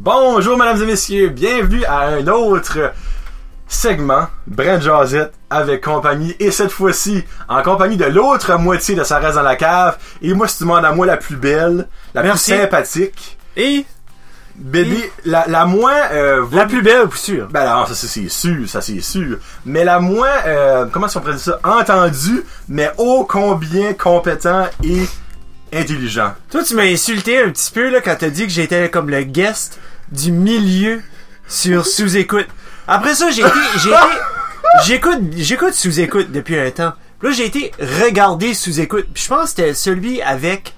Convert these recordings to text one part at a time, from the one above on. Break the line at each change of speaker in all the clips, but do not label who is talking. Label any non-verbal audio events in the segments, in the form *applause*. Bonjour mesdames et messieurs, bienvenue à un autre segment Brand Jazette avec compagnie et cette fois-ci en compagnie de l'autre moitié de sa race dans la cave et moi si tu demandes à moi la plus belle, la
Merci.
plus sympathique,
Et
Billy, la, la moins euh,
la plus belle, pour sûr.
ben non, ça c'est c'est sûr, ça c'est sûr. Mais la moins, euh, comment est-ce qu'on pourrait dire ça, entendu, mais ô combien compétent et intelligent.
Toi, tu m'as insulté un petit peu là, quand t'as dit que j'étais comme le guest du milieu sur sous-écoute. Après ça, j'ai été. J'ai été j'écoute, j'écoute sous-écoute depuis un temps. Puis Là, j'ai été regarder sous-écoute. Puis je pense que c'était celui avec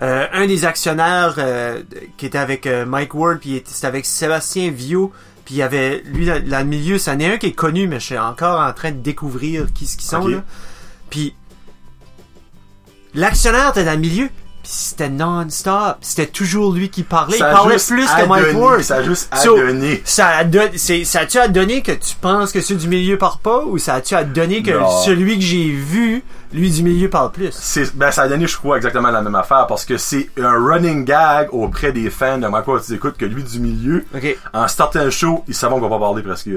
euh, un des actionnaires euh, qui était avec euh, Mike Ward, puis il était- c'était avec Sébastien Viau. Puis il y avait, lui, dans, dans le milieu, ça n'est un qui est connu, mais je suis encore en train de découvrir qui ce qu'ils sont.
Ok.
Là. Puis l'actionnaire était dans le milieu, puis c'était non-stop. C'était toujours lui qui parlait.
Ça a
il parlait
juste
plus
à
que Mike
donner,
Ward.
Ça a juste à
So-
donner.
Ça a don- c'est- ça a-tu à donner que tu penses que ceux du milieu parlent pas ou ça a-tu à donner que
Non.
celui que j'ai vu, lui du milieu parle plus?
C'est- ben, ça a donné, je crois, exactement la même affaire parce que c'est un running gag auprès des fans de Mike Ward, tu écoutes que lui du milieu,
Ok,
en startant le show, ils savent qu'on va pas parler presque.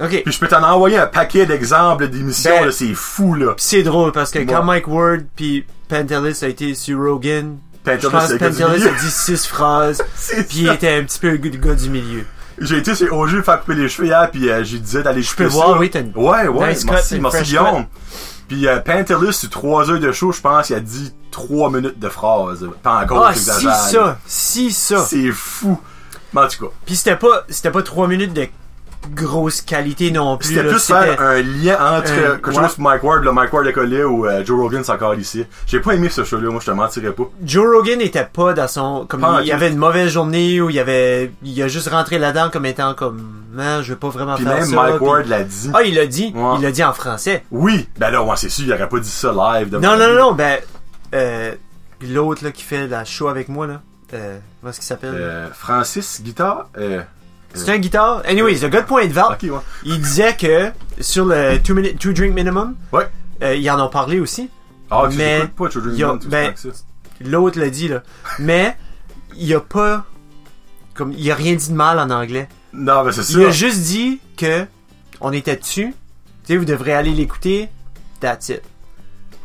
ok.
Puis je peux t'en envoyer un paquet d'exemples d'émissions,
Ben-
là, c'est fou, là.
Pis c'est drôle parce que
Moi.
quand Mike Ward puis Pantelis a été sur Rogan,
Pantelis,
je pense
c'est
que
le gars du
Pantelis
milieu. *laughs*
a dit six phrases,
C'est
puis il
ça.
était un petit peu le gars du milieu.
J'ai été chez OG me faire couper les cheveux hier, puis euh, j'ai disais d'aller Je
peux voir, oui, t'as une
Ouais, ouais,
nice
merci,
cut, une
merci
fresh
Guillaume. Puis euh, Pantelis, sur 3 heures de show, je pense, il a dit 3 minutes de phrase. Pas encore,
Ah, si
j'exagère.
ça, si ça.
C'est fou. Mais en tout cas,
Puis c'était pas, c'était pas trois minutes de grosse qualité non plus.
c'était
là,
plus faire un lien entre
Euh,
euh, quelque
ouais.
chose pour Mike Ward, le Mike Ward le collet ou euh, Joe Rogan, c'est encore ici. J'ai pas aimé ce show-là, moi, je te mentirais pas.
Joe Rogan n'était pas dans son comme
Pas en
il
tout.
y avait une mauvaise journée où il y avait il a juste rentré là-dedans comme étant comme man, je vais pas vraiment
Puis
faire
même
Ah, ça.
Mike
puis-
Ward l'a dit.
Ah, il l'a dit,
Ouais.
il l'a dit en français.
Oui, ben là, ouais, c'est sûr, il aurait pas dit ça live. devant
Non non
lui.
non, non, ben euh, puis l'autre là qui fait la show avec moi là, euh, comment est-ce qu'il s'appelle là?
Euh, Francis, guitare. Euh,
C'est un guitare. Anyways, le gars de Point de Vente,
ok, ouais.
il disait que sur le 2 minute two drink minimum,
Ouais.
euh, ils en ont parlé aussi.
Ah, tu
Mais-
écoutes pas Children
Yo,
Band, tout
ben-
ça.
L'autre l'a dit là, mais il a pas comme il a rien dit de mal en anglais.
Non, mais c'est
Il a
sûr.
juste dit que on était dessus. Tu sais, vous devrez aller l'écouter. That's it.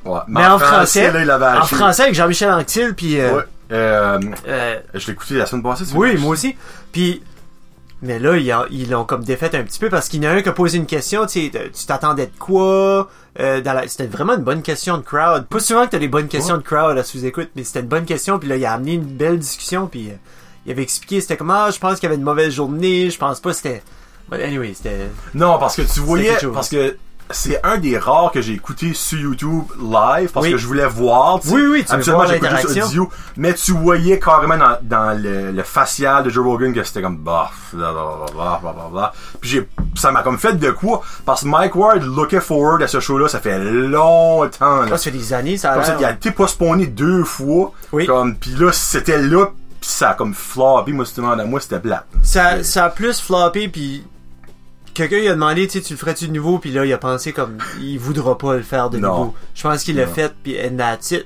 Ouais.
Mais en français,
là, il avait
En
acheté.
français avec Jean-Michel Anctil, puis euh,
Ah, Ouais. Euh,
euh,
je l'ai écouté la semaine passée. tu
oui,
vois.
moi aussi. Puis mais là, ils, en- ils l'ont comme défaite un petit peu parce qu'il y en a un qui a posé une question. Tu sais, t- tu t'attendais de quoi Euh, dans la- C'était vraiment une bonne question de crowd. Pas souvent que t'as des bonnes questions de crowd à sous-écoute, mais c'était une bonne question. Puis là, il a amené une belle discussion. Puis euh, il avait expliqué, c'était comme ah, je pense qu'il y avait une mauvaise journée. Je pense pas, c'était. But anyway, c'était.
Non, parce que tu voyais,
quelque chose.
parce que c'est un des rares que j'ai écouté sur YouTube live parce
Oui.
que je voulais voir. tu sais.
Oui, oui, tu veux
Habituellement,
voir
j'écoute juste
l'interaction.
audio, mais tu voyais carrément dans, dans le, le facial de Joe Rogan que c'était comme bah, blablabla, blablabla. Puis j'ai, ça m'a comme fait de quoi Parce que Mike Ward looking forward à ce show-là, ça fait longtemps. là.
Là, Ah, ça fait des années, ça a
Comme ça,
l'air-
il a été postponé deux fois.
Oui.
Comme, pis là, c'était là, pis ça a comme floppé. Moi, si tu demandes à moi, c'était plat.
Ça,
Euh,
ça a plus floppé, puis quelqu'un il a demandé, tu sais, tu le ferais-tu de nouveau, puis là, il a pensé comme, il voudra pas le faire de
Non.
nouveau. Je pense qu'il l'a
Non.
fait, puis and that's it.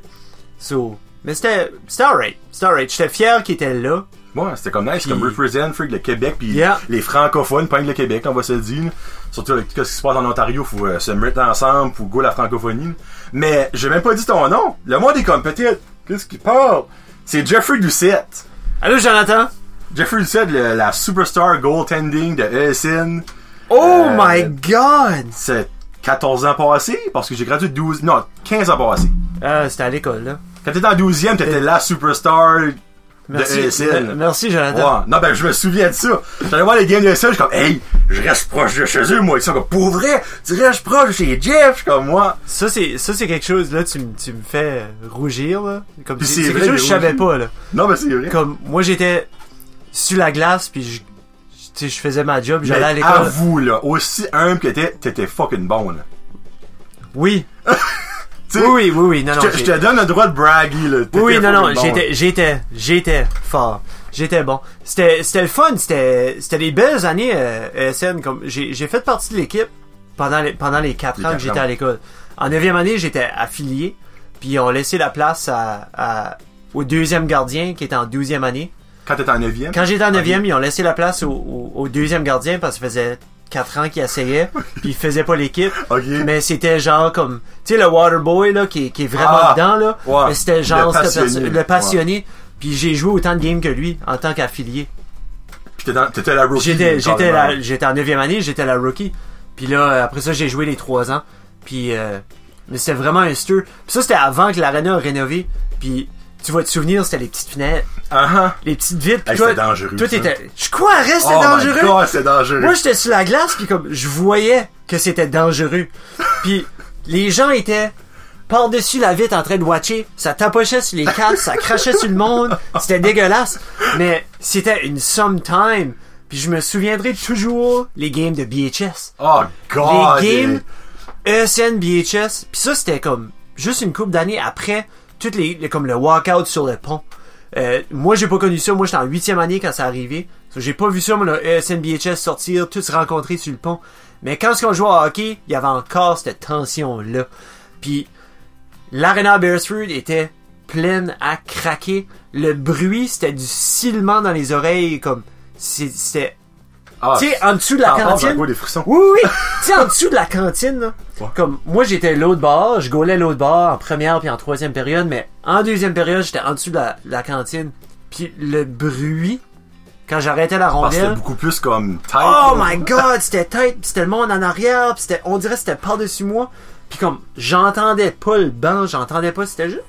So, mais c'était, c'était alright, c'était alright. J'étais fier qu'il était là.
Ouais, c'était comme nice,
Pis-
comme represent Freak le Québec, puis
Yeah.
les francophones, pas le Québec, on va se le dire. Surtout avec tout ce qui se passe en Ontario, faut euh, se mettre ensemble pour go la francophonie. Mais j'ai même pas dit ton nom. Le monde est comme peut-être. Qu'est-ce qu'il parle? C'est Jeffrey Doucette.
Allô, Jonathan?
Jeffrey Doucette, le- la superstar goaltending de ESN.
Oh
Euh,
my god!
C'est 14 ans passés, parce que j'ai gradué 12, non, 15 ans passés.
Ah, c'était à l'école, là.
Quand t'étais en 12e, t'étais la superstar de E
Merci,
ESL.
euh, merci,
Ouais.
Jonathan.
Non, ben, je me souviens de ça. J'allais voir les games de ESL, je suis comme, hey, je reste proche de chez eux, moi. Ils sont comme, pour vrai, tu restes proche de chez Jeff. Je suis comme, moi.
Ça, c'est, ça, c'est quelque chose, là, tu, me- tu me fais rougir, là. Comme,
Puis
c'est,
c'est
c'est
vrai,
quelque chose que
j'ai
je savais
rougi.
pas, là.
Non, mais c'est vrai.
comme moi j'étais sur la glace puis je je- tu sais, je faisais ma job j'allais à
Mais
l'école
avoue, là, aussi humble que t'étais, t'étais fucking bon, là.
oui
*laughs* Tu
oui
sais,
oui oui oui non non
Je te- je
j'ai-
te donne le droit de braggy, là. T'étais
oui oui, non non
fucking bon, là.
j'étais j'étais j'étais fort j'étais bon c'était c'était le fun c'était c'était des belles années euh, ESN comme j'ai j'ai fait partie de l'équipe pendant les pendant les quatre
Les
ans que
quatre
j'étais
ans.
à l'école en neuvième année j'étais affilié puis on laissait la place à, à- au deuxième gardien qui était en douzième année
Quand t'étais en 9e.
Quand j'étais en 9e, ils ont laissé la place au, au- au deuxième gardien parce que ça faisait 4 ans
*laughs*
qu'il essayait, puis il faisait pas l'équipe.
Ok.
Mais c'était genre comme, tu sais, le Waterboy, là, qui, qui est vraiment
Ah!
dedans, là.
Ouais.
Mais c'était genre,
Le
cette perso-
passionné.
le passionné. Puis j'ai joué autant de games que lui en tant qu'affilié.
Puis t'étais, en- t'étais la rookie.
J'étais, j'étais,
carrément.
la- j'étais en 9e année, j'étais la rookie. Puis là, euh, après ça, j'ai joué les 3 ans. Puis, euh, mais c'était vraiment un stir. Puis ça, c'était avant que l'aréna a rénové. Puis, tu vas te souvenir, c'était les petites fenêtres,
Ah,
les petites vitres. Puis
Hey,
toi-
c'était dangereux, ça.
Toi, t'étais. Je crois, reste,
ah.
c'était
Oh
dangereux.
my god, c'est dangereux.
Moi, j'étais sur la glace, puis comme, je voyais que c'était dangereux. Puis, les gens étaient par-dessus la vitre en train de watcher. Ça tapochait sur les cartes, ça crachait sur le monde. C'était dégueulasse. Mais c'était une sometime. Puis je me souviendrai toujours les games de BHS.
Oh god.
les games E ESN BHS. Puis ça, c'était comme juste une couple d'années après, toutes les, les- comme le walkout sur le pont. Euh, moi, j'ai pas connu ça. Moi, j'étais en huitième année quand ça arrivé. So, J'ai pas vu ça, moi, le E ESN BHS sortir, tous se rencontrer sur le pont. Mais quand on jouait au hockey, il y avait encore cette tension-là. Puis l'arena Beresford était pleine à craquer. Le bruit, c'était du silement dans les oreilles, comme c'est- c'était,
Ah,
tu sais, en dessous de la
t'en parles, j'ai
cantine.
encore des frissons.
Oui, oui, *laughs* oui. tu sais, en dessous de la cantine, là,
Ouais.
comme moi, j'étais l'autre bord, je gaulais l'autre bord en première puis en troisième période, mais en deuxième période, j'étais en dessous de la, la cantine. Puis le bruit, quand j'arrêtais la
Parce que Ah, c'était
rondelle...
beaucoup plus comme tight. là.
Oh my god, c'était tête, pis c'était le monde en arrière, pis c'était, on dirait que c'était par-dessus moi. Puis comme, j'entendais pas le banc, j'entendais pas, c'était juste...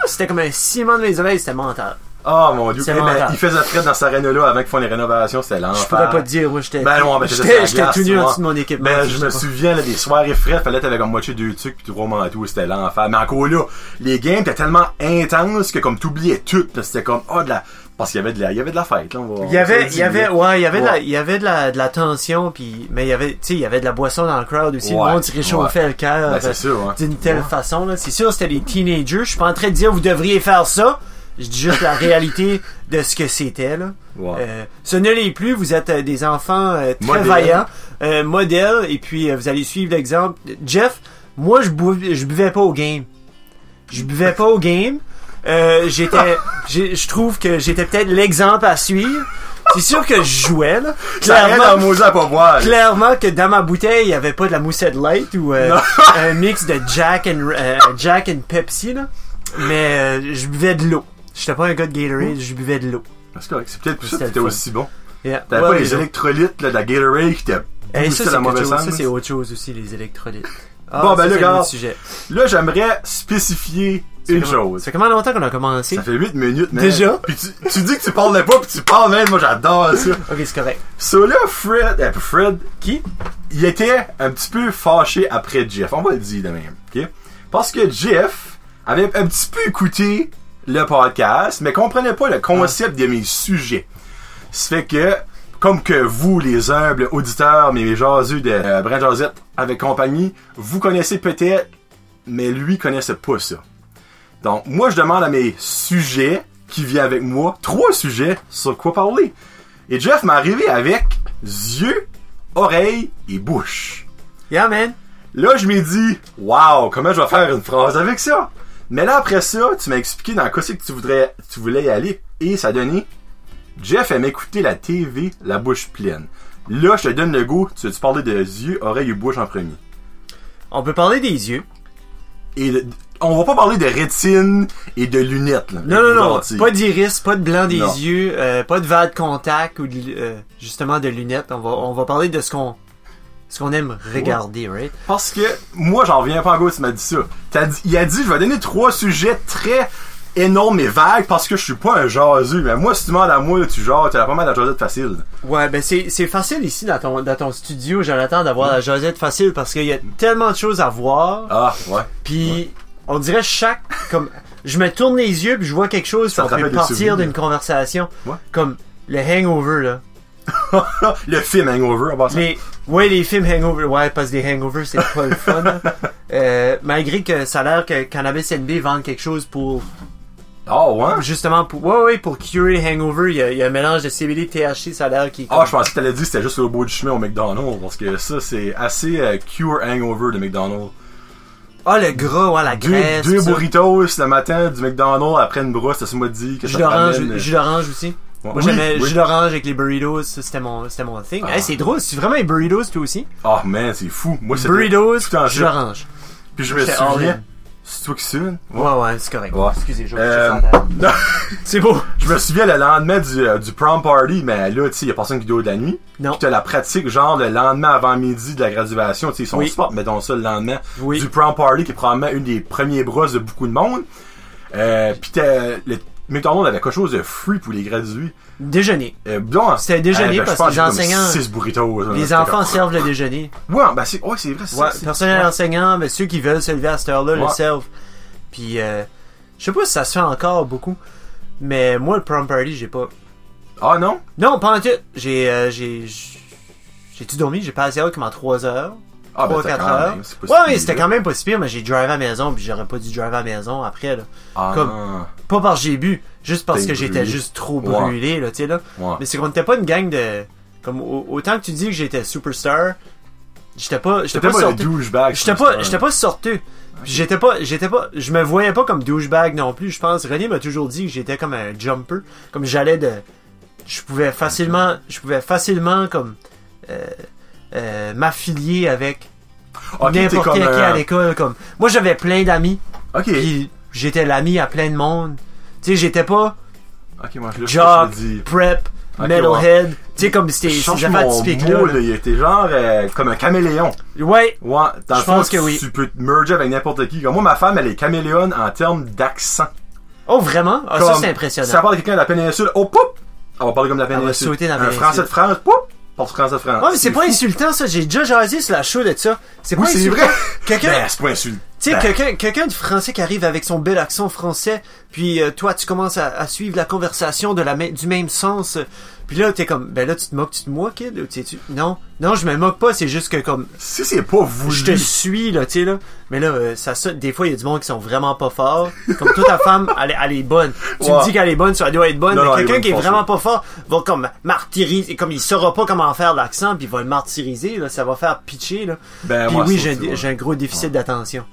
ah, C'était comme un ciment de mes oreilles, c'était mental.
Oh mon dieu.
C'est
Eh ben,
mental.
il faisait frais dans cette arena-là avant qu'ils font les rénovations, c'était l'enfer.
Je pourrais pas te dire où j'étais.
Ben non, ben j'étais sur
j'étais
la
j'étais
glace,
tout nu en
moi.
dessous de mon équipe.
Ben, je me souviens, là, des soirées frettes, fallait t'avais comme moitié deux trucs puis trois manteaux, c'était l'enfer. Mais encore là, les games étaient tellement intenses que comme t'oubliais tout, là, c'était comme, ah, de la, parce qu'il y avait de la, il y avait de la fête, là, on va-
Il y
on va
avait,
le
il y avait,
dire.
ouais, il y avait, de la,
Ouais.
il y avait de la, de la tension, puis mais il y avait, tu sais, il y avait de la boisson dans le crowd aussi.
Ouais,
le monde se réchauffait le cœur
Ben, c'est
euh,
sûr, ouais.
d'une telle façon là. C'est sûr, c'était des teenagers. Je suis pas en train de dire vous devriez faire ça. Je dis
*laughs*
juste la réalité de ce que c'était là.
Ouais.
Euh, ce ne l'est plus. Vous êtes euh, des enfants euh, très
Modèles.
vaillants, euh, modèles, et puis euh, vous allez suivre l'exemple. Jeff, moi je buvais, je buvais pas au game. Je buvais pas au game. Euh, j'étais,
*laughs*
j'ai- je trouve que j'étais peut-être l'exemple à suivre. C'est sûr que je jouais là.
Ça arrête
Clairement,
en maudit à pas voir.
clairement que dans ma bouteille, il y avait pas de la moussette light ou euh, *laughs* un mix de Jack and euh, Jack and Pepsi là. Mais euh, je buvais de l'eau. J'étais pas un gars de Gatorade, je buvais de l'eau.
C'est correct, c'est peut-être pour ça que
C'était
t'étais
le fun.
aussi bon.
Yeah.
Mmh. T'avais
Ouais,
pas
ouais,
les
ouais.
électrolytes, là, de la Gatorade qui t'étaient
Eh, ça,
boosté
c'est
dans le mauvais
quelque chose.
sens.
Ça, c'est
là.
autre chose aussi, les électrolytes. Ah,
Bon, ben
ça,
là,
c'est un
gars,
autre sujet.
Là, j'aimerais spécifier
Ça fait
une
comment-
chose.
Ça fait comment longtemps qu'on a commencé?
Ça fait 8 minutes, mais.
Déjà?
Puis tu, tu dis que tu parles pas, puis tu parles même, moi j'adore ça.
Ok, c'est correct.
So là, Fred, euh, Fred,
Qui?
il était un petit peu fâché après Jeff. On va le dire de même, ok? Parce que Jeff avait un petit peu écouté le podcast, mais comprenait pas le concept de mes sujets. Ça fait que, comme que vous, les humbles auditeurs, mais les jaseux de euh, Brad Josette avec compagnie, vous connaissez peut-être, mais lui connaissait pas ça. Donc, moi, je demande à mes sujets qui viennent avec moi, trois sujets sur quoi parler. Et Jeff m'est arrivé avec yeux, oreilles et bouche.
Yeah, man.
Là, je m'ai dit, waouh, comment je vais faire une phrase avec ça? Mais là, après ça, tu m'as expliqué dans quoi c'est que tu voudrais, tu voulais y aller. Et ça donnait, Jeff aime écouter la TV, la bouche pleine. Là, je te donne le goût, tu veux parler de yeux, oreilles et bouche en premier.
On peut parler des yeux.
Et le- on va pas parler de rétine et de lunettes, là.
Non, non, non.
Gentil.
Pas d'iris, pas de blanc des
Non.
yeux, euh, pas de verre de contact ou de, euh, justement de lunettes. On va, on va parler de ce qu'on ce qu'on aime regarder, right?
Parce que moi, j'en reviens pas en gros, tu m'as dit ça. T'as dit- il a dit, je vais donner trois sujets très énormes et vagues parce que je suis pas un jasu. Mais moi, si tu demandes à moi, tu genre, t'as pas mal de jasette facile.
Ouais, ben c'est c'est facile ici dans ton, dans ton studio, Jonathan, d'avoir la Josette facile parce qu'il y a tellement de choses à voir.
Mm. Ah, ouais. *laughs*
Puis on dirait chaque comme je me tourne les yeux puis je vois quelque chose
Ça
ça
te
peut
rappelle des
partir
souvenirs.
d'une conversation
Ouais.
comme le hangover là.
le film Hangover, à part ça.
Les ouais les films hangover ouais parce que des hangovers c'est pas le fun.
*laughs*
là. Euh, malgré que ça a l'air que Cannabis NB vende quelque chose pour
Ah, ouais.
justement pour ouais ouais pour curer les hangovers, il y a, il y a un mélange de CBD THC ça a l'air qui est
Ah,
comme-
je pensais que t'allais dire que c'était juste au bout du chemin au McDonald's parce que ça, c'est assez euh, cure hangover de McDonald's.
Ah, le gras, ouais, la
Deux,
graisse.
deux
tout ça.
burritos le matin, du McDonald's après une brosse, ça m'a dit que
Jus
ça
d'orange,
ramène-
jus d'orange aussi.
Ouais.
Moi,
Oui,
j'aimais
oui. Ah.
jus d'orange avec les burritos, ça, c'était mon, c'était mon thing. Hey, c'est drôle, c'est vraiment les burritos, toi aussi?
Oh man, c'est fou. Moi, c'était
Burritos,
tout en
jus
chip.
d'orange.
Puis je me
J'étais
souviens.
all-in.
C'est toi qui souviens?
Ouais, ouais, c'est correct.
Ouais.
Excusez, je
Euh, *laughs* non,
C'est beau.
je me souviens le lendemain du, euh, du prom party, mais là, tu sais, il y a personne qui dort la nuit.
Non.
Puis t'as la pratique, genre, le lendemain avant midi de la graduation. Tu sais, ils sont
Oui.
sport, mettons ça le lendemain.
Oui.
Du prom party, qui est probablement une des premières brosses de beaucoup de monde. Euh, puis t'as, le McDonald's avait quelque chose de free pour les gradués.
Déjeuner.
Euh, donc,
C'était déjeuner parce que les enseignants-
6 burritos. là,
Les
c'était
enfants
comme-
servent le déjeuner.
Ouais, ben c'est, ouais, c'est vrai. c'est-
Ouais,
c'est-
personnel
ouais.
enseignant, mais ceux qui veulent se lever à cette heure-là le
Ouais.
servent. Puis, euh, je sais pas si ça se fait encore beaucoup, mais moi, le prom party, j'ai pas.
Ah non?
Non, pas en tout. J'ai, euh, j'ai, j'ai-tu dormi? J'ai passé heures comme en 3 heures.
Ah, ben,
3
t'as
4
quand
heures.
même, c'est pas si
ouais, mais
pire,
c'était
là.
quand même pas si pire, mais j'ai drive à la maison, puis j'aurais pas dû drive à la maison après, là.
Ah,
Comme-
non.
Pas parce que j'ai bu, juste parce
T'es
que j'étais
brûlé.
juste trop
Ouais.
brûlé, là, tu sais, là.
Ouais.
Mais c'est qu'on n'était pas une gang de. Comme au- autant que tu dis que j'étais superstar, j'étais pas. J'étais
T'étais
pas,
pas, le
sorteux.
douchebag.
J'étais
sur
pas.
Instagram.
J'étais pas sorteux. Puis J'étais pas. J'étais pas. Je me voyais pas comme douchebag non plus. Je pense. René m'a toujours dit que j'étais comme un jumper. Comme j'allais de. Je pouvais facilement. Je pouvais facilement comme. euh, euh, m'affilier avec
Ok, Ah, t'es
n'importe
comme euh,
quel qui
un-
à l'école comme moi j'avais plein d'amis
Ok.
puis j'étais l'ami à plein de monde tu sais j'étais pas
Ok, moi je l'ai
jock,
dit.
prep,
Ok,
metalhead. Tu sais, comme c'était
Je
ces
change
affaires
mon
typiques
mot,
là.
là. Il était genre euh, comme un caméléon.
Ouais,
Ouais, dans
Je
le fond,
pense que
tu,
oui.
tu peux te merger avec n'importe qui. Comme moi, ma femme, elle est caméléon en termes d'accent.
oh vraiment? Ah, ça
Comme,
c'est impressionnant.
Si elle parle de quelqu'un de la péninsule, oh, poup! Elle va parler comme de la
va
péninsule.
sauter dans la
Un
péninsule.
français de France, poup! Porte français de France.
Ouais, mais c'est pas insultant ça, j'ai déjà jasé sur la show de ça. C'est pas
Oui, c'est
insultant.
vrai!
Quelqu'un,
Ben, c'est pas insultant.
tu sais, quelqu'un, quelqu'un de français qui arrive avec son bel accent français, puis euh, toi tu commences à, à suivre la conversation de la mê- du même sens. euh, Puis là t'es comme, ben là tu te moques, tu te moques, kid, ou tu tu non, non je me moque pas, c'est juste que comme
Si c'est pas voulu.
je te suis là, tu sais là. Mais là, euh, ça, sonne- des fois il y a du monde qui sont vraiment pas forts. Comme toi ta femme, *laughs* elle, est- elle est bonne. Tu
Ouais.
me dis qu'elle est bonne, ça doit être bonne.
Non,
mais
non, elle est
quelqu'un
bonne,
qui est
franchement.
vraiment pas fort va comme martyriser, comme il saura pas comment faire l'accent, puis il va le martyriser là, ça va faire pitcher là.
Ben,
puis
moi,
oui,
ça,
j'ai
tu
un-
vois.
j'ai un gros déficit d'attention,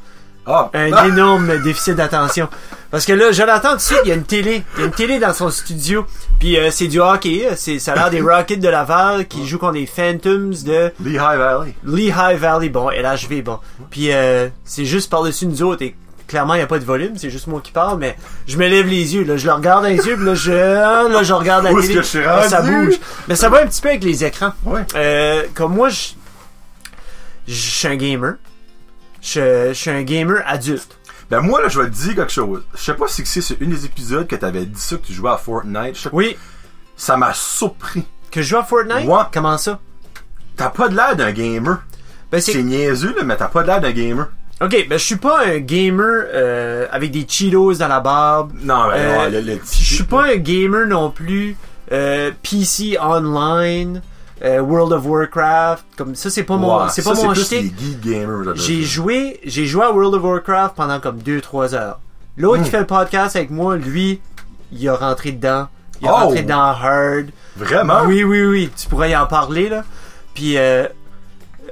Ah!
un
ah,
énorme *laughs* déficit d'attention. Parce que là, Jonathan, tu sais, il y a une télé, il y a une télé dans son studio, puis euh, c'est du hockey, c'est ça
*laughs*
a l'air des Rockets de Laval qui jouent contre les Phantoms de
Lehigh Valley.
Lehigh Valley, bon, LHV, bon. Puis euh, c'est juste par-dessus nous autres et clairement il n'y a pas de volume, c'est juste moi qui parle, mais je me lève les yeux, là, je le regarde dans les yeux, puis là je, hein, là, je regarde la
Où est-ce
télé,
que je suis
là, ça
rendu?
bouge. Mais ça va un petit peu avec les écrans.
Ouais.
Euh, comme moi, je, je suis un gamer. Je, je suis un gamer adulte.
Ben moi là, je vais te dire quelque chose. Je sais pas si c'est sur une des épisodes que t'avais dit ça que tu jouais à Fortnite. Je sais-
Oui,
Ça m'a surpris.
que je joue à Fortnite.
Ouais.
Comment ça?
T'as pas de l'air d'un gamer.
Ben
C'est
c'est
niaiseux là, mais t'as pas de l'air d'un gamer.
ok, ben je suis pas un gamer euh, avec des Cheetos dans la barbe.
Non, ben
Euh,
ouais, le, le
Puis je suis pas un gamer non plus. Euh, PC online, euh, World of Warcraft, comme ça c'est pas mon
Ouais,
c'est
ça,
pas mon
plus
shtick.
les geek gamers. là, là.
J'ai joué, j'ai joué à World of Warcraft pendant comme 2-3 heures. L'autre
Hmm.
qui fait le podcast avec moi, lui, il a rentré dedans. Il a
Oh!
rentré dans Hard.
Vraiment?
Oui, oui, oui. Tu pourrais y en parler, là. Puis, euh,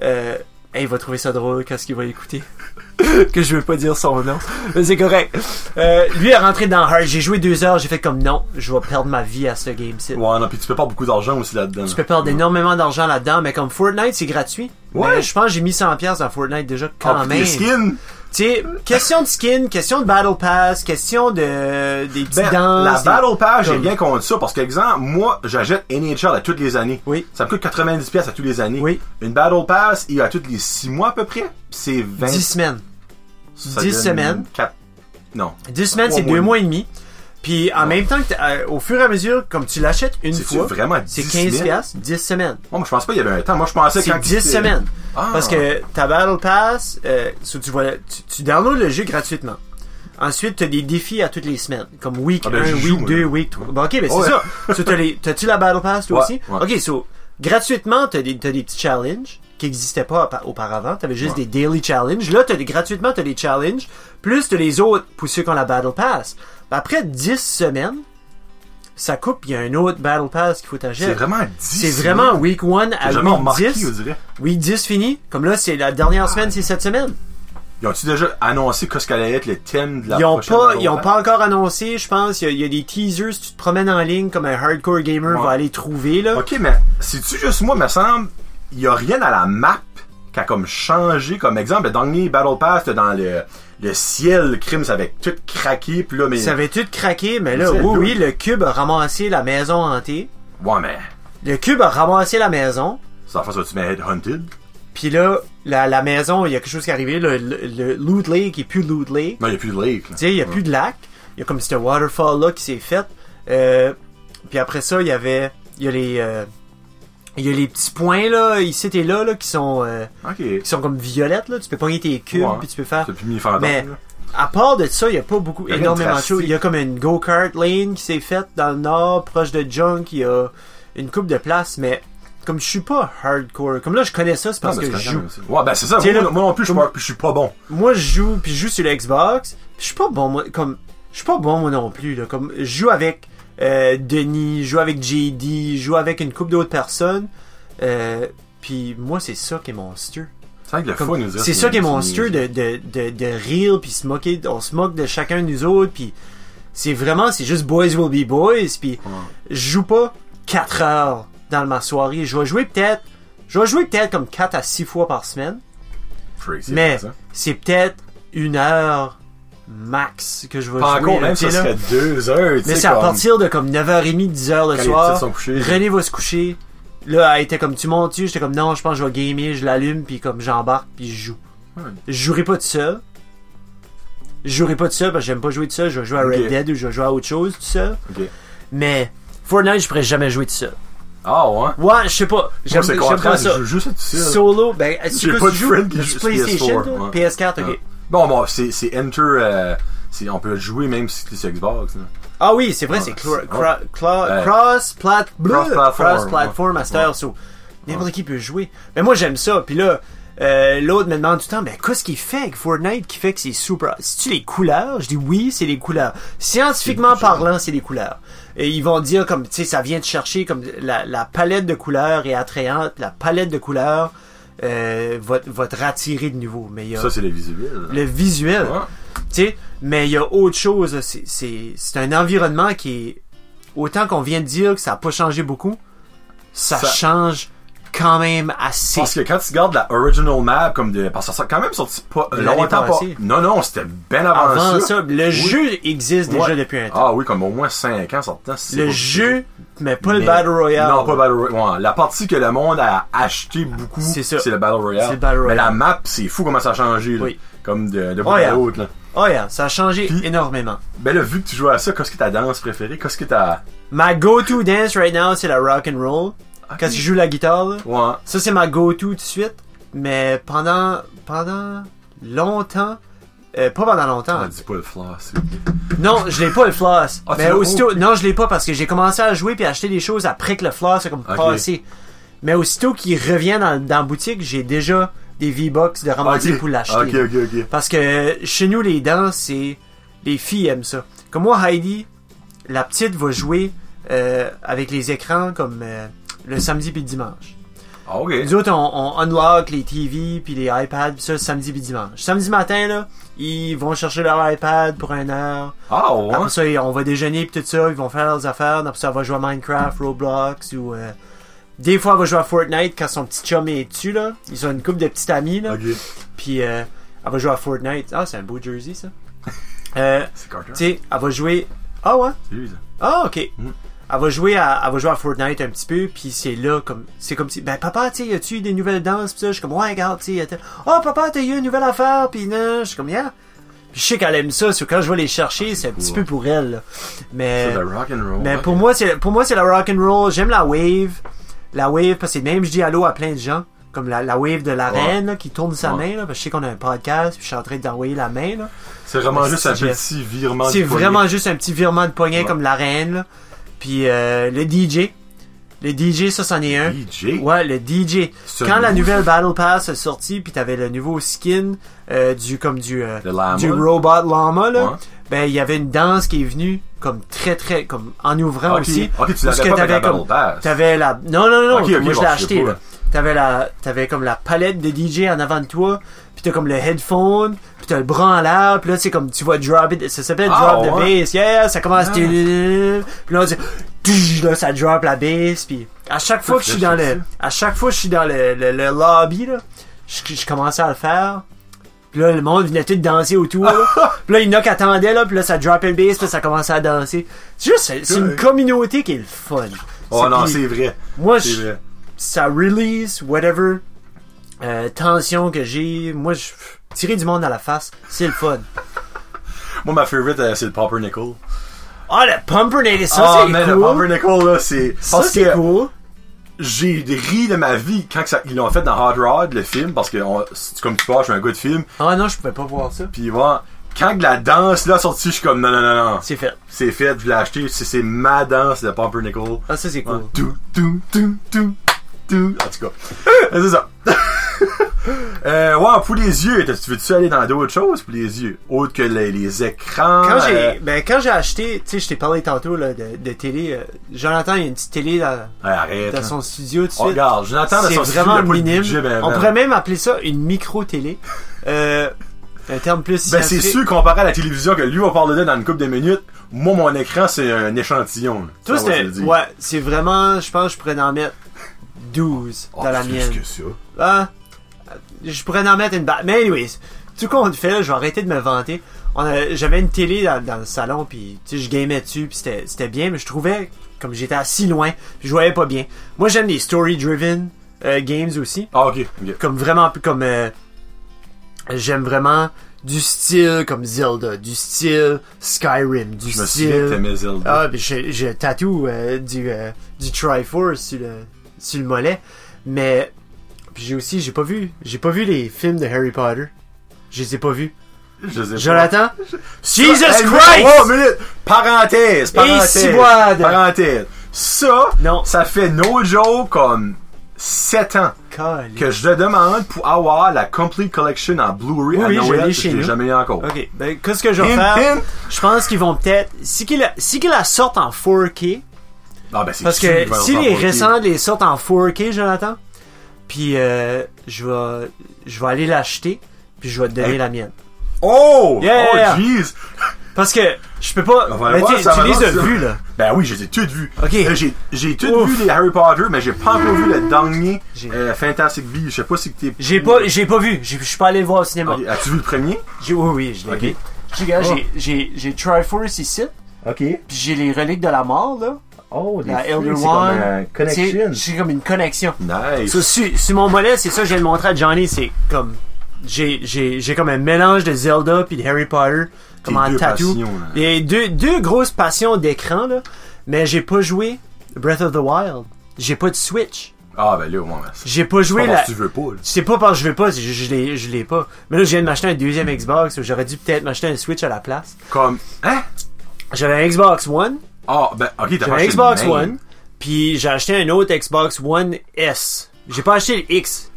euh, hey, il va trouver ça drôle quand ce qu'il va écouter. *laughs* que je veux pas dire son nom. Mais c'est correct. Euh, lui est rentré dans Hard. J'ai joué deux heures. J'ai fait comme non, je vais perdre ma vie à ce game-ci.
Ouais, non, puis tu peux pas beaucoup d'argent aussi là-dedans.
Je peux perdre énormément d'argent là-dedans, mais comme Fortnite, c'est gratuit.
Ouais.
Mais je pense que j'ai mis 100$ dans Fortnite déjà quand
Ah, puis
même.
les skins.
Tu sais, question de skin, question de battle pass, question de des petites
Ben,
danses.
la
des-
battle page, j'ai
comme-
bien contre ça parce qu'exemple, moi, j'achète NHL à toutes les années.
Oui.
Ça me coûte 90 pièces à tous les années.
Oui.
Une battle pass, il y a toutes les 6 mois à peu près. Puis C'est 20
10 semaines.
ça
10
donne
semaines.
quatre- Non.
10 semaines,
Trois
c'est
mois et
2 mois et demi. Puis en même temps, que t'as- euh, au fur et à mesure, comme tu l'achètes une
C'est
fois,
vraiment
c'est
10
15
000?
piastres, 10 semaines.
Moi, moi, je pense pas qu'il y avait un temps. Moi, je pensais
C'est
quand
10
c'était-
semaines.
Ah.
Parce que ta Battle Pass, euh, so tu, vois, tu, tu downloads le jeu gratuitement. Ensuite, t'as des défis à toutes les semaines. Comme week
Ah
1,
ben, j'y joue,
week
moi,
2,
là.
week 3. Bon, ok, ben c'est
Ouais.
ça. So, t'as les- T'as-tu la Battle Pass, toi
Ouais,
aussi?
ouais.
Ok, so, gratuitement, t'as des, t'as des petits challenges qui n'existaient pas appa- auparavant. T'avais juste des daily challenges. Là, t'as des, gratuitement, t'as des challenges. Plus t'as les autres pour ceux qui ont la Battle Pass. Ben, après 10 semaines, ça coupe, il y a un autre Battle Pass qu'il faut t'agir.
C'est vraiment 10
C'est vraiment week 1 à
J'ai jamais
week
remarqué,
10.
on dirait.
Week 10 fini. Comme là, c'est la dernière semaine, c'est cette semaine.
Ils ont-tu déjà annoncé qu'est-ce qu'allait être le thème de la
Ils ont
prochaine
pas,
Battle
ils ont
Royale?
pas encore annoncé, je pense. Il y, a, il y a des teasers, si tu te promènes en ligne, comme un hardcore gamer
Ouais.
va aller trouver, là.
Ok, mais c'est-tu juste moi, me semble, il y a rien à la map qui a comme changé. Comme exemple, le dernier Battle Pass, t'as dans le, le ciel, le crime, ça avait tout craqué, puis là, mais.
Ça avait tout craqué, mais là,
C'est
oui,
doux.
oui, le cube a ramassé la maison hantée.
Ouais, mais.
Le cube a ramassé la maison.
Ça en fait, ça, tu mets Headhunted.
Puis là, la, la maison, il y a quelque chose qui est arrivé. Le, le, le Loot Lake est plus Loot Lake.
Non, il n'y a plus de lake. là.
Tu sais, il n'y a plus de lac. Il y a comme ce waterfall-là qui s'est fait. Euh, puis après ça, il y avait... Il y a les... euh, il y a les petits points, là, ici et là, là, qui sont... euh,
Ok.
qui sont comme violettes là, tu peux pogner tes cubes
Ouais.
puis tu peux faire
C'est plus mis fantôme.
Mais-
là.
à part de ça, il y a pas beaucoup
Y a rien de
énormément de
drastique.
choses. Il y a comme une go-kart lane qui s'est faite dans le nord, proche de Junk, il y a une coupe de places mais comme je suis pas hardcore, comme là je connais ça, c'est parce
Non, mais
que
c'est
je
quand
joue.
même- Ouais, ben c'est ça.
T'sais,
Moi,
là,
moi non plus, je suis pas- je suis pas bon.
Moi je joue puis je joue sur l'Xbox, puis je suis pas bon moi comme je suis pas bon moi non plus là, comme je joue avec euh, Denis, je joue avec JD, je joue avec une coupe d'autres personnes. Euh, puis moi c'est ça qui est monstrueux.
C'est vrai que le
Comme-
fun nous dire.
C'est ça qui est
une-
monstrueux de, de, de, de rire puis se moquer. On se moque de chacun de nous autres puis c'est vraiment, c'est juste boys will be boys puis
Ouais.
je joue pas 4 heures dans ma soirée. Je vais jouer peut-être, je vais jouer peut-être comme 4 à 6 fois par semaine,
Freak, c'est
mais
vrai, ça.
c'est peut-être une heure max que je vais
Pas
jouer.
encore,
là,
même
tu
ça
sais, là.
serait deux heures. tu
Mais
sais,
c'est à
comme
partir de comme 9h30, 10h le
Quand les
soir.
petites sont couchées.
René va se coucher. Là, elle était comme tu montes-tu? J'étais comme non, je pense que je vais gamer, je l'allume, puis comme j'embarque, puis je joue.
Ouais.
Je jouerai pas de seul. Je jouerai pas de seul parce que j'aime pas jouer de seul. Je vais jouer à Red
Ok.
Dead ou je vais jouer à autre chose, tout seul.
Ok.
Mais Fortnite, je pourrais jamais jouer de seul.
Ah, ouais.
Ouais, je sais pas.
Moi,
J'aime
c'est
j'aime
contraire.
pas ça.
Je joue ça tout seul.
Solo, ben, est-ce
J'ai
que
pas
tu
de
joues
friend qui
Tu
joue sur
PlayStation,
PS4,
toi?
ouais.
PS4, ok.
Bon, bon, c'est c'est Enter. euh, c'est- on peut le jouer même si c'est sur Xbox. là.
Ah oui, c'est vrai,
Ouais,
c'est
c'est-
cro-
ouais.
cro- clo-
Euh,
cross, plat- bleu,
cross-platform,
cross platform
ouais.
à cette heure, so n'importe qui peut jouer. Mais moi j'aime ça. Puis là, euh, l'autre me demande tout le temps, mais qu'est-ce qu'il fait avec Fortnite qui fait que c'est super Si tu les couleurs, je dis oui, c'est les couleurs. Scientifiquement
C'est-
parlant, c'est les couleurs. Et ils vont dire comme tu sais, ça vient de chercher comme la, la palette de couleurs est attrayante, la palette de couleurs euh, va, va te rattirer de nouveau. Mais il y a
Ça, c'est le visuel.
le visuel.
Ouais.
Tu sais, mais il y a autre chose. là. C'est- C'est c'est un environnement qui est. Autant qu'on vient de dire que ça n'a pas changé beaucoup, ça,
Ça-
change quand même assez.
Parce que quand tu regardes la original map, comme de. Parce que ça a quand même sorti pas
L'année
longtemps pas.
passée.
Non, non, c'était bien avant,
Avant ça, le jeu existe
Ouais.
déjà depuis un temps.
Ah oui, comme au moins 5 ans, sortant. c'est
le
pas-
jeu, mais pas
Mais-
le Battle Royale.
Non, pas Battle Royale. Ouais, La partie que le monde a acheté beaucoup,
C'est ça.
c'est le Battle Royale.
C'est le Battle
Mais
Royale.
la map, c'est fou comment ça a changé. là.
Oui.
Comme de, de bout
Oh, yeah.
à l'autre. là.
Oh, yeah, ça a changé
Puis-
énormément.
Ben là, vu que tu joues à ça, qu'est-ce que ta danse préférée Qu'est-ce que ta.
Ma go-to dance right now, c'est la rock and roll.
Ok.
Quand tu joues la guitare, là,
Ouais.
Ça, c'est ma go-to tout de suite. Mais pendant, pendant longtemps, euh, pas pendant
Ah,
longtemps.
dis pas le flair, s'il vous plaît.
Non, je l'ai pas le floss.
Ah, tu
mais
l'as-
aussitôt, non, je l'ai pas parce que j'ai commencé à jouer puis à acheter des choses après que le floss a comme
Ok.
passé. Mais aussitôt qu'il revient dans, dans la boutique, j'ai déjà des V-Bucks de ramasser
Ah, Ok.
Ah, pour l'acheter.
Ok, ok, ok.
Parce que chez nous, les danses, c'est. Les filles aiment ça. Comme moi, Heidi, la petite va jouer euh, avec les écrans comme euh, le samedi puis le dimanche.
Ah, ok.
Nous autres, on, on unlock les TV puis les iPads pis ça samedi puis dimanche. Samedi matin là, ils vont chercher leur iPad pour une heure.
Ah, ouais.
Après ça, ils- on va déjeuner puis tout ça, ils vont faire leurs affaires. Après ça, on va jouer à Minecraft, Roblox ou euh, des fois on va jouer à Fortnite quand son petit chum est dessus là. Ils ont une couple de petits amis là.
Ok.
Puis euh, elle va jouer à Fortnite. Ah, c'est un beau jersey ça. euh,
C'est Carter.
tu sais, elle va jouer. Ah ouais.
C'est lui, ça.
Ah, ok.
Mm.
Elle va jouer à, elle va jouer à Fortnite un petit peu, puis c'est là comme, c'est comme si, ben papa, tu sais, y a-tu des nouvelles danses pis ça, je suis comme ouais, regarde, tu sais, oh papa, t'as eu une nouvelle affaire, puis non, je suis comme yeah. Puis je sais qu'elle aime ça, c'est quand je vais les chercher, c'est un petit
Ah, cool,
peu pour elle. là. Mais
C'est le rock and roll.
mais Ben, pour moi, c'est pour moi c'est la rock and roll. J'aime la wave, la wave parce que même je dis allô à plein de gens, comme la, la wave de la
Ouais.
reine là, qui tourne sa
Ouais.
main là, parce que je sais qu'on a un podcast, puis je suis en train d'envoyer la main là.
C'est vraiment
Mais
juste
c'est
un
Jeff.
petit virement
C'est
du poignet.
vraiment juste un petit virement de poignet
Ouais.
comme la reine. là. Puis euh, le DJ. Le DJ, ça, c'en est un.
DJ.
Ouais, le DJ.
C'est
Quand
un
la
nouveau
nouvelle
jeu.
Battle Pass est sortie, puis t'avais le nouveau skin euh, du comme du euh,
Le llama.
du robot llama là,
Ouais.
ben il y avait une danse qui est venue comme très très comme en ouvrant
Ok.
aussi.
Ok, tu
parce
l'avais pas avec
que
la
t'avais
Battle
comme
Pass.
t'avais la non non non
Ok, ok,
moi je
bon,
l'ai
je sais
acheté.
pas.
là. T'avais la t'avais comme la palette de DJ en avant de toi, puis t'as comme le headphone, puis t'as le bras en l'air, puis là, c'est comme, tu vois, drop it, ça s'appelle
Ah,
drop
ouais.
the bass, yeah, yeah, ça commence,
Ah.
tu- puis là, on dit, là, ça drop la bass, puis à chaque fois que je suis dans le, à chaque fois que je suis dans le, le, le lobby, là, je, je commençais à le faire, puis là, le monde venait tout danser
*laughs*
autour, là. Puis là, il y en a qui attendaient, là, puis là, ça dropait le bass, puis là, ça commençait à danser. C'est juste, c'est c'est une communauté qui est le fun.
Oh
C'est-
non,
puis
c'est vrai.
Moi,
C'est
je-
vrai.
ça release whatever euh, tension que j'ai. Moi, je tirer du monde dans la face, c'est
*laughs*
le fun.
Moi, ma favorite, euh, c'est le Pumpernickel.
Ah, le pumpernickel, ça,
Ah, mais
c'est
le
cool.
Pumpernickel, là, c'est.
Ça,
Parce
c'est
que
cool.
j'ai ri de ma vie quand que ça- ils l'ont fait dans Hard Rod, le film, parce que, on- c'est comme tu vois, je suis un gars de film.
Ah non, je pouvais pas voir ça.
Puis, voilà. Quand que la danse, là, est sortie, je suis comme, non, non, non, non.
C'est fait.
C'est fait, je l'ai acheté, c'est c'est ma danse de Pumpernickel.
Ah, ça, c'est cool.
Tout, tout, tout, tout, tout. En tout cas, *laughs* c'est ça. euh, ouais, pour les yeux, t'as- tu veux-tu aller dans d'autres choses pour les yeux? Autre que les, les écrans.
Quand j'ai,
euh,
ben, quand j'ai acheté, tu sais, je t'ai parlé tantôt, là, de, de télé, euh, Jonathan, il y a une petite télé dans,
ouais, arrête.
dans
là.
son studio, tout de
Oh,
suite.
regarde, Jonathan, de
C'est
son
vraiment
studio, il a pas de
minime.
budget, ben,
On
ben.
pourrait même appeler ça une micro-télé. Euh, un terme plus
Ben, c'est
scientifique.
sûr, comparé à la télévision que lui va parler de dans une couple de minutes, moi, mon écran, c'est un échantillon. là.
Toi,
Ça, on va se le
c'est
dire.
ouais, c'est vraiment, je pense, que je pourrais en mettre 12
Oh,
dans la
plus
mienne.
que ça.
Hein? Je pourrais en mettre une ba- Mais anyways, tout qu'on fait là, je vais arrêter de me vanter. On a- J'avais une télé dans, dans le salon, puis tu sais, je gamais dessus, puis c'était c'était bien, mais je trouvais, comme j'étais assis loin, puis je voyais pas bien. Moi, j'aime les story-driven euh, games aussi
Ah, ok. ok.
comme vraiment plus comme euh, j'aime vraiment du style comme Zelda, du style Skyrim, du
Je me souviens que
style
t'aimais Zelda.
ah puis j'ai j'ai tatoue euh, du euh, du Triforce sur le sur le mollet, mais puis j'ai aussi j'ai pas vu j'ai pas vu les films de Harry Potter, je les ai pas vus.
je sais pas.
Jonathan, Jesus
Hey,
Christ,
Oh, minute! Parenthèse, parenthèse.
ciboide.
parenthèse. Ça,
Non.
ça fait no joke comme 7 ans
Calé.
que je le demande pour avoir la Complete Collection en Blu-ray
Oui,
à
oui, je
Noël.
l'ai
parce
chez
que je
nous.
jamais eu encore.
Ok, ben qu'est-ce que je vais
Hint,
faire?
hint.
Je pense qu'ils vont peut-être si qu'ils la, si qu'ils la sortent en 4K,
Ah, ben, c'est
Parce
sûr,
que
ils vont
si
en
les
porter.
récents les sortent en 4K, Jonathan, puis euh, je vais je vais aller l'acheter, puis je vais te donner
Hey.
la mienne.
Oh!
Yeah.
Oh, jeez!
Parce que je peux pas.
On va aller
Mais
voir,
tu-
ça
tu
va
les
voir,
as
ça.
vus là.
Ben oui, je les ai toutes vues.
Ok.
Euh, J'ai, j'ai toutes
Ouf.
vu les Harry Potter, mais j'ai pas encore vu le dernier
J'ai-
euh, Fantastic Beasts. Je sais pas si que t'es.
J'ai pas j'ai pas vu. J'ai- Je suis pas allé le voir au cinéma.
Ok, As-tu vu le premier?
J'ai- Oui oui, je l'ai
Ok.
vu. J'ai- gars,
Oh.
J'ai j'ai j'ai Triforce ici,
Ok.
puis j'ai les reliques de la mort là,
Oh,
la Elder One. Tu sais, J'ai comme une connexion.
Nice.
Sur, sur- sur mon mollet, c'est ça que je viens de montrer à Johnny, c'est comme j'ai j'ai j'ai comme un mélange de Zelda puis de Harry Potter comme
Tes
en
deux
tatou.
passions, là.
Et deux deux grosses passions d'écran là, mais j'ai pas joué Breath of the Wild. J'ai pas de Switch.
Ah, ben là, au moins, c'est
J'ai pas joué
pas
la
parce que Ah, tu veux pas, là.
c'est pas parce que je veux pas, c'est juste que je l'ai je l'ai pas. Mais là je viens de m'acheter un deuxième Xbox, j'aurais dû peut-être m'acheter un Switch à la place.
Comme, hein?
J'avais un Xbox One,
Ah, ben, ok, t'as pas
j'avais un
acheté
Xbox
le même.
One, puis j'ai acheté un autre Xbox One S. J'ai pas acheté le X.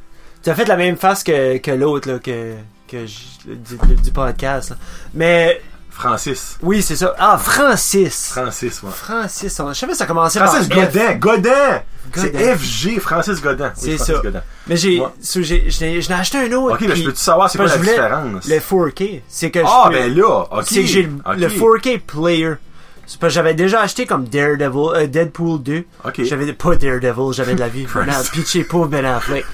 Tu as fait la même face que, que l'autre là que que j- du, du podcast. là. Mais
Francis.
oui, c'est ça. Ah Francis.
Francis, ouais.
Francis, on... je savais que ça commençait
Francis
par F.
Godin, Godin!
Godin.
C'est FG, Francis Godin. Oui,
C'est
Francis
ça.
Godin.
Mais j'ai,
Ouais.
so, j'ai, je l'ai- je l'ai acheté un autre.
Ok, mais
puis-
je peux-tu savoir c'est
parce
quoi la
que je voulais
différence?
Le 4K, c'est que je
Ah,
peux-
ben là, ok.
c'est que j'ai le-
ok.
le 4K player. C'est parce que j'avais déjà acheté comme Daredevil, euh, Deadpool 2.
Ok.
J'avais pas Daredevil, j'avais de
*laughs*
la vie.
Christ.
Non, Pitché pauvre Ben Affleck.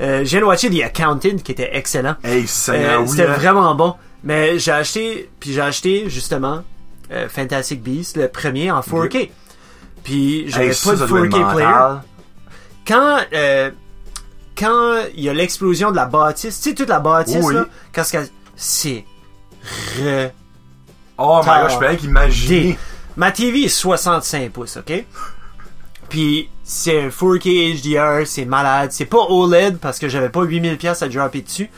Euh, j'ai watché The Accountant qui était excellent.
Hey,
Euh,
Seigneur, oui.
C'était
hein.
vraiment bon. Mais j'ai acheté, puis j'ai acheté justement euh, Fantastic Beasts, le premier en 4K. Puis j'avais
Hey,
pas
ça,
de
ça doit être
4K player
mental.
quand euh, quand il y a l'explosion de la bâtisse, tu sais toute la bâtisse
Oui.
là, quand ce qu'elle- c'est re-
Oh my
Tar-
god, je peux rien qu'imaginer.
des- ma TV est 65 pouces, OK Puis c'est un 4K HDR, c'est malade, c'est pas OLED parce que j'avais pas 8000 pièces à dropper dessus.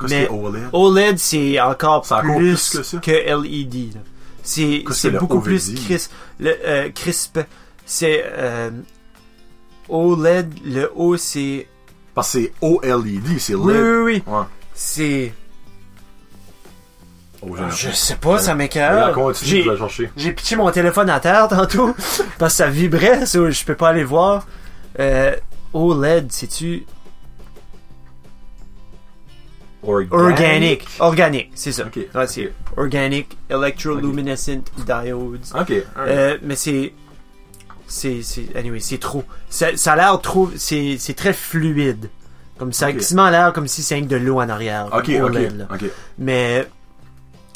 Qu'est-ce
mais
que OLED?
OLED c'est encore
C'est encore
plus,
plus que ça.
LED. là. C'est
Qu'est-ce
c'est
que le E
beaucoup plus
OVD?
crisp, le euh, crisp. C'est euh, OLED, le O c'est
Parce que c'est OLED, c'est LED.
Oui, oui, oui.
Ouais.
C'est.
Oh, j'en ai-
Je sais pas, ça
Regarde,
m'écoeure.
Continue, je vais
Ah, J'ai-
le chercher.
J'ai pitché mon téléphone à terre tantôt *laughs* parce que ça vibrait, so je peux pas aller voir. E Euh, OLED, sais-tu.
Organic.
Organic. Organic, c'est ça.
Ok.
Ouais, c'est Organic Electroluminescent Diodes.
Ok. alright.
Euh, mais c'est. C'est. c'est- Anyway, c'est trop. Ça, ça a l'air trop. C'est c'est très fluide. Comme ça,
Ok.
quasiment a l'air comme si c'est avec de l'eau en arrière.
ok,
comme
ok.
OLED, E là.
Ok.
Mais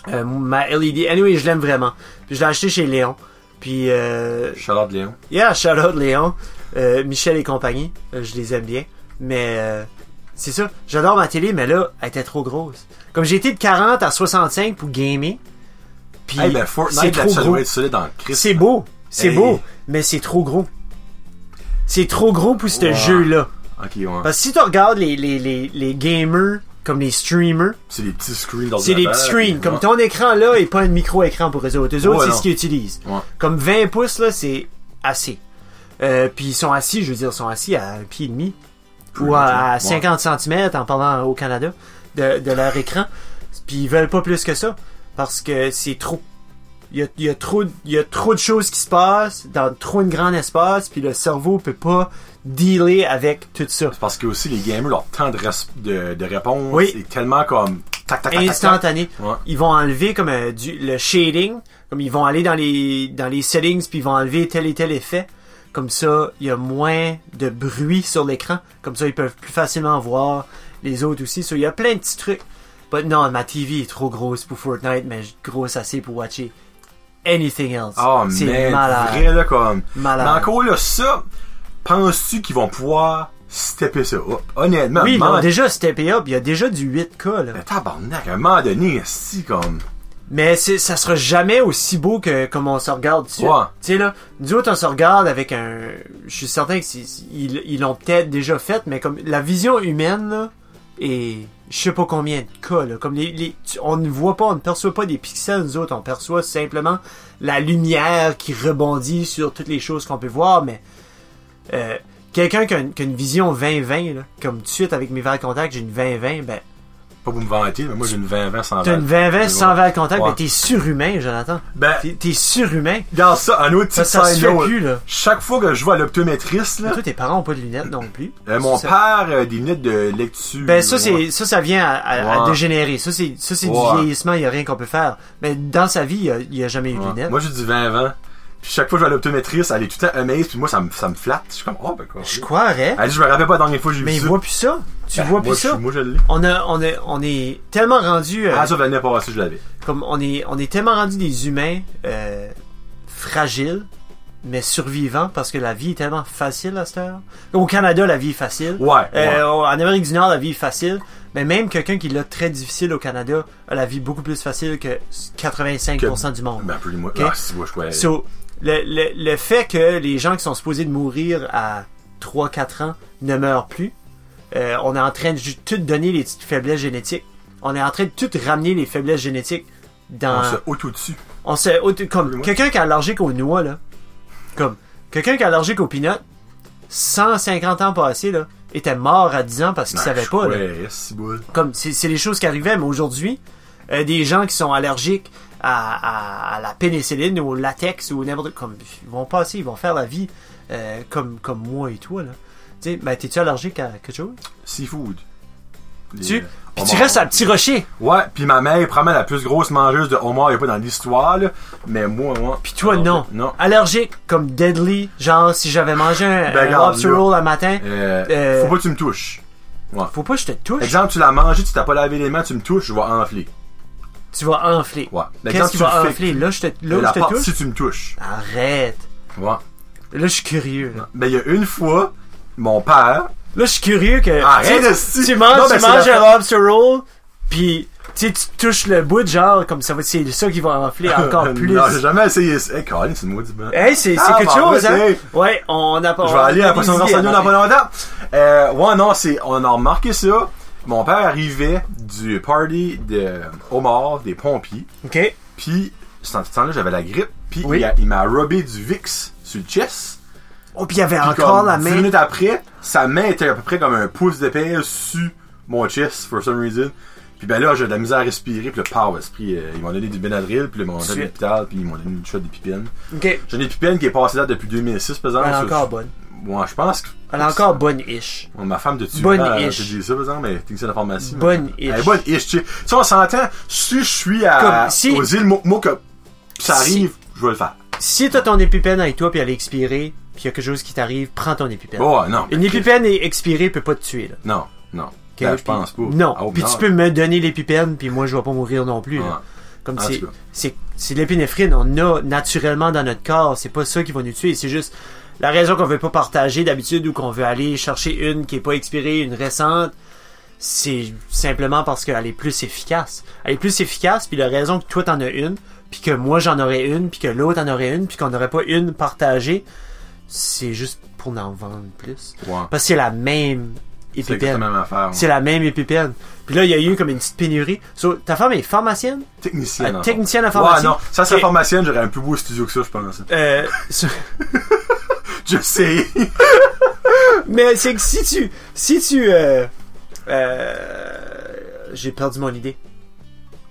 euh, ma LED, anyway, je l'aime vraiment. Puis je l'ai acheté chez Léon. Puis, euh,
Charlotte Léon.
yeah, shout out Léon, Euh, Michel et compagnie, euh, je les aime bien. Mais euh, c'est ça, j'adore ma télé, mais là, elle était trop grosse. Comme j'ai été de 40 à 65 pour gamer, puis
Hey, ben
c'est
Fortnite, là,
trop
ça
gros.
doit être solide en Christ.
C'est beau, c'est
Hey.
beau, mais c'est trop gros. C'est trop gros pour ce
Wow.
jeu-là.
Ok, ouais.
Parce que si tu regardes les, les, les, les gamers comme les streamers,
C'est des petits screens dans
c'est des petits screens. Comme ton écran là est pas un micro-écran pour eux autres. Eux autres,
Ouais,
c'est
non.
ce qu'ils utilisent.
Ouais.
Comme 20 pouces là, c'est assez. Euh, puis ils sont assis, je veux dire, ils sont assis à un pied et demi ou à, à 50 cm en parlant au Canada de, de leur écran. Puis ils veulent pas plus que ça parce que c'est trop. Il y a, il y a trop, de- il y a trop de choses qui se passent dans trop de grand espace, puis le cerveau peut pas dealer avec tout ça.
Parce que aussi, les gamers, leur temps de, res- de, de réponse
Oui.
est tellement comme. Tac, tac, tac, tac, tac.
instantané.
Ouais.
Ils vont enlever comme euh, du, le shading, comme ils vont aller dans les dans les settings puis ils vont enlever tel et tel effet. Comme ça, il y a moins de bruit sur l'écran. Comme ça, ils peuvent plus facilement voir les autres aussi. So, il y a plein de petits trucs. But non, ma TV est trop grosse pour Fortnite, mais grosse assez pour watcher anything else.
Ah, mais.
c'est malade.
Vrai, là, comme.
Malade.
Mais encore là, ça, penses-tu qu'ils vont pouvoir stepper ça up? Honnêtement,
Oui, ils
man-
l'ont déjà steppé up. Il y a déjà du 8K, là.
Mais tabarnak, à un moment donné, si, comme.
Mais c'est- ça sera jamais aussi beau que comme on se regarde dessus.
Ouais.
Tu sais là, nous autres on se regarde avec un. Je suis certain que c'est- ils ils l'ont peut-être déjà fait, mais comme la vision humaine là, et je sais pas combien de cas là, comme les, les tu- on ne voit pas, on ne perçoit pas des pixels nous autres, on perçoit simplement la lumière qui rebondit sur toutes les choses qu'on peut voir, mais euh, quelqu'un qui a, une, qui a une vision 20-20 là, comme tout de suite avec mes verres de contact, j'ai une 20-20, ben
Pas pour me vanter, mais moi j'ai une 20-20 sans
t'as une
vanne.
20-20 sans verre de contact,
ben, Ouais.
ben t'es surhumain, Jonathan.
Ben,
T'es- T'es surhumain.
regarde ça, un autre
Ça,
petit
ça se
side
fait
note.
plus, là.
Chaque fois que je vois l'optométriste, là,
Toi, tes parents ont pas de lunettes non plus.
euh, mon
Ça-
père a des lunettes de lecture.
Ben, ça, c'est, ça, ça vient à, à- à
Ouais.
dégénérer. Ça, c'est, ça, c'est
Ouais.
du vieillissement. Il y a rien qu'on peut faire. Mais dans sa vie, il y a, il y a jamais eu de
Ouais.
lunettes.
Moi j'ai du 20-20. Puis chaque fois que je vois l'optométriste, elle est tout le temps amazed, puis moi ça me, ça me flatte. Je suis comme, oh ben quoi.
je croirais.
Elle dit, je me rappelle pas la dernière fois que j'ai
mais
vu
il
ça.
voit plus ça. Tu
Ben,
vois plus
moi, je-
ça.
Moi je l'ai.
On a, on a, on est tellement rendu, euh,
Ah, ça, l'année passée, je l'avais.
comme on est, on est tellement rendu des humains, euh, fragiles, mais survivants parce que la vie est tellement facile à cette heure. Au Canada, la vie est facile.
Ouais. ouais.
Euh, en Amérique du Nord, la vie est facile. Mais même quelqu'un qui l'a très difficile au Canada a la vie beaucoup plus facile que 85% du monde.
Ben, plus moi.
ok.
Ah, si, moi je croyais.
So, le, le, le fait que les gens qui sont supposés de mourir à 3-4 ans ne meurent plus, euh, on est en train de ju- tout donner les petites faiblesses génétiques. On est en train de tout ramener les faiblesses génétiques dans...
On se auto dessus.
On se, auto- comme
Excuse-moi.
quelqu'un qui est allergique aux noix là, comme quelqu'un qui est allergique aux peanuts, 150 ans passés là, était mort à 10 ans parce qu'il savait pas. là.
Ouais, si, boule.
Comme c'est c'est les choses qui arrivaient, mais aujourd'hui, euh, des gens qui sont allergiques à, à- à la pénicilline ou au latex ou n'importe comme ils vont passer, ils vont faire la vie euh, comme comme moi et toi là. Tu sais, ben t'es-tu allergique à quelque chose?
Seafood. Les-
Tu, puis tu
Homard.
restes à petit rocher.
Ouais, puis ma mère est probablement la plus grosse mangeuse de homard, y a pas dans l'histoire, là. Mais moi, moi.
Puis toi, non.
Non.
Allergique comme deadly, genre si j'avais mangé un,
Ben,
un
regarde,
lobster
là.
roll le matin,
Euh,
Euh,
Faut pas que tu me touches.
Faut pas que je te touche.
Exemple, tu l'as mangé, tu t'as pas lavé les mains, tu me touches, je vais enfler.
Tu vas enfler.
Ouais. Ben,
Qu'est-ce qui
tu le
va
fais, Euh,
enfler? Là, je te, là
la
où je te
porte,
touche?
si tu me touches.
Arrête.
Ouais.
Là, je suis curieux. Là,
Ben, il y a une fois, mon père.
Là, je suis curieux que...
Arrête,
tu,
esti.
sais, tu manges,
Non,
tu
mais c'est
manges
la-
un lobster roll, puis tu sais, tu touches le bout, genre, comme ça va... C'est ça qui va
*laughs*
enfler encore plus.
non, j'ai jamais essayé ça. Hey, Colin, c'est une maudite bonne.
Hey, c'est c'est
Ah, bah,
quelque chose,
ouais,
hein?
c'est-
Ouais, on a pas...
Je vais aller à la poisson
de
grâce à nous dans pas longtemps. Euh, ouais, non, c'est, on a remarqué ça. Mon père arrivait du party de Omar, des pompiers.
OK.
Puis, en ce temps-là, j'avais la grippe. Puis,
Oui.
il, a- il m'a robé du Vicks sur le chest.
Oh, puis il y avait
Puis,
encore
comme
la
10
main.
minutes après, sa main était à peu près comme un pouce d'épais sur mon chest, for some reason. Puis, ben là, j'ai de la misère à respirer. Puis, le power esprit, ils m'ont donné du Benadryl. Puis, ils m'ont donné
Suite.
à l'hôpital. Puis, ils m'ont donné une shot de pipine.
OK.
J'ai une épipène qui est passée là depuis 2006, par exemple.
Elle est
Ça,
encore
je-
bonne.
Moi, je pense que.
Elle est encore bonne-ish.
Ma femme de tuer.
Bonne
euh,
ish.
J'ai dit ça, par exemple, mais technicien de la pharmacie. mais-
Bonne-ish.
Elle est bonne ish, tu sais. Si on s'entend, si je suis à,
Comme si-
aux îles Mo- Mocha, pis ça
Si-
arrive, je vais le faire.
Si t'as ton épipène avec toi puis elle est expirée, puis il y a quelque chose qui t'arrive, prends ton épipène.
Bon, ouais, Oh, non. mais-
Une épipène est expirée peut pas te tuer, là.
Non, non.
Ok,
Ben, je
puis-
pense pas.
Non.
Oh,
puis tu peux me donner l'épipène, puis moi je vais pas mourir non plus. là.
Ouais.
Comme
Ah. En
c'est,
tout cas.
c'est, c'est l'épinéphrine, on a naturellement dans notre corps. C'est pas ça qui va nous tuer. C'est juste la raison qu'on veut pas partager d'habitude ou qu'on veut aller chercher une qui est pas expirée, une récente. C'est simplement parce qu'elle est plus efficace. Elle est plus efficace, puis la raison que toi t'en as une, puis que moi j'en aurais une, puis que l'autre en aurait une, puis qu'on n'aurait pas une partagée, c'est juste pour en vendre plus.
Ouais.
Parce que c'est la même
C'est exactement
épipène.
la même affaire.
C'est la même épipène. Puis là, il y a eu comme une petite pénurie. So, ta femme est pharmacienne?
Technicien.
Euh,
en
technicienne à
fait. Ouais,
pharmacie.
non. Ça, c'est
Ok.
pharmacienne, j'aurais un plus beau studio que ça, je pense. *laughs*
Euh, so-
Je sais.
mais c'est que si tu... Si tu... euh, euh, j'ai perdu mon idée.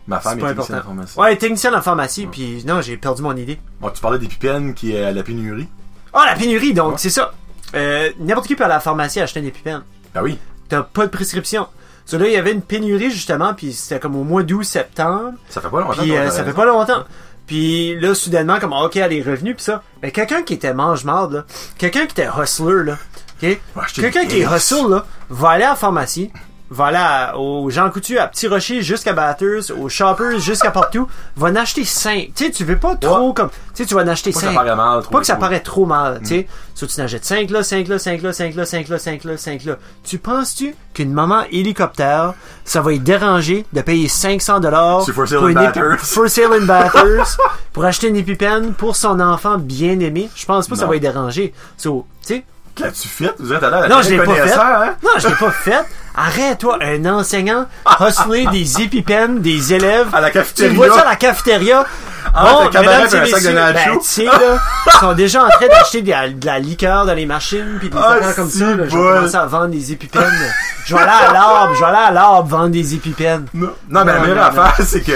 Ma femme
C'est
est,
pas
technicienne
important.
en pharmacie.
Ouais, technicienne en pharmacie,
Ouais.
puis non, j'ai perdu mon idée.
Bon, tu parlais des pipennes qui est à la pénurie.
Ah, la pénurie, donc,
Ouais.
c'est ça. Euh, N'importe qui peut aller à la pharmacie acheter une épipène.
Ben oui.
T'as pas de prescription. So, là, il y avait une pénurie, justement, puis c'était comme au mois d'août, septembre.
Ça fait pas longtemps.
Puis
qu'on
euh,
a
ça fait
raison.
pas longtemps. Puis là, soudainement, comme, ok, elle est revenue, pis ça. Mais quelqu'un qui était mange-marde, là, quelqu'un qui était hustler, là, ok?
acheter
Quelqu'un
des
qui est
X.
hustle, là, va aller à la pharmacie, va aller à- aux gens coutus, à Petit Rocher, jusqu'à Batters, aux Shoppers, jusqu'à partout, va en acheter 5. Tu sais, tu veux pas trop, comme, tu sais, tu vas en acheter
Pas que ça
5.
paraît mal. trop
Pas que ça
trop.
paraît trop mal, tu sais.
Mm.
Soit tu n'achètes 5 là, 5 là, 5 là, 5 là, 5 là, 5 là, 5 là. Tu penses-tu qu'une maman hélicoptère, ça va y déranger de payer 500 dollars
C'est for sale and batters.
for sale and batters
*laughs*
pour acheter une épipène pour son enfant bien aimé? Je pense pas que ça
Non.
va y déranger. So, tu sais,
L'as-tu fait? Vous êtes allé à la
non, je l'ai pas fait.
connaisseur, hein?
Non, je l'ai pas fait. Arrête-toi, un enseignant,
*laughs*
hustler des épipènes des élèves.
À la
Tu
cafétéria.
le vois ça à la cafétéria.
Entre un cabaret
mesdames
et un
et
sac de
messieurs,
nachos.
ben, tu sais, là, ils sont déjà en train d'acheter de la, de la liqueur dans les machines puis des
Ah,
affaires comme
si,
ça. là. Je vais
bol.
commencer à vendre des épipènes. Je vais aller à l'arbre, je vais aller à l'arbre vendre des épipènes.
Non, non, mais la
Non,
meilleure
non, non.
affaire, c'est que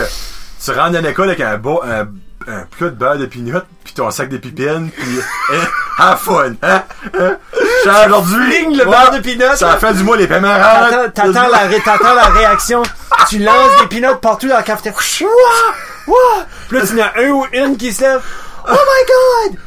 tu rentres dans l'école avec un, beau, un, un plat de beurre de peanuts, puis ton sac de pipennes, puis *laughs* hein, have fun, hein? hein? Genre, Aujourd'hui,
Ligne le
ouais,
bar de peanuts.
ça a fait du mois les paiements
T'attends,
rares.
t'attends la, ré- t'attends la réaction. Tu lances des pinottes partout dans la cafetière. Ouah! Ouah! Puis là, tu en as un ou une qui se lève. Oh my god!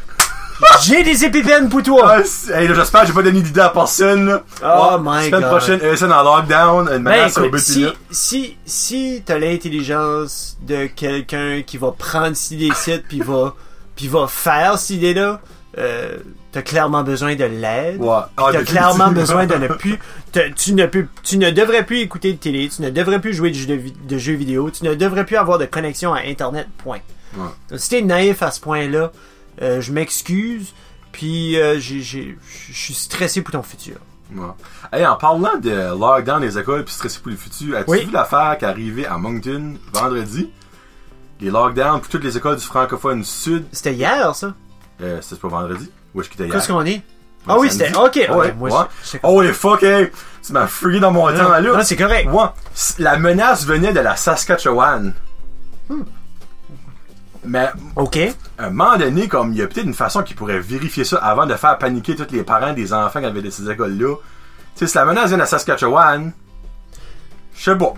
J'ai des épipènes pour toi!
Ah, c'est- hey, là, J'espère que j'ai pas donné d'idée à personne. Là.
Oh
Ouais,
my
semaine
God.
prochaine, ESN en lockdown, une
Ben,
menace sur le
écoute,
but de
si,
peanuts.
si, si t'as l'intelligence de quelqu'un qui va prendre cette idée ci puis va, puis va faire cette idée-là, euh, t'as clairement besoin de l'aide.
Ouais. Ah,
T'as
définitivement.
clairement
*laughs*
besoin de ne plus. te- tu ne peux, tu ne devrais plus écouter de télé, tu ne devrais plus jouer de jeux, de vi- de jeux vidéo, tu ne devrais plus avoir de connexion à Internet. Point.
Ouais.
Donc, Si t'es naïf à ce point-là, euh, je m'excuse. Puis euh, j'ai- j'ai- je suis stressé pour ton futur.
Ouais. Hey, en parlant de lockdown des écoles puis stressé pour le futur, as-tu
Oui.
vu l'affaire qui est arrivée à Moncton vendredi? Les lockdowns pour toutes les écoles du francophone sud,
C'était hier, ça.
euh, c'était pas vendredi? Où est-ce qu'il était hier?
Qu'est-ce qu'on est Ah oui,
Samedi.
c'était. Ok. ok,
Ouais,
moi,
ouais.
je- je-
Oh les fuck, hey! Tu m'as freaké dans mon temps, là.
Ah, non, c'est correct.
Ouais, c- la menace venait de la Saskatchewan.
Hmm.
Mais
Ok.
à un moment donné, comme il y a peut-être une façon qu'ils pourraient vérifier ça avant de faire paniquer tous les parents des enfants qui avaient de ces écoles-là. Tu sais, si la menace vient de la Saskatchewan, je sais pas.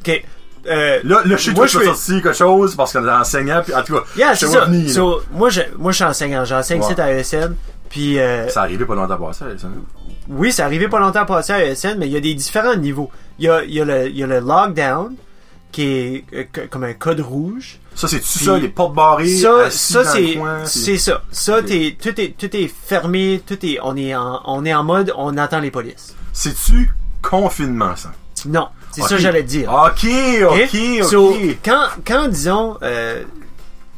Ok. Euh,
Là, là, je sais
Moi,
que tu
je
as
suis-
sorti quelque chose parce qu'on est enseignant, puis en tout cas,
yeah,
je
c'est
te vois
ça.
venir, là.
So, moi, je, moi, je suis enseignant. J'enseigne
Ouais.
c'est à ESN. Puis euh,
Ça arrivait pas longtemps passé, ça.
Oui, c'est arrivé pas longtemps passé à ESN, mais il y a des différents niveaux. Il y a, il y a, le, il y a le lockdown, qui est euh, co- comme un code rouge.
Ça, c'est-tu
Puis-
ça, les portes barrées,
Ça,
assis
ça
dans le
c'est
coin, puis-
c'est ça. Ça,
Ok.
t'es- tout, est, tout est fermé, tout est, on, est en, on est en mode, on attend les polices.
C'est-tu confinement, ça?
Non, c'est
Ok. Ah,
ça que j'allais te dire.
Ok, ok,
Ok?
ok.
So, quand, quand, disons, euh,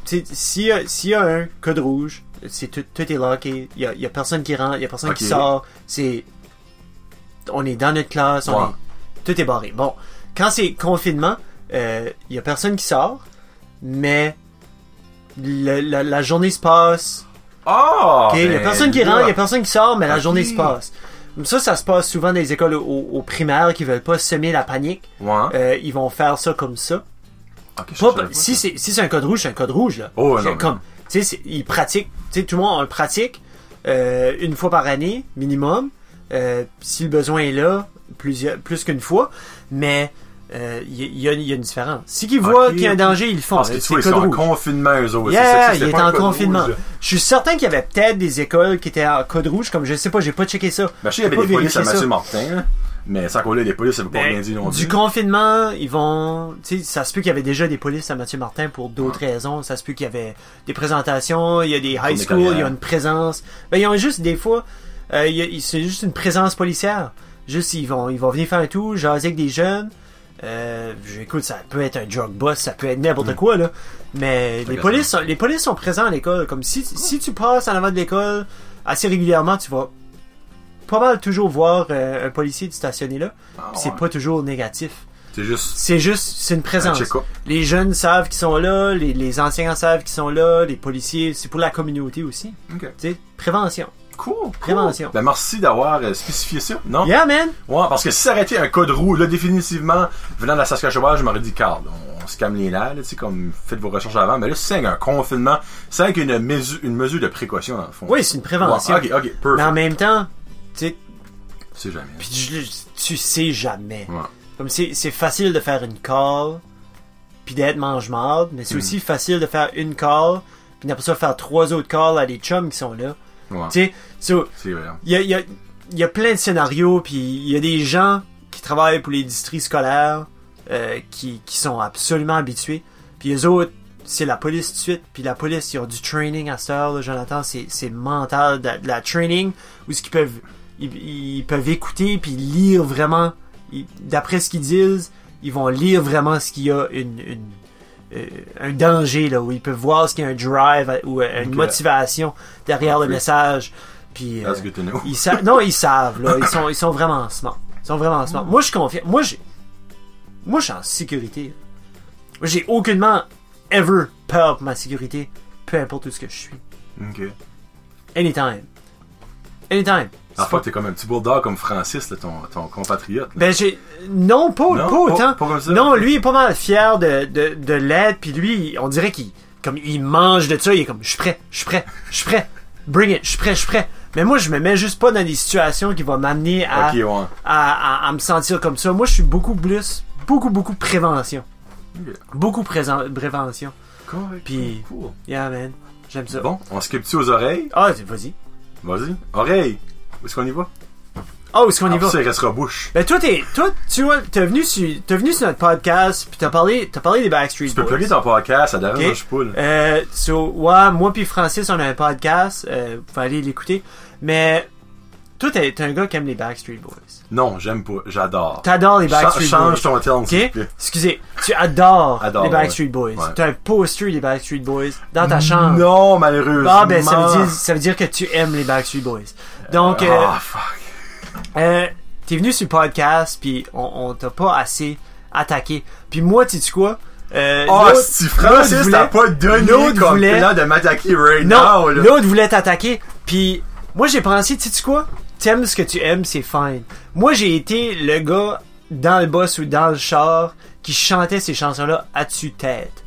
tu sais, s'il y, a- s'il y a un code rouge, c'est tout, tout est locké, il y a, il y a personne qui rentre, il y a personne qui
Ok.
sort, c'est... On est dans notre classe, on
Ouais.
est- tout est barré. Bon, quand c'est confinement, euh, il y a personne qui sort, mais le- la, la journée se passe,
Ah!
Ok, il y a
ben
personne qui
là.
rentre, il y a personne qui sort, mais la
Ok.
journée se passe. Comme Ça, ça se passe souvent dans les écoles au, au primaire qui veulent pas semer la panique.
Ouais.
Euh, ils vont faire ça comme ça.
Ok, je
Pas-
savais pas
si
ça.
c'est si c'est un code rouge, c'est un code rouge là.
Oh, ouais,
C'est
non, mais-
comme tu sais, c'est- ils pratiquent, tu sais tout le monde on le pratique. euh, une fois par année, minimum. Euh, si le besoin est là, plusieurs, plus qu'une fois. Mais euh, il y, il y a- il y a une différence. Si qu'ils voient
Ok,
qu'il y a un
ok.
danger, ils le font.
Parce que
C'est
tu vois, ils
code
sont en
rouge.
confinement, eux autres. C'est ça,
Yeah,
c'est- c'est
il est
pas un
en
code
confinement.
rouge.
Je suis certain qu'il y avait peut-être des écoles qui étaient en code rouge, comme je sais pas, j'ai pas checké ça.
Ben, je sais qu'il y
Faut
avait des polices à
vérifier
Mathieu
ça.
Martin, là. mais sans qu'on là des polices, ça veut pas
Ben,
rien dire non plus.
du confinement, ils vont. Tu sais, ça se peut qu'il y avait déjà des polices à Mathieu Martin pour d'autres raisons. Ça se peut qu'il y avait des présentations, il y a des high
des
school, il y a
carrières.
une présence. Ben, ils ont juste des fois. euh, il y a- c'est juste une présence policière. Juste, ils vont, ils vont venir faire un tour, jaser avec des jeunes. Euh, écoute, ça peut être un drug boss, ça peut être
Mm.
n'importe quoi, là. Mais les
que
polices, sont, les polices sont présents à l'école. Comme si, si tu passes en avant de l'école assez régulièrement, tu vas pas mal toujours voir euh, un policier stationné là.
Ah,
Puis c'est
ouais.
pas toujours négatif.
C'est juste
C'est juste, c'est une
un
présence.
check-up.
Les jeunes savent qu'ils sont là, les, les enseignants savent qu'ils sont là, les policiers, c'est pour la communauté aussi.
Ok.
Tu sais, prévention.
Cool, cool.
Prévention.
Ben, merci d'avoir euh, spécifié ça. Non?
Yeah, man!
Ouais, parce que si ça aurait été un code rouge, là, définitivement, venant de la Saskatchewan, je m'aurais dit, Carl, on, on se calme les là, là, tu sais, comme faites vos recherches avant. Mais là, c'est un confinement, c'est avec une, mesu- une mesure de précaution, dans le fond.
Oui, c'est une prévention.
Ouais, ok, ok,
Mais
perfect.
en même temps, tu sais,
C'est jamais.
puis je- tu sais jamais.
Ouais.
Comme c'est, c'est facile de faire une call, puis d'être mange-marde, mais c'est
Hmm.
aussi facile de faire une call, puis d'après ça faire trois autres calls à des chums qui sont là.
Ouais.
Tu sais, so,
C'est vrai. hein.
Il y a, il y a- il y a plein de scénarios, puis il y a des gens qui travaillent pour les districts scolaires euh, qui, qui sont absolument habitués. Puis les autres, c'est la police tout de suite. Puis la police, ils ont du training à cette heure-là, Jonathan. C'est c'est mental, de, de la training, où ce qu'ils peuvent, ils, ils peuvent écouter, puis lire vraiment. Ils- D'après ce qu'ils disent, ils vont lire vraiment ce qu'il y a une... une- euh, un danger là où ils peuvent voir ce qu'il y a un drive euh, ou euh, une
Ok.
motivation derrière le
Oui.
message puis euh,
That's good to know. *laughs*
ils savent. Non, ils savent, là. Ils sont, ils sont vraiment smart. Ils sont vraiment smart. Moi, je suis confiant. Moi, j'ai. Moi, je suis en sécurité. Moi, J'ai aucunement ever peur pour ma sécurité. Peu importe où ce que je suis.
Ok.
Anytime. Anytime.
En fait, t'es comme un petit bulldog comme Francis, là, ton, ton compatriote. là.
Ben, j'ai. Non, pas,
Non,
pas
pas-
autant.
pas comme ça.
Non, lui, il est pas mal fier de, de, de l'aide. Puis lui, on dirait qu'il. Comme il mange de ça, il est comme, je suis prêt, je suis prêt, je suis prêt. Bring it, je suis prêt, je suis prêt. Mais moi, je me mets juste pas dans des situations qui vont m'amener à.
Ok, ouais.
à, à- à me sentir comme ça. Moi, je suis beaucoup plus, beaucoup, beaucoup prévention.
Ok.
Beaucoup présen- prévention.
Correct.
Puis-
Cool.
Yeah, man. J'aime ça.
Bon, on skip-tu aux oreilles?
Ah, vas-y.
Vas-y. Oreilles. Où est-ce qu'on y va?
Ah, où est-ce qu'on y
Après
va?
ça, il restera bouche.
Ben, toi, t'es, toi, tu vois, t'es venu sur, t'es venu sur notre podcast, puis t'as parlé, t'as parlé des Backstreet
Tu peux
Boys.
plugger ton podcast, ça
Ok.
dérange pas, là.
Euh, so, ouais, moi puis Francis, on a un podcast, euh, vous pouvez aller l'écouter. Mais, toi, t'es, t'es un gars qui aime les Backstreet Boys.
Non, j'aime pas. J'adore.
T'adores les
Cha-
Backstreet Boys.
change ton terme, s'il te
Ok?
plaît.
Excusez, tu adores
Adore,
les Backstreet Boys.
Ouais.
T'as un poster des Backstreet Boys dans ta chambre.
Non, malheureusement.
Ah ben ça veut, dire, ça veut dire que tu aimes les Backstreet Boys. Donc euh,
Ah, fuck.
euh, t'es venu sur le podcast puis on, on t'a pas assez attaqué. Puis moi tu sais quoi euh,
Ah,
l'autre-
si
l'autre
Francis,
voulait-
t'as pas donné
l'autre
comme
voulait-
plan de m'attaquer right now,
non
là.
l'autre voulait t'attaquer. Puis moi j'ai pensé tu sais quoi t'aimes ce que tu aimes c'est fine. Moi j'ai été le gars dans le boss ou dans le char qui chantait ces chansons là à dessus tête.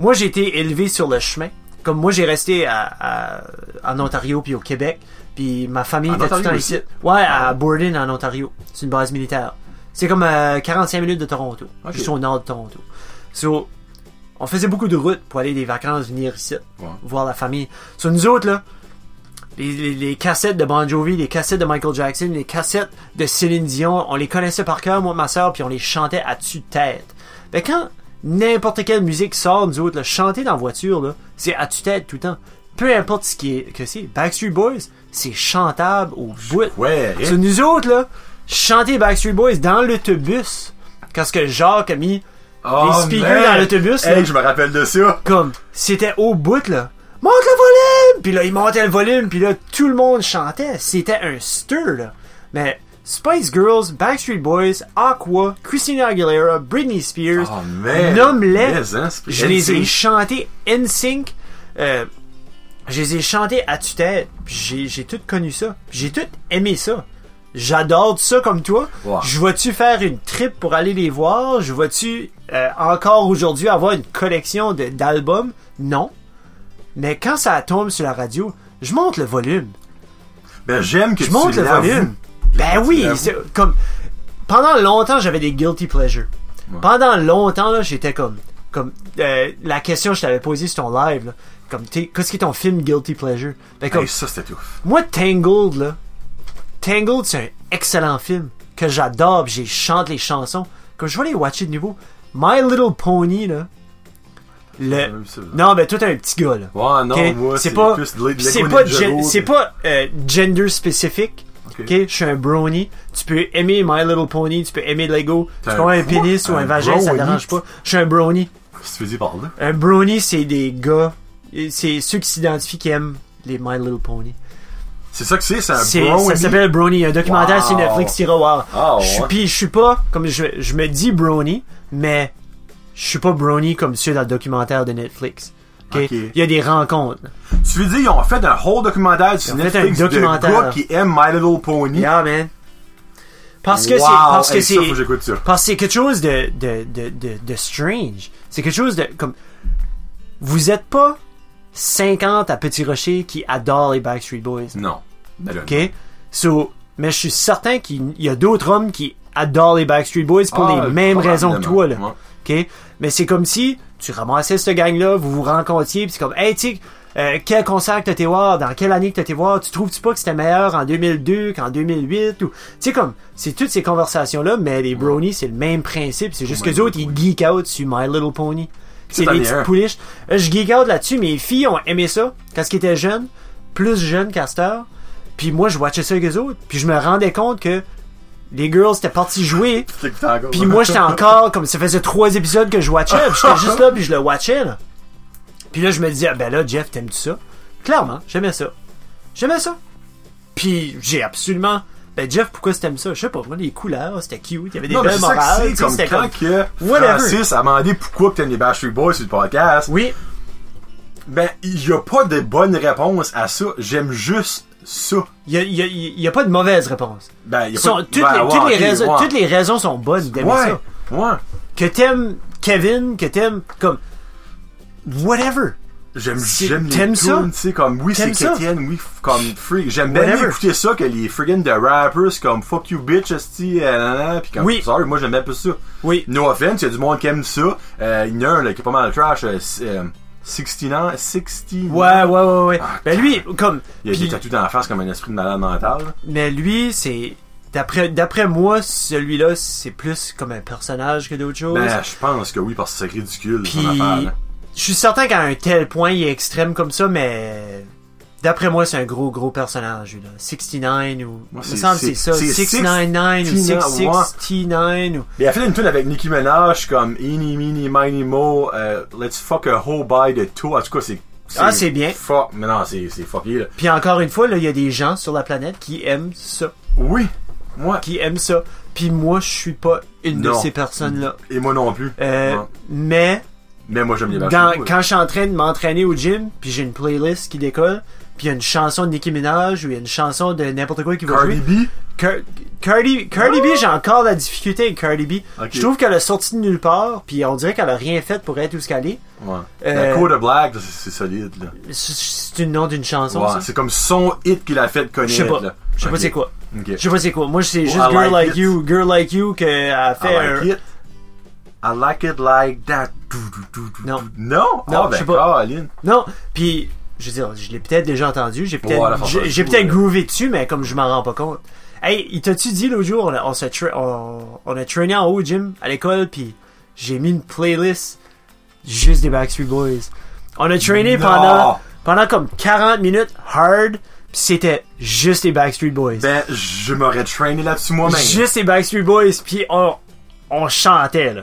Moi, j'ai été élevé sur le chemin. Comme moi, j'ai resté à, à- en Ontario puis au Québec. Puis ma famille
En
était tout le
Ontario
temps
aussi? Ah.
ici. Ouais, à Borden, en Ontario. C'est une base militaire. C'est comme euh, 45 minutes de Toronto.
Ok.
Juste au nord de Toronto. So, on faisait beaucoup de routes pour aller des vacances, venir ici,
Ouais.
voir la famille. So, nous autres, là, les, les- les cassettes de Bon Jovi, les cassettes de Michael Jackson, les cassettes de Céline Dion, on les connaissait par cœur, moi et ma soeur, puis on les chantait à dessus de tête. Ben quand n'importe quelle musique sort, nous autres, là, chanter dans la voiture, là, c'est à dessus de tête tout le temps. Peu importe ce qui est, que c'est. Backstreet Boys, c'est chantable au bout.
Ouais,
Sur nous autres, là, chanter Backstreet Boys dans l'autobus, quand ce que Jacques a mis
Oh,
les speakers
man.
dans l'autobus, là.
Hey, je me rappelle de ça.
comme c'était au bout là. Monte le volume! Puis là, il montait le volume, puis là, tout le monde chantait. C'était un stir, là. Mais Spice Girls, Backstreet Boys, Aqua, Christina Aguilera, Britney Spears,
Oh, man.
nomme-les.
Mais, hein, c'est-
Je les ai
NSYNC.
chantés in sync. Euh, je les ai chantés à tue-tête. Puis J'ai, j'ai tout connu ça. Puis J'ai tout aimé ça. J'adore ça comme toi.
Wow.
Je vois-tu faire une trip pour aller les voir? Je vois-tu euh, encore aujourd'hui avoir une collection de- d'albums? Non. Mais quand ça tombe sur la radio, je monte le volume.
Ben, j'aime que
Je
tu
monte le
l'avoues.
volume. Ben
tu
oui,
l'avoues.
c'est comme pendant longtemps j'avais des guilty pleasures.
Ouais.
Pendant longtemps là, j'étais comme comme euh, la question que je t'avais posée sur ton live là, comme t'es- qu'est-ce qui est ton film guilty pleasure Ben comme
Hey, ça, c'était ouf.
moi Tangled là, Tangled c'est un excellent film que j'adore, puis j'ai chante les chansons comme je vais les watcher de nouveau. My Little Pony là, le
Ouais, ça, là.
non ben toi t'es un petit gars là.
Ouais, non,
Ok,
moi,
c'est pas,
plus de Lego
c'est pas,
Ninja
gen-
Go,
c'est
puis-
pas euh, gender spécifique.
Ok.
Ok, je suis un brony. Tu peux aimer My Little Pony, tu peux aimer Lego.
T'es
Tu peux
un
avoir un
quoi?
pénis ou un
Un
vagin, ça
brony?
dérange pas. Je suis un brony.
Si tu veux dire par là.
Un brony, c'est des gars, et c'est ceux qui s'identifient qui aiment les My Little Pony.
C'est ça que c'est, c'est un
C'est-
brownie.
ça s'appelle Brony. Il y a un documentaire sur
Wow.
Netflix qui voir.
Ah,
je suis
ouais.
puis je suis pas comme je, je me dis Brony, mais je suis pas brony comme ceux dans le documentaire de Netflix. Ok,
Ok.
il y a des rencontres.
Tu veux dire, ils ont fait un whole documentaire sur
Ils ont fait
Netflix
un
de
documentaire.
gars qui aime My Little Pony.
Yeah, man. Parce que
Wow,
c'est parce que
hey,
c'est
ça, faut que j'écoute ça.
parce que c'est quelque chose de de, de, de de strange. C'est quelque chose de comme vous êtes pas 50 à Petit Rocher qui adorent les Backstreet Boys.
Non. Ben là,
OK So, mais je suis certain qu'il y a d'autres hommes qui adorent les Backstreet Boys pour
Ah,
les mêmes raisons que toi là.
probablement.
OK? Mais c'est comme si tu ramassais cette gang-là, vous vous rencontriez, puis c'est comme, hey, tu sais, euh, quel concert que t'as été voir, dans quelle année que t'as été voir, tu trouves-tu pas que c'était meilleur en 2002 qu'en 2008 ou, tu sais, comme, c'est toutes ces conversations-là, mais les bronies, c'est le même principe, c'est juste
Oh My
que les autres, ils
Little
geek out sur My Little Pony. C'est
t'en
des
es
petites
un.
pouliches. Euh, Je geek out là-dessus, mes filles ont aimé ça quand ils étaient jeunes, plus jeunes qu'à cette heure. Puis moi, je watchais ça avec les autres, puis je me rendais compte que les girls étaient partis jouer,
C'est que t'es encore-
puis moi, j'étais encore, comme ça faisait trois épisodes que je watchais, puis j'étais juste là, puis je le watchais, là. Puis là, je me disais, ah, ben là, Jeff, t'aimes-tu ça? Clairement, j'aimais ça. J'aimais ça. Puis j'ai absolument. Ben, Jeff, pourquoi t'aimes ça? Je sais pas, moi, les couleurs, c'était cute, il y avait des
Non, mais
belles
c'est ça que
morales,
c'est
tu sais,
comme
c'était
quand
comme.
que
Whatever.
Francis a demandé pourquoi que t'aimes les Backstreet Boys sur le podcast.
Oui,
Ben, il y a pas de bonne réponse à ça. J'aime juste ça.
il y a, y a- y a pas de mauvaise réponse.
Ben, il y a
Sont-
pas de...
toutes,
ben,
les,
ouais,
toutes les
ok,
raisons,
ouais.
toutes les raisons sont bonnes d'aimer
Ouais,
ça.
ouais.
Que t'aimes Kevin, que t'aimes, comme. Whatever.
J'aime,
C'est-
j'aime les tunes,
t'aimes ça?
tu sais, comme, oui, c'est
T'aimes ça?
Kétienne, oui, f- comme, freak. J'aime bien
Whatever.
mieux écouter ça que les friggin' de rappers comme Fuck You Bitch, esti, euh, nan, nan, pis comme,
Oui.
sorry, moi, j'aime bien plus ça.
Oui.
No offense, il y a du monde qui aime ça. Euh, il y en a un, là, qui est pas mal trash, euh, s- euh, 16 ans, 16
Ouais, ouais, ouais, ouais.
Ah,
ben lui, comme.
Il y a
puis-
des tatous dans la face comme un esprit de malade mental, là.
Mais lui, c'est d'après d'après moi, celui-là, c'est plus comme un personnage que d'autres choses.
Ben, je pense que oui, parce que c'est ridicule, son
Puis-
affaire, là.
Je suis certain qu'à un tel point, il est extrême comme ça, mais d'après moi, c'est un gros gros personnage, lui là. 69 ou
Moi,
il
c'est-
me semble que
c'est-
c'est ça,
c'est
699 ou
69,
669 ou
Il a fait une tune avec Nicki Minaj, comme, Eeny, meeny, miny, mo, euh, let's fuck a hoe by the toe. En tout cas, c'est,
Ah, c'est bien.
Fuck, mais non, c'est, c'est fucké, là.
puis encore une fois, là, il y a des gens sur la planète qui aiment ça,
Oui, moi.
qui aiment ça. Puis moi, je suis pas une de
Non.
ces personnes-là.
Et moi non plus.
Euh,
Non.
Mais
Mais moi j'aime les
Dans-
Backstreet Boys.
quand je suis en train de m'entraîner au gym, puis j'ai une playlist qui décolle, puis il y a une chanson de Nicki Minaj ou il y a une chanson de n'importe quoi qui va
Cardi
jouer.
B,
Car- Cardi, Cardi B, j'ai encore la difficulté avec Cardi B.
Ok.
Je trouve qu'elle a sorti de nulle part, puis on dirait qu'elle a rien fait pour être où ce qu'elle est.
ouais. la
Euh,
Code Black, c'est- c'est solide là.
C'est- C'est le nom d'une chanson,
Ouais,
ça?
c'est comme son hit qu'il a fait connaître.
Je sais pas.
là.
Je sais pas
Ok.
c'est quoi.
Ok.
Je sais pas c'est quoi. Moi, c'est
Oh,
juste
I
Girl
like
Like
it.
You, Girl Like You, qu'elle a
I
fait un-
like it. I like it like that. Dou, dou, dou, dou,
Non.
dou. Non?
Non,
ah,
je
ben,
sais pas.
Caroline.
Non, puis je veux dire, je l'ai peut-être déjà entendu, j'ai peut-être
Ouais, la
j'ai
fantastique,
j'ai peut-être
ouais.
groové dessus, mais comme je m'en rends pas compte. Hey, il t'a-tu dit l'autre jour, on a, on, s'est tra- on, on a traîné en haut au gym à l'école, puis j'ai mis une playlist juste des Backstreet Boys. On a traîné
Non.
pendant pendant comme 40 minutes hard, puis c'était juste les Backstreet Boys.
Ben, je m'aurais trainé là-dessus moi-même.
juste les Backstreet Boys, puis on on chantait là.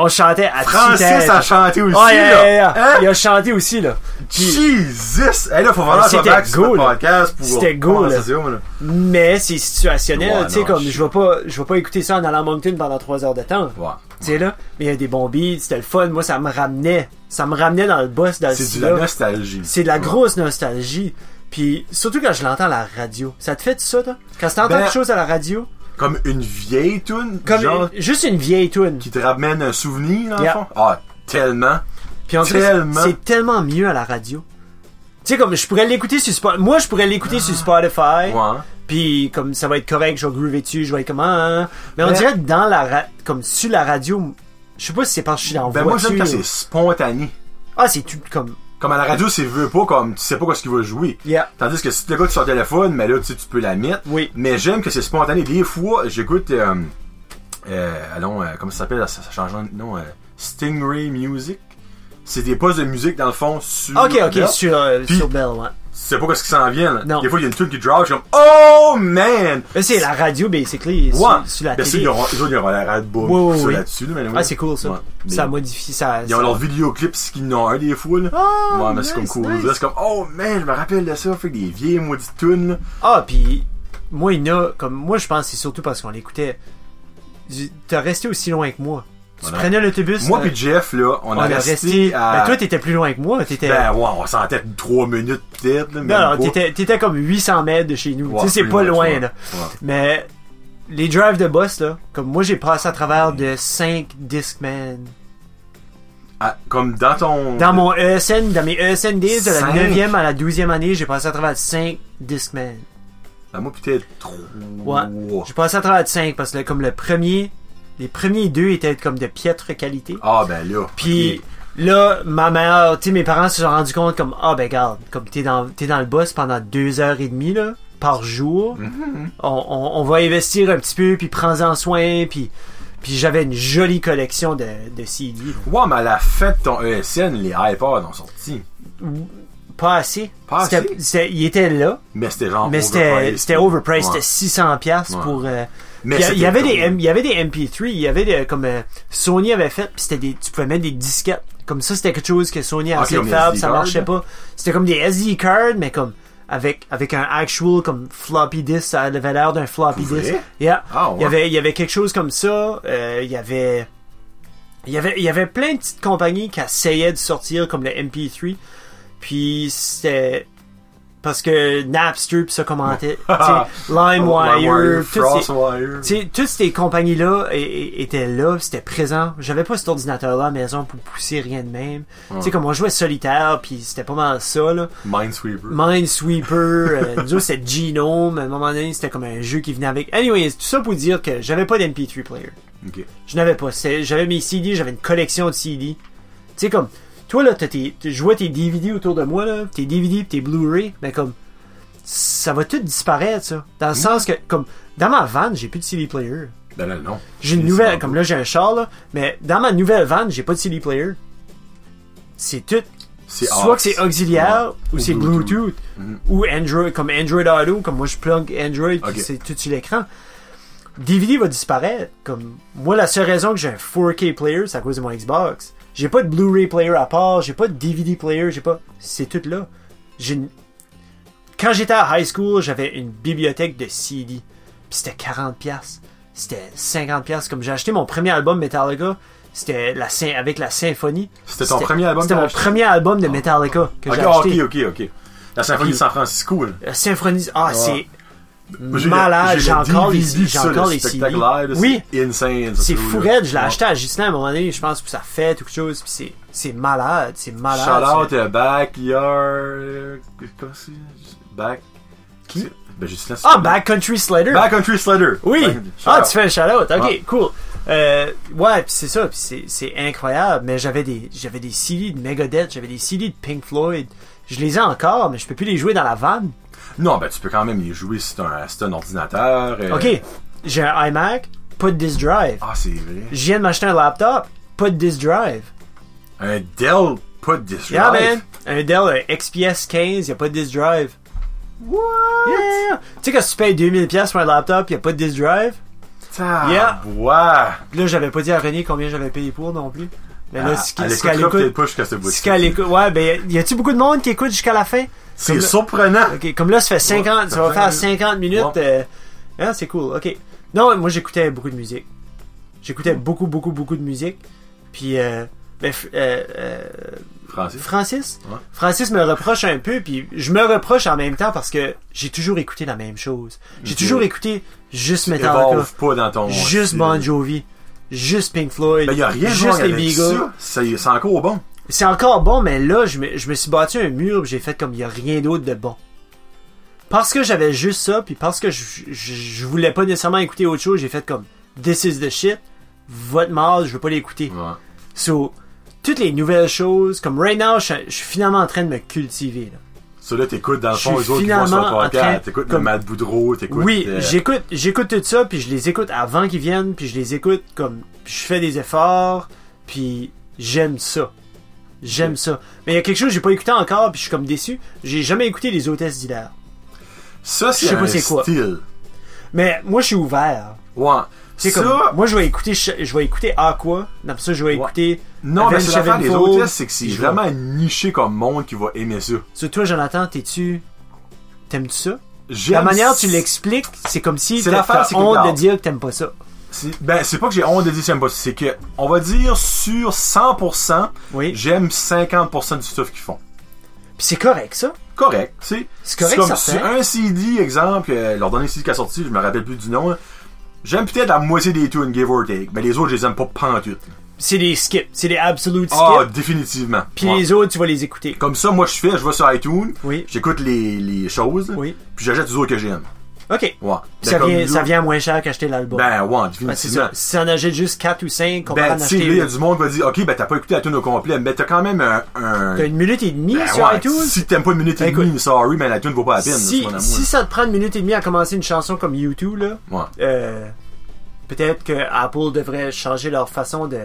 On chantait à
Francis
tue-tête.
a chanté aussi,
Ah, yeah,
là.
yeah, yeah.
Hein?
Il a chanté aussi là. Puis-
Jesus! Hey, là, faut vraiment
Mais
que je sois
c'était
back sur
go,
le
là.
podcast pour.
C'était go,
commencer
là.
ça, moi, là.
mais c'est situationnel,
Ouais,
tu sais
non,
comme
je-
je vais pas je vais pas écouter ça en allant à Moncton pendant 3 heures de temps.
Ouais.
Tu sais là, mais il y a des bons beats, c'était le fun, moi ça me ramenait, ça me ramenait dans le boss dans le
C'est de
sida.
la nostalgie.
C'est de la
Ouais.
grosse nostalgie. Puis surtout quand je l'entends à la radio. Ça te fait de ça toi Quand t'entends
Ben-
quelque chose à la radio,
Comme une vieille tune.
comme
genre,
une- juste une vieille tune.
qui te ramène un souvenir, dans
Yeah.
le fond? Ah, tellement.
Puis on dirait que c'est-
Tellement.
c'est tellement mieux à la radio. Tu Tu sais, comme je pourrais l'écouter sur Spotify. Moi, je pourrais l'écouter sur Spotify.
Ouais.
Puis, comme ça va être correct, je vais groover dessus, je vais être comme. ah, ah. Mais on
Ben-
dirait que dans la. ra- Comme sur la radio, je sais pas si c'est parce que je suis dans
Ben moi
voiture.
j'aime quand c'est spontané.
ah, c'est tout comme.
Comme à la radio, c'est veux pas, comme tu sais pas quoi ce qu'il va jouer.
Yeah.
Tandis que si tu l'écoutes sur ton téléphone, mais là tu, sais, tu peux la mettre.
Oui.
Mais j'aime que c'est spontané. Des fois, j'écoute euh, euh, allons, euh, comment ça s'appelle, ça, ça change de nom, euh, Stingray Music. C'est des postes de musique dans le fond sur
Ok, ok,
Là,
sur, euh,
Puis-
sur Bell, ouais.
tu sais pas quoi ce qui s'en vient là.
Non.
Des fois il y a une tune qui drop, je suis comme Oh man!
Mais c'est la radio, basically.
Ouais!
Sur, sur la
Ben, c'est,
télé.
ils auront- eux autres, ils auront la rad boom
Ouais, ouais,
sur
ouais.
là-dessus, là, mais anyway.
Ah, c'est cool ça.
Ouais.
Ça
Mais-
modifie, ça.
Ils ont
ça-
leur vidéoclip, ce qu'ils en ont un des fous, là.
Ah,
ouais, mais c'est comme
nice,
cool.
nice.
là. C'est comme, oh man, je me rappelle de ça, fait que des vieilles maudites tunes, là.
Ah, puis moi, il y en a, comme moi, je pense que c'est surtout parce qu'on l'écoutait. Tu- T'as resté aussi loin que moi. Tu
Voilà.
prenais l'autobus.
Moi
euh,
pis Jeff, là, on,
on
a
est
resté,
resté.
à...
Ben, toi, t'étais plus loin que moi. T'étais.
Ben, ouais, on sentait trois minutes, peut-être, là, mais.
non, non, t'étais, t'étais comme 800 mètres de chez nous. tu sais, c'est pas loin, là. Mais les drives de boss, là, comme moi, j'ai passé à travers de 5 Discman.
Ah, comme dans ton.
Dans mon ESN, dans mes ESN Days, de la
Cinq?
9e à la 12e année, j'ai passé à travers 5 Discman.
Dans moi, peut-être trois.
Ouais. J'ai passé à travers de 5 parce que comme le premier, les premiers deux étaient comme de piètre qualité.
Ah, ben là.
Puis
ok.
là, ma mère, tu sais, mes parents se sont rendus compte comme, ah ben garde, comme t'es dans, t'es dans le boss pendant deux heures et demie, là, par jour.
Mhm.
on, on- on va investir un petit peu, puis prends-en soin, puis... Puis j'avais une jolie collection de, de CD. là.
Ouais, mais à la fin de ton ESN, les iPods ont sorti.
Pas assez.
Pas
C'était-
assez?
c'était- il était là,
Mais c'était genre.
mais c'était
overpriced.
c'était overpriced.
Ouais.
C'était 600$ piastres
Ouais.
pour... euh,
Mais
Puis il y
c'était
avait des
cool.
M- il y avait des MP3, il y avait des- comme euh, Sony avait fait, puis c'était des tu pouvais mettre des disquettes. Comme ça c'était quelque chose que Sony a
Ok,
essayé de
comme
faire,
SD
puis ça
card.
marchait pas. C'était comme des SD cards mais comme avec avec un actual comme floppy disk, ça avait l'air d'un floppy
Pour vrai?
disk. Yeah.
Ah, ouais.
Il y avait il y avait quelque chose comme ça, euh, il y avait il y avait il y avait plein de petites compagnies qui essayaient de sortir comme le MP3. Puis c'était parce que Napster puis ça commentait, tu sais, LimeWire, toutes ces-
Frostwire.
tu sais, toutes ces compagnies-là é- é- étaient là, c'était présent. J'avais pas cet ordinateur-là à la maison pour pousser rien de même. Tu sais, comme on jouait solitaire, puis c'était pas mal ça, là.
Minesweeper.
Minesweeper, euh, nous autres, c'était Genome, à un moment donné, c'était comme un jeu qui venait avec. Anyways, tout ça pour dire que j'avais pas d'MP3 player.
Ok.
Je n'avais pas. C'est- J'avais mes CD, j'avais une collection de CD. Tu sais, comme, toi, là, t'as tes- tu- je vois tes DVD autour de moi, là, tes DVD pis tes Blu-ray, mais comme, ça va tout disparaître, ça. Dans le sens que, comme, dans ma van, j'ai plus de CD player.
Ben là, non.
J'ai une
C'est
nouvelle,
pas
comme
beau.
là j'ai un char là, mais dans ma nouvelle van, j'ai pas de CD player. C'est tout.
C'est
Soit
aux.
que c'est auxiliaire, ou,
Ou
c'est Bluetooth,
Bluetooth. Mm-hmm.
ou Android, comme Android Auto, comme moi je plug Android, puis
Ok.
c'est tout sur l'écran. DVD va disparaître. Comme moi, la seule raison que j'ai un 4K player, c'est à cause de mon Xbox. J'ai pas de Blu-ray player à part, j'ai pas de DVD player, j'ai pas. C'est tout là. J'ai une- Quand j'étais à high school, j'avais une bibliothèque de CD. Puis c'était 40$. piastres. C'était 50$. piastres. Comme j'ai acheté mon premier album Metallica, c'était la syn- avec la symphonie.
C'était ton premier album
C'était
que
mon
t'as acheté?
premier album de Metallica que
Ok,
j'ai
ah,
acheté.
ok, ok, ok. La symphonie de San Francisco, là.
La symphonie. Ah, c'est
Moi, j'ai le-
malade.
le
J'ai encore les
DVD de
j'ai
ça,
encore
le
les CD.
spectacle live, là,
Oui,
C'est insane.
c'est fourette. Je l'ai acheté à Justin à un moment donné, je pense, pour sa fête ou quelque chose. Puis c'est, c'est malade. C'est malade.
Shout out
ça.
euh, Backyard. Comment c'est Back. Qui Ben, j'ai juste
Ah, Backcountry Slater.
Backcountry Slater.
Oui.
Back-
Ah,
shout-out.
tu fais un shout out. Ok,
Ouais.
cool. Euh, ouais, puis c'est ça. Puis c'est, c'est incroyable. Mais j'avais des, j'avais des CD de Megadeth. J'avais des CD de Pink Floyd. Je les ai encore, mais je peux plus les jouer dans la vanne.
Non, ben, tu peux quand même y jouer si t'as un, si t'as un ordinateur. euh.
Ok, j'ai un iMac, pas de disc drive.
Ah, c'est vrai.
Je viens de m'acheter un laptop, pas de disc drive.
Un Dell, pas de disc
Yeah,
drive.
man. Un Dell un XPS 15, y a pas de disc drive.
What?
Yeah. Tu sais, quand tu payes 2000$ pour un laptop, y a pas de disc drive. Yeah.
Ouais.
Là, j'avais pas dit à René combien j'avais payé pour non plus. Mais là, si,
Ah, à
si
l'écoute,
qu'elle
là, peut-être
écoute.
pas jusqu'à ce bout
Si qu'elle écoute. Ouais, ben, y a-tu beaucoup de monde qui écoute jusqu'à la fin?
C'est
Comme-
surprenant.
Ok, comme là, ça fait 50, ça va
Ouais.
faire 50 minutes.
Ouais.
euh, hein, c'est cool, ok. Non, moi j'écoutais beaucoup de musique. J'écoutais
Mm.
beaucoup, beaucoup, beaucoup de musique. Puis, euh, ben, f- euh, euh,
Francis.
Francis,
Ouais.
Francis me reproche un peu, puis je me reproche en même temps parce que j'ai toujours écouté la même chose. J'ai
Ok.
toujours écouté juste Metallica,
Évolve pas dans ton.
juste
style.
Bon Jovi, juste Pink Floyd,
Ben, y a rien de
juste
wrong
les
avec
Beagles.
ça. C'est c'est encore bon.
c'est encore bon, mais là, je me, je me suis battu un mur, puis j'ai fait comme il y a rien d'autre de bon. Parce que j'avais juste ça, puis parce que je, je, je voulais pas nécessairement écouter autre chose, j'ai fait comme This is the shit, votre mal, je veux pas l'écouter.
Ouais.
So, toutes les nouvelles choses, comme right now, je, je suis finalement en train de me cultiver. là.
Ça, là, t'écoutes dans le
Je
fond
suis
les autres qui vont sur
finalement
le
en train-
podcast. T'écoutes le
comme-
Matt Boudreau, t'écoutes.
Oui,
euh,
j'écoute, j'écoute tout ça, puis je les écoute avant qu'ils viennent, puis je les écoute comme je fais des efforts, puis j'aime ça. J'aime ça. Mais il y a quelque chose que j'ai pas écouté encore, puis je suis comme déçu. J'ai jamais écouté les hôtesses d'hilaire.
Ça,
je
c'est
sais pas
un
c'est quoi.
style.
Mais moi, je suis ouvert.
Ouais.
C'est
ça,
comme, moi, je vais écouter, ch- je vais écouter Aqua. Après ça, je vais
Ouais.
écouter.
non, mais
Avenged
c'est l'affaire des
Sevenfold.
autres, c'est que c'est
Je vois.
vraiment niché comme monde qui va aimer ça.
Sur toi, Jonathan, t'es-tu, t'aimes-tu ça?
J'aime
La manière dont
c-
tu l'expliques, c'est comme si
C'est
t'as
l'affaire,
t'as
c'est que-
honte
non.
de dire que t'aimes pas ça.
c'est- Ben, c'est pas que j'ai honte de dire que j'aime pas ça, c'est que, on va dire, sur 100%,
Oui.
j'aime 50% du stuff qu'ils font.
Puis c'est correct, ça.
correct, tu sais.
C'est correct,
comme
certain.
sur un CD, exemple, euh, leur dernier CD qui a sorti, je me rappelle plus du nom, là. j'aime peut-être la moitié des tunes, give or take, mais les autres, je les aime pas pantoute.
C'est des skips. C'est des absolute skips.
Ah, définitivement.
Puis
Ouais.
les autres, tu vas les écouter.
Comme ça, moi, je fais, je vais sur iTunes,
Oui.
j'écoute les, les choses,
Oui.
puis j'achète les autres que j'aime.
OK. Puis
Ouais. Ben,
ça,
comme
vient,
les
ça
autres-
vient moins cher qu'acheter l'album.
Ben, ouais,
Ben, c'est
définitivement.
ça. Si on achète juste 4 ou 5, qu'on va
Ben,
en
tu sais, là, il y a
acheter.
du monde qui va dire, OK, ben, t'as pas écouté la tune au complet, mais t'as quand même un. un...
T'as une minute et demie
Ben,
sur
ouais,
iTunes. Ben,
Si t'aimes pas une minute et
Écoute.
demie, sorry, mais la tune vaut pas la peine. là,
si,
c'est mon amour.
si ça te prend une minute et demie à commencer une chanson comme U2, là,
Ouais.
euh, peut-être que Apple devrait changer leur façon de,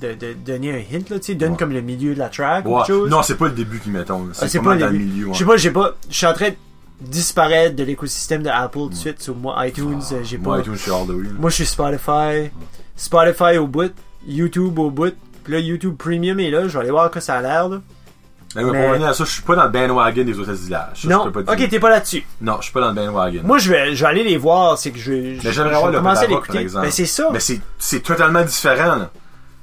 de, de donner un hint, là, tu sais, donne
Ouais.
comme le milieu de la track ou
Ouais.
quelque chose.
Non, c'est pas le début qui mettons.
Ah,
C'est pas dans le milieu.
Je sais
ouais.
pas, j'ai pas, je suis en train de disparaître de l'écosystème de Apple tout de suite sur moi, iTunes, euh, j'ai
Ah. Moi
pas.
et tout, je suis hors de oui.
Moi, je suis Spotify. Spotify au bout. YouTube au bout. Puis là, YouTube Premium est là. Je vais aller voir que ça a l'air. là.
Mais, mais
mais-
pour revenir à ça, je suis pas dans le bandwagon des hôtels d'Hilaire. Ça,
Non.
je peux pas dire.
Ok, t'es pas là-dessus.
Non, je suis pas dans le bandwagon.
Moi, je vais, je vais aller les voir. C'est que je, je,
mais j'aimerais
je
voir
vais
le
commencer à
Rock, par
l'écouter.
exemple.
Ben, c'est ça.
Mais c'est, c'est totalement différent, là.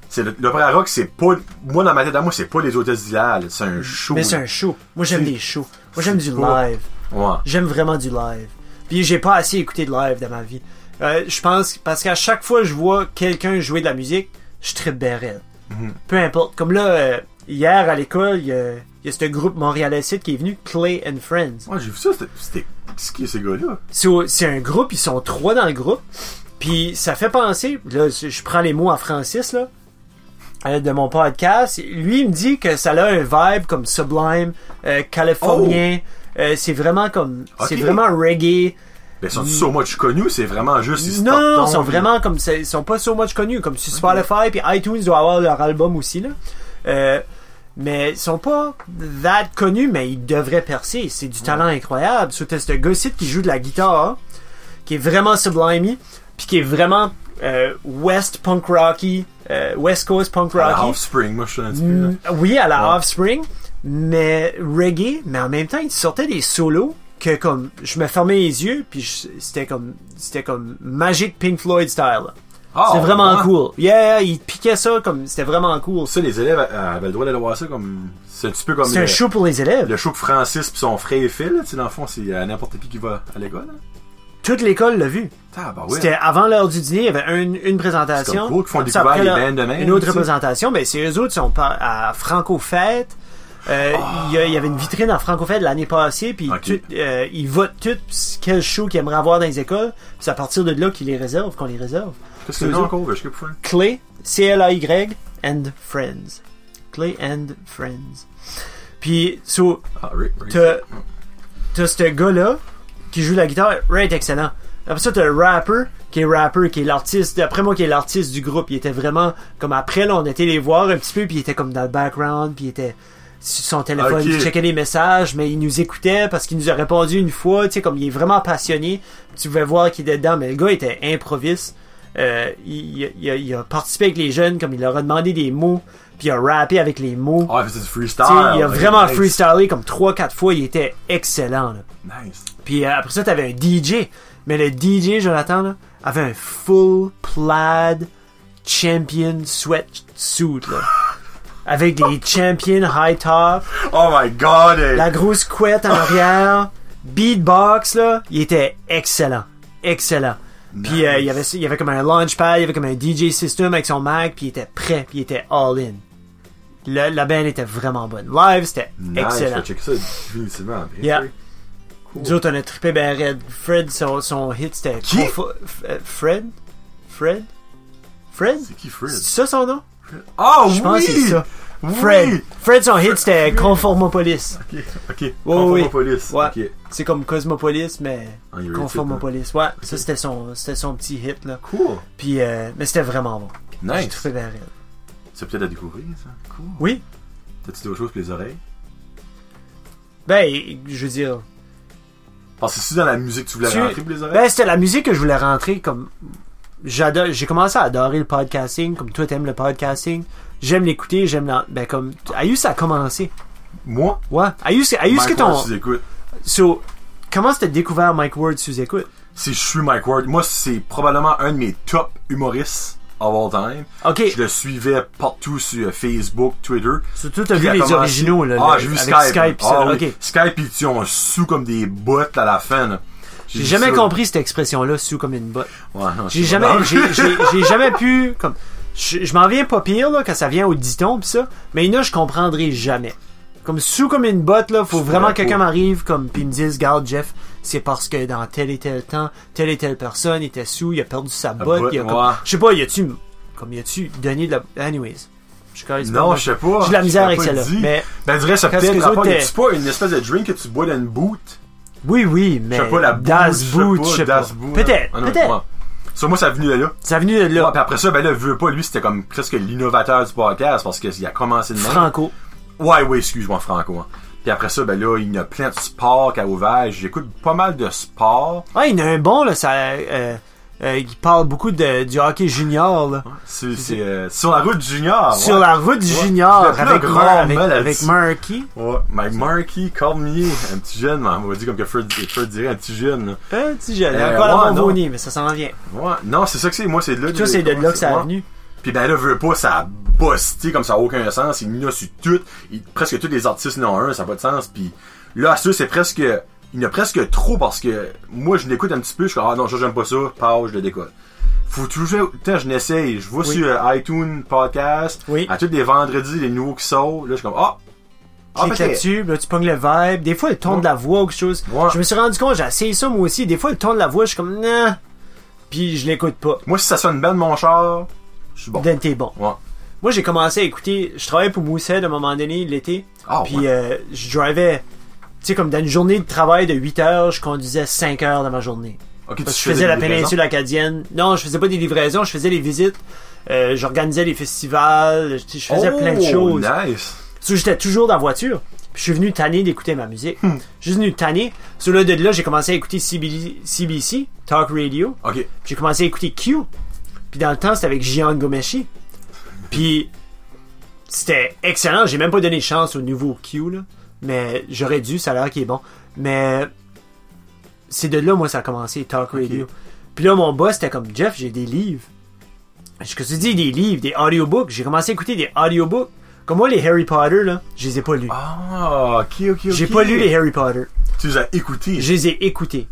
C'est le, l'opéra rock, c'est pas. Moi, dans ma tête à moi, c'est pas les hôtels d'Hilaire, là. C'est un show.
Mais c'est un show. Moi, j'aime
C'est-
les shows. Moi, j'aime du
pas-
live.
Ouais.
J'aime vraiment du live. Puis j'ai pas assez écouté de live dans ma vie. Euh, je pense parce qu'à chaque fois que je vois quelqu'un jouer de la musique, je tripe bien raide. Peu importe. Comme là, euh, hier à l'école, il y a, il y a ce groupe montréalais qui est venu, Clay and Friends.
Ouais, j'ai vu ça, c'était. c'était... C'est qui ces gars-là?
So, c'est un groupe, ils sont trois dans le groupe. Puis ça fait penser, là, je prends les mots à Francis, là, euh, de mon podcast. Lui, il me dit que ça a un vibe comme sublime, euh, californien. Euh, c'est vraiment comme, c'est
Ok.
vraiment reggae.
Ben, sont ils so much connus, c'est vraiment juste. ils se
Mm. Non,
tortonnent,
ils sont
là.
vraiment comme ça- ils sont pas so much connus comme sur Spotify puis iTunes doit avoir leur album aussi là. Euh, mais ils sont pas that connus mais ils devraient percer, c'est du talent incroyable. Surtout ce gars-ci qui joue de la guitare qui est vraiment sublime puis qui est vraiment euh, West punk rocky, euh, West Coast punk
À la
rocky.
Offspring, moi, je suis un petit peu. là.
Mm, Oui, à la
Ouais.
Offspring, mais reggae, mais en même temps, il sortait des solos que comme je me fermais les yeux puis je- c'était comme c'était comme magique Pink Floyd style. là.
Ah,
c'est vraiment
ouais.
cool. Yeah, il piquait ça comme c'était vraiment cool.
Ça, les élèves euh, avaient le droit d'aller voir ça comme. C'est un petit peu comme.
C'est un
le-
show pour les élèves.
Le show que Francis pis son frère fait, là, tu sais, dans le fond, c'est euh, n'importe qui qui va à l'école. hein. là.
Toute l'école l'a vu.
Ah, bah ouais.
C'était avant l'heure du dîner, il y avait une, une
C'est
présentation.
comme cool qu'ils font
Puis après,
découvrir
là,
les bands de même,
Une autre
tu sais.
représentation, ben c'est eux autres qui sont par- à Franco Fête. Euh, il y a- il y, avait une vitrine à Franco Fête l'année passée, puis
Ok.
tout- euh, ils votent tout quel show qu'ils aimeraient avoir dans les écoles. puis C'est à partir de là qu'ils les réservent, qu'on les réserve.
Qu'est-ce que c'est
Eux
encore? Je sais pas. pourquoi.
Clay, C-L-A-Y, and Friends. Clay and Friends. Puis, so,
Ah, Rick, Rick.
T'as t'as ce gars-là qui joue la guitare, Ray est excellent. Après ça, t'as le rapper qui est rapper, qui est l'artiste, d'après moi, qui est l'artiste du groupe. Il était vraiment, comme après, là, on était les voir un petit peu, puis il était comme dans le background, puis il était sur son téléphone,
Ok.
il checkait les messages, mais il nous écoutait parce qu'il nous a répondu une fois, tu sais, comme il est vraiment passionné. Tu pouvais voir qu'il était dedans, mais le gars était improviste. Euh, il, il a- il a, il a participé avec les jeunes, comme il leur a demandé des mots, puis il a rappé avec les mots.
Ah, il faisait du freestyle.
Tu sais, il a
Ouais,
vraiment
nice.
freestylé comme 3-4 fois, il était excellent. là.
Nice.
Puis euh, après ça, t'avais un DJ. Mais le DJ, Jonathan, là, avait un full plaid champion sweatsuit. Là. Avec des champion high top,
Oh my god, hey.
la grosse couette en arrière, beatbox, là, il était excellent. Excellent. Puis euh, il, y avait, il y avait comme un launchpad, il y avait comme un DJ system avec son Mac, puis il était prêt, puis il était all in. Le- la band était vraiment bonne. Live, c'était
Nice, je
excellent.
vais checker ça définitivement après.
Yeah.
Cool.
Nous autres, on a trippé ben raide. Fred, son, son hit, c'était...
Qui?
Confo- F- euh, Fred? Fred? Fred?
C'est qui Fred?
C'est ça son nom?
Ah oui!
Je pense que c'est ça.
Oui!
Fred. Fred, son hit, c'était Conformopolis.
Ok, ok.
oui.
Conformopolis.
Ouais.
Ok. Ah,
C'est comme Cosmopolis, mais
Unrated,
Conformopolis.
hein.
Ouais, ça, c'était son, c'était son petit hit, là.
Cool.
Puis, euh, mais c'était vraiment bon. J'ai
Nice.
trouvé bien raide.
C'est peut-être à découvrir, ça. Cool.
Oui.
T'as-tu d'autres choses que les oreilles?
Ben, je veux dire...
Parce que c'est dans la musique que tu voulais
Tu-
rentrer pour les oreilles?
Ben, c'était la musique que je voulais rentrer comme j'adore j'ai commencé à adorer le podcasting comme toi t'aimes le podcasting j'aime l'écouter j'aime l'en- ben comme Ayus a commencé Ben,
Moi,
ouais Ayus Ayus que
Mike Ward,
ton
si tu écoutes,
so, comment t'as découvert Mike Ward sous écoute
si je suis Mike Ward, moi, c'est probablement un de mes top humoristes of all time.
ok
Je le suivais partout sur euh, Facebook, Twitter.
surtout t'as
Puis
vu
il a
les
commencé-
originaux là
Ah,
le-
j'ai vu
avec
Skype.
Skype, ça,
ah,
là,
oui.
ok
Skype, ils tu ont sous comme des bottes à la fin. là.
j'ai
vu
jamais
ça.
compris cette expression là sous comme une botte
Ouais, non,
J'ai
c'est pas
jamais,
grave.
j'ai, j'ai- j'ai jamais pu comme. Je, je m'en viens pas pire là quand ça vient au diton pis ça, mais là je comprendrai jamais. Comme sous comme une botte là, faut
Je
vraiment
pourrais
que quelqu'un
pas.
m'arrive comme puis me dise, garde Jeff, c'est parce que dans tel et tel temps, telle et telle personne était sous, il a perdu sa botte,
Ah, botte,
il a comme-
ouais.
je sais pas, y a-tu comme y a-tu donné de la, anyways. Je connais
*laughs*
pas.
Non, je sais pas.
J'ai de la misère avec
Je t'ai pas
celle-là.
dit.
Mais
Ben, je dirais, ça peut
Parce que
être
les
rapport.
autres, euh,
C'est pas une espèce de drink que tu bois dans une boot.
oui, oui, mais
Je sais pas, la boot.
Euh, Das Boot, je sais pas.
Das Boot,
Peut-être,
hein. Ah, non,
peut-être.
ouais. Sur moi, ça a venu de là.
Ça a venu de là.
Ouais, puis après ça, ben là, veux pas, lui, c'était comme presque l'innovateur du podcast parce qu'il a commencé de même.
Franco.
Ouais, ouais, excuse-moi, Franco. hein. Puis après ça, ben là, il y a plein de sports qu'à ouvert. J'écoute pas mal de sports.
Ouais, il y en a un bon, là, ça. euh, euh, il parle beaucoup de, du hockey junior, là.
C'est, c'est, euh, sur la route du junior.
Sur
Ah, ouais.
la route du
Ouais.
junior,
Je l'ai pris
avec,
un
Mar-
grand
avec,
mal
avec
là-dessus.
Marky.
Ouais, mais Marky Cormier, un petit jeune, hein. on va dire comme que Fred, Fred dirait, un petit jeune. là.
Un petit jeune,
Euh,
encore
ouais,
avant
non.
Bonnie, mais ça s'en vient.
Ouais, non, c'est ça que c'est, moi, c'est de là.
Tu vois, c'est de là que ça
Ouais.
a venu.
Puis ben là, veut pas, ça a busté comme ça a aucun sens. Il y en a sur tout. Il- presque tous les artistes en ont un, ça n'a pas de sens. Puis là, à ce c'est presque... Il y en a presque trop parce que moi, je l'écoute un petit peu. Je suis comme, ah non, ça, j'aime pas ça. Pau, je le décolle. Faut toujours... Putain, je n'essaye. Je vois
Oui.
sur euh, iTunes Podcast.
Oui.
À tous les vendredis, les nouveaux qui sortent. Là, je suis comme, ah! Ah,
Clique
peut-être.
là-dessus, là, tu pognes le vibe. Des fois, le ton
Ouais.
de la voix ou quelque chose.
Ouais.
Je me suis rendu compte, j'ai essayé ça moi aussi. Des fois, le ton de la voix, je suis comme, nah. Puis je l'écoute pas.
Moi, si ça sonne bien de mon char, je suis bon.
Then t'es bon.
Ouais.
Moi, j'ai commencé à écouter. Je travaillais pour Mousset à un moment donné l'été.
Ah,
Puis
ouais.
euh, je drivais. Tu sais, comme dans une journée de travail de 8 heures, je conduisais 5 heures dans ma journée.
Ok,
euh, Parce que je
faisais
faisais
des
la
livraisons.
péninsule acadienne. Non, je faisais pas des livraisons, je faisais les visites. Euh, J'organisais les festivals. Je je faisais
Oh,
plein de choses.
Nice.
So, j'étais toujours dans la voiture. Puis je suis venu tanner d'écouter ma musique.
Hmm.
Je suis venu tanner. Sur le de là, j'ai commencé à écouter CBD CBC, Talk Radio.
Ok.
Puis j'ai commencé à écouter Q. Puis dans le temps, c'était avec Gian Gomeshi. Puis c'était excellent. J'ai même pas donné chance au nouveau Q, là. Mais j'aurais dû, ça a l'air qui est bon. Mais c'est de là, moi, ça a commencé, Talk Radio. Puis là, mon boss était comme Jeff, j'ai des livres. Je me suis dit des livres, des audiobooks. J'ai commencé à écouter des audiobooks. Comme moi, les Harry Potter, là, je les ai pas lus.
Ah, ok, ok, ok.
J'ai pas lu les Harry Potter.
Tu les as écoutés.
Je les ai écoutés.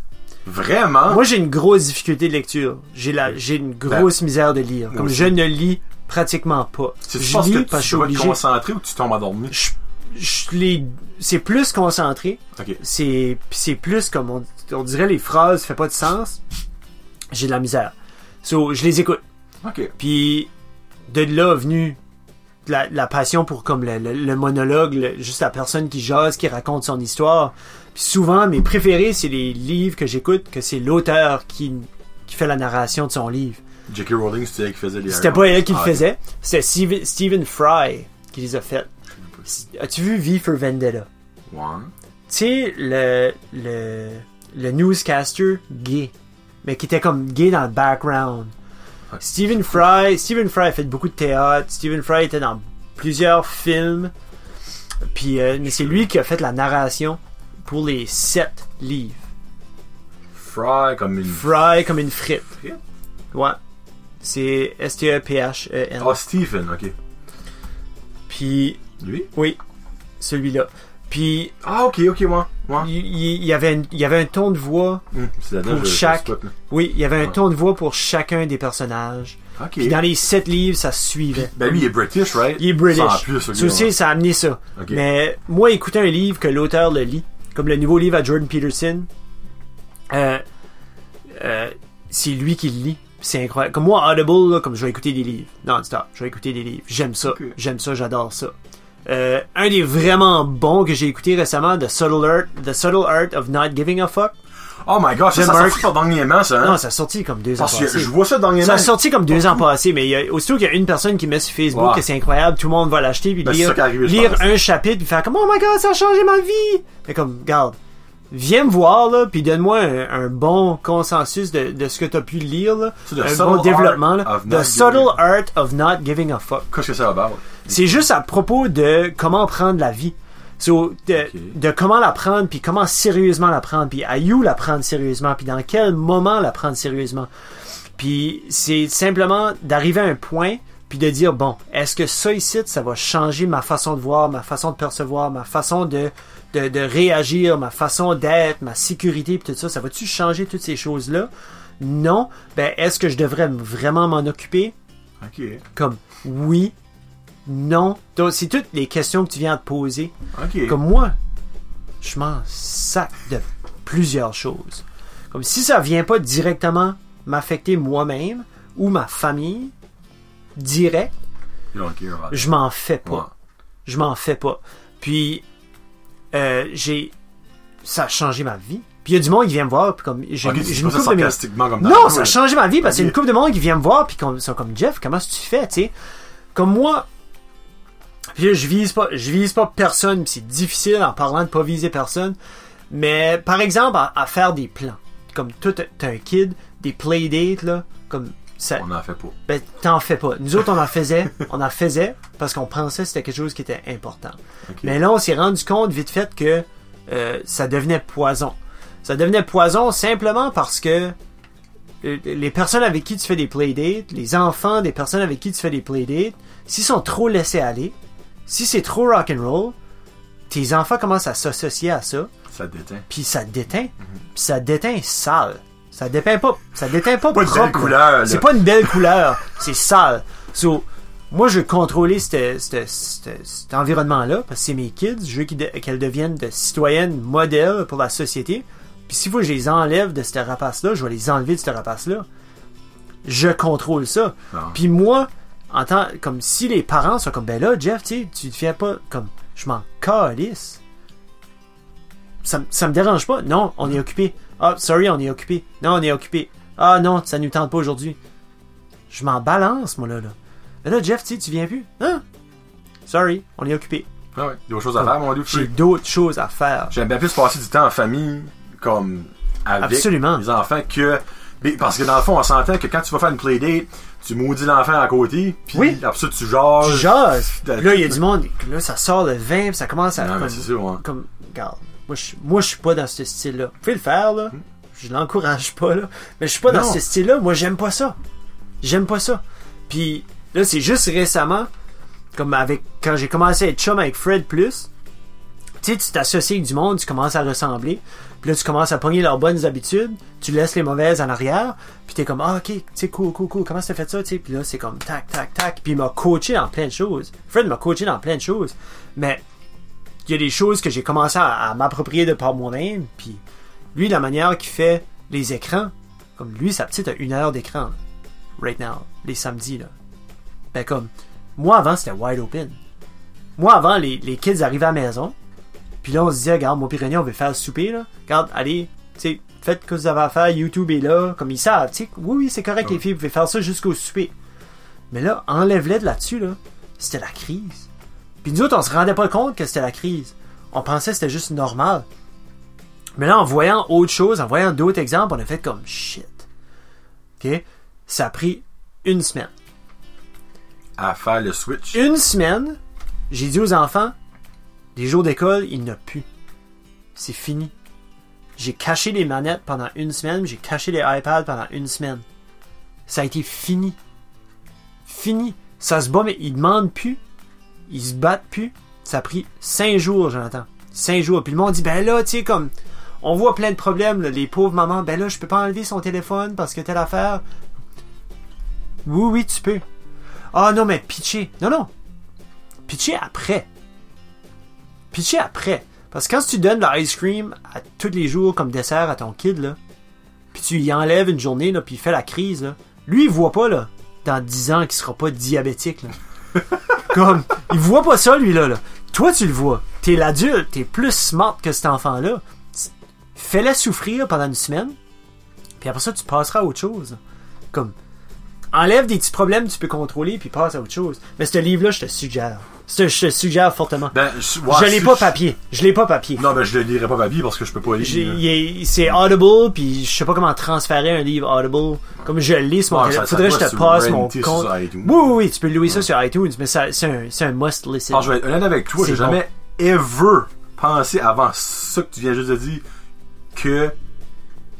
Vraiment?
Moi, j'ai une grosse difficulté de lecture. J'ai la, j'ai une grosse misère de lire. Comme
Ben, aussi.
je ne lis pratiquement pas.
Tu
je
penses que
lis
tu
parce que je suis
dois te
obligé.
concentrer ou tu tombes endormi?
Je, je les, c'est plus concentré.
Ok.
C'est, puis c'est plus comme on, on dirait les phrases, fait pas de sens. J'ai de la misère. So, je les écoute.
Ok.
Puis de là venu la, la passion pour comme le, le- le monologue, le- juste la personne qui jase, qui raconte son histoire. Puis souvent, mes préférés, c'est les livres que j'écoute, que c'est l'auteur qui, qui fait la narration de son livre.
J.K. Rowling, c'était elle qui faisait les
C'était
Harry
pas elle qui le
Ah,
faisait, c'était Steve- Stephen Fry qui les a faites.
pas.
Si- As-tu vu V for Vendetta?
ok. Ouais.
Tu sais, le, le, le newscaster gay, mais qui était comme gay dans le background. Stephen Fry, Stephen Fry a fait beaucoup de théâtre. Stephen Fry était dans plusieurs films. Puis, euh, mais c'est lui qui a fait la narration pour les sept livres.
Fry comme une.
Fry comme une frite.
Frite?
Ouais. C'est E S-T-E-P-H-E-N.
Oh, Stephen, ok.
Puis,
Lui?
oui, celui-là. Puis,
Ah, ok, ok, moi. Ouais.
il, il- il y avait une- il y avait un ton de voix.
Hum, c'est la
Pour
je- je-
chaque-
je- je-
Oui, il y avait un
Ouais.
ton de voix pour chacun des personnages.
Ok.
Puis dans les sept livres, ça se suivait.
Ben lui, il est British, right?
Il est British.
Ça, en plus,
Ça
celui-là,
aussi,
ouais.
ça a amené ça.
Ok.
Mais moi, écouter un livre que l'auteur le lit, comme le nouveau livre à Jordan Peterson, euh, euh, c'est lui qui le lit. C'est incroyable. Comme moi, Audible, là, comme je vais écouter des livres. Non-stop, je vais écouter des livres. J'aime ça.
Ok.
J'aime ça, j'adore ça. Euh, un des vraiment bons que j'ai écouté récemment, The Subtle Art, The Subtle Art of Not Giving a Fuck.
Oh my gosh, ça, ça
Jim
s'en
Burke.
fout pas dernièrement, ça, hein?
Non, ça a sorti comme deux ans
Parce que
passés.
je vois ça
Ça
dernièrement.
a sorti
*laughs*
comme deux ans passés, mais il y a, aussitôt qu'il y a une personne qui met sur Facebook
Ouais.
que c'est incroyable, tout le monde va l'acheter, puis
Ben, c'est
lire,
ça qui est arrivé, je
lire
pense.
un chapitre, puis faire comme « Oh my God, ça a changé ma vie! » Mais comme, regarde, viens me voir, là, puis donne-moi un, un bon consensus de, de ce que t'as pu lire, là,
C'est The
un
Subtle
bon
Art
développement, là.
of Not
The Subtle
Giving
Art of Not Giving a Fuck.
Qu'est-ce que ça va
C'est juste à propos de comment prendre la vie. So, de, de comment la prendre, puis comment sérieusement la prendre, puis à you la prendre sérieusement, puis dans quel moment la prendre sérieusement. Puis c'est simplement d'arriver à un point, puis de dire, bon, est-ce que ça ici, ça va changer ma façon de voir, ma façon de percevoir, ma façon de, de, de réagir, ma façon d'être, ma sécurité, puis tout ça, ça va-tu changer toutes ces choses-là? Non. Ben, est-ce que je devrais vraiment m'en occuper?
Ok.
comme oui, non. Donc, c'est toutes les questions que tu viens de poser.
Ok.
Comme moi, je m'en sac de plusieurs choses. Comme si ça vient pas directement m'affecter moi-même ou ma famille, direct,
You don't care about it.
je m'en fais
Ouais.
pas. Je m'en fais pas. Puis, euh, j'ai. Ça a changé ma vie. Puis il y a du monde qui vient me voir, puis comme. J'ai
Ok,
j'ai
tu dis
une
pas ça
couple de mes-
sarcastiquement comme
non,
tantôt,
ça a
là.
changé ma vie parce qu'il y a
Ok.
une couple de monde qui vient me voir puis comme sont comme Jeff, comment est-ce que tu fais, tu sais Comme moi, puis là, je vise pas, je vise pas personne, puis c'est difficile en parlant de pas viser personne. Mais par exemple, à, à faire des plans, comme toi t'as t'as un kid, des playdates là, comme ça,
On en fait pas.
ben, t'en fais pas. Nous autres, on en faisait, on en faisait parce qu'on pensait que c'était quelque chose qui était important.
Ok.
Mais là, on s'est rendu compte vite fait que euh, ça devenait poison. Ça devenait poison simplement parce que euh, les personnes avec qui tu fais des playdates, les enfants des personnes avec qui tu fais des playdates, s'ils sont trop laissés aller, si c'est trop rock'n'roll, tes enfants commencent à s'associer à ça,
Ça te déteint.
puis ça te déteint, puis ça te déteint sale. Ça déteint pas, ça déteint pas
Pas de
propre.
belle couleur, là.
C'est pas une belle couleur, c'est sale. So, moi, je veux contrôler cette- cette- cette- cet environnement-là, parce que c'est mes kids, je veux qu'ils de- qu'elles deviennent de citoyennes modèles pour la société. Puis s'il faut que je les enlève de cette rapace-là, je vais les enlever de cette rapace-là. Je contrôle ça.
Ah.
Puis moi, en tant, comme si les parents sont comme, ben là, Jeff, tu sais, tu te fais pas, comme, je m'en calisse. Ça, me- ça me dérange pas. Non, on est occupé. Ah, sorry, on est occupé. Non, on est occupé. Ah non, ça nous tente pas aujourd'hui. Je m'en balance, moi, là, là. Ben là, Jeff, tu sais, tu viens plus. Hein? Sorry, on est occupé.
Ah ouais. D'autres choses à faire, mon
J'ai
livre.
d'autres choses à faire.
J'aime bien plus passer du temps en famille, comme avec
Absolument.
les enfants, que. mais Parce que dans le fond, on s'entend que quand tu vas faire une playdate, tu maudis l'enfant à côté, puis
Oui.
après ça, tu jases.
Tu jases.
Puis t'as-
Là, il y a du monde. Là, ça sort le vin, puis ça commence à.
Non, mais
comme-
c'est sûr, ouais.
comme regarde moi je moi je suis pas dans ce style là vous pouvez le faire là je l'encourage pas là mais je suis pas dans
Non.
ce style là moi j'aime pas ça j'aime pas ça puis là c'est juste récemment comme avec quand j'ai commencé à être chum avec Fred plus tu sais tu t'associes avec du monde tu commences à ressembler puis là tu commences à pogner leurs bonnes habitudes tu laisses les mauvaises en arrière puis t'es comme ah ok tu sais cool cool cool comment ça fait ça tu sais puis là c'est comme tac tac tac puis il m'a coaché dans plein de choses Fred m'a coaché dans plein de choses mais il y a des choses que j'ai commencé à, à m'approprier de par moi-même. Puis lui, la manière qu'il fait les écrans, comme lui, sa petite a une heure d'écran, là, right now, les samedis. Là. Ben comme, moi avant, c'était wide open. Moi avant, les, les kids arrivaient à la maison, puis là, on se disait, regarde, moi, puis René, on veut faire le souper, là. Regarde, allez, tu sais, faites ce que vous avez à faire, YouTube est là, comme ils savent, tu sais, oui, oui, c'est correct, les filles, vous pouvez faire ça jusqu'au souper. Mais là, enlève-les de là-dessus, là. C'était la crise. Puis nous autres, on se rendait pas compte que c'était la crise. On pensait que c'était juste normal. Mais là, en voyant autre chose, en voyant d'autres exemples, on a fait comme shit. OK? Ça a pris une semaine.
À faire le switch.
Une semaine, j'ai dit aux enfants, les jours d'école, il n'a plus. C'est fini. J'ai caché les manettes pendant une semaine, j'ai caché les iPads pendant une semaine. Ça a été fini. Fini. Ça se bat, mais ils demandent plus. Ils se battent plus. Ça a pris cinq jours, Jonathan. cinq jours. Puis le monde dit, ben là, tu sais, comme, on voit plein de problèmes, là, les pauvres mamans, ben là, je peux pas enlever son téléphone parce que telle affaire. Oui, oui, tu peux. Ah non, mais pitcher. Non, non. Pitcher après. Pitcher après. Parce que quand tu donnes de l'ice cream à tous les jours comme dessert à ton kid, là, puis tu y enlèves une journée, là, puis il fait la crise, là, lui, il voit pas, là, dans 10 ans, qu'il sera pas diabétique, là. Comme, il voit pas ça, lui, là, là. Toi, tu le vois. T'es l'adulte, t'es plus smart que cet enfant-là. Fais-le souffrir pendant une semaine, puis après ça, tu passeras à autre chose. Comme, enlève des petits problèmes que tu peux contrôler, puis passe à autre chose. Mais ce livre-là, je te suggère. Ce- Je te suggère fortement.
Ben, ouais,
je l'ai
si-
pas papier. Je l'ai pas papier.
Non, ben, je le lirai pas ma vie parce que je peux pas lire.
J'ai-
là.
il est- C'est Audible, puis je sais pas comment transférer un livre Audible. Comme je le lis sur mon
Ouais,
téléphone,
ça- ça
faudrait que
doit
je te
se
passe mon
renté sur
compte. Oui,
iTunes.
oui, oui, tu peux louer ça sur iTunes, mais ça- c'est un, c'est un must listen.
Alors, Ah, je vais être honnête avec toi,
C'est
j'ai
bon.
jamais ever pensé avant ça que tu viens juste de dire que.